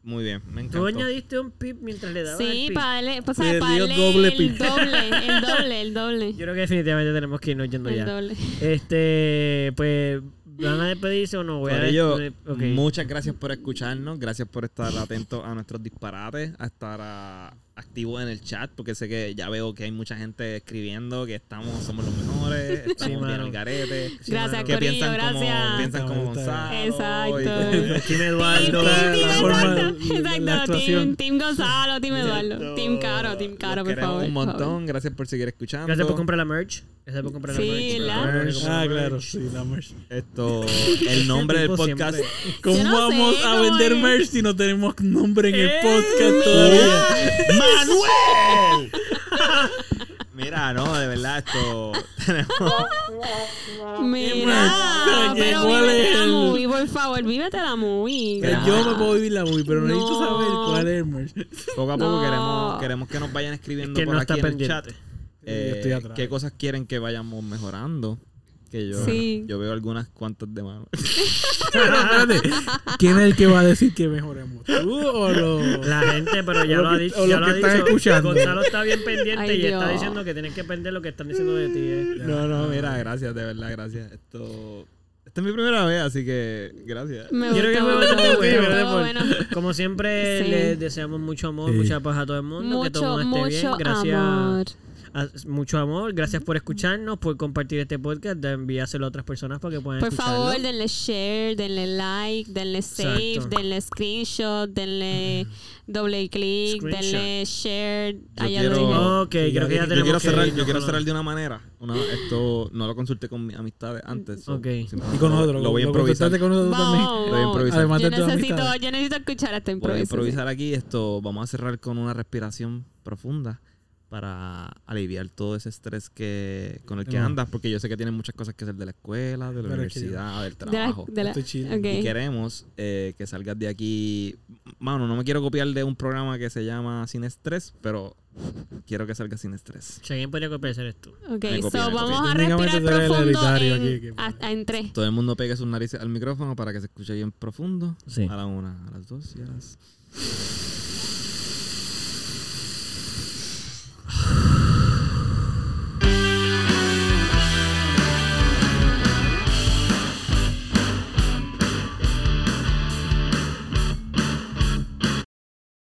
Muy bien, me
Tú
encantó.
añadiste un pip mientras le dabas el
Sí,
pip.
para darle, pues,
Le
para
dio
darle
doble
el
pin.
doble, el doble, el doble.
Yo creo que definitivamente tenemos que irnos yendo
el
ya.
doble.
Este, pues, ¿van a despedirse o no? Voy a
Corillo,
despedir- Pues, eh, ok.
muchas gracias por escucharnos, gracias por estar atentos a nuestros disparates, a estar ah, activos en el chat, porque sé que ya veo que hay mucha gente escribiendo que estamos, somos los mejores, estamos bien
mano.
al garete,
Sí,
gracias,
mano.
que
Corillo,
piensan como,
gracias.
piensan como Gonzalo.
Exacto.
y todo.
Team Eduardo.
Team
Tim, la
Eduardo.
forma de- de la
Exacto, Team,
actuación.
team Gonzalo, Team Eduardo.
Exacto.
Team Caro, Team Caro,
Los
por
queremos
favor.
un
por favor.
montón, gracias por seguir escuchando.
Gracias por comprar la merch. Gracias por comprar
Sí,
la merch.
la-
Gracias por comprar
Ah,
la
claro,
merch.
sí, la merch.
Esto, el nombre del
Tipo
podcast.
siempre.
¿Cómo
Yo no sé,
vamos a
¿cómo
vender
es?
merch si no tenemos nombre en el
¡Eh!
podcast todavía?
¡Manuel! Mira, no, de verdad, esto tenemos.
Mira,
Exacto,
pero
¿cuál
vívete
es
la
el-
movie, por favor, vívete la movie.
Que Yo me puedo vivir la movie, pero
No.
necesito saber cuál es el merch.
Poco a poco
No.
queremos, queremos que nos vayan escribiendo
Es que
por
no
aquí
está
en el eh,
pendiente.
chat.
yo estoy atrás.
qué cosas quieren que vayamos mejorando que yo,
Sí.
yo veo algunas cuantas de mano.
Espérate, ¿Quién es el que va a decir que mejoremos? ¿Tú o los.?
La gente, pero ya
O
lo,
lo
ha
que-
dicho.
o
Ya
lo
lo
que
ha
están
dicho.
escuchando.
Gonzalo está bien pendiente
Ay,
y está
Dios.
diciendo que tienes que aprender lo que están diciendo de ti. eh.
No, no, mira, gracias, de verdad, gracias. Esto. Esta es mi primera vez, así que gracias.
Me
Quiero que
gustó,
me
me
voten
gustó,
por-
me
voten
gustó,
por-
bueno.
Como siempre,
Sí.
les deseamos mucho amor,
Sí.
mucha paz a todo el mundo. que todo
Mucho,
el mundo esté
mucho
bien. Gracias.
amor.
a- mucho amor. Gracias por escucharnos, por compartir este podcast, de enviárselo a otras personas para que puedan
Por
escucharlo.
favor, denle share, denle like, denle save,
Exacto.
denle screenshot, denle doble clic,
Screenshot.
denle share.
Yo
Allá
quiero-
lo dije.
Ok,
Sí,
creo que ya
Yo
yo
tenemos
quiero
que
cerrar, yo
irnos
quiero
con-
cerrar de una manera. Una- esto no lo consulté con mis amistades antes. so,
Ok.
simplemente
Y con
lo-
nosotros.
Lo voy a
lo
improvisar.
consultaste con nosotros también.
Vamos,
Lo voy a
vamos.
improvisar.
Además
Yo
de tus
necesito,
amistades.
yo necesito escuchar
Voy
esta
a
improvisación.
improvisar aquí esto. Vamos a cerrar con una respiración profunda para aliviar todo ese estrés que con el que
No.
andas, porque yo sé que tienes muchas cosas que hacer de la escuela, de la
Pero es que yo-
universidad, del
De la,
trabajo.
de la,
Estoy chill.
ok.
Y queremos eh, que salgas de aquí. Mano, no me quiero copiar de un programa que se llama Sin Estrés, pero quiero que salgas sin estrés.
Cheyenne podría copiar esto.
Ok,
Me copié,
so
me
vamos
copié.
a
Técnicamente
respirar
tú eres el
profundo
hereditario
en,
aquí, que-
a- a- en tres.
Todo el mundo
Ah,
pegue sus narices al micrófono para que se escuche bien profundo.
Sí.
A la una, a las dos y a las.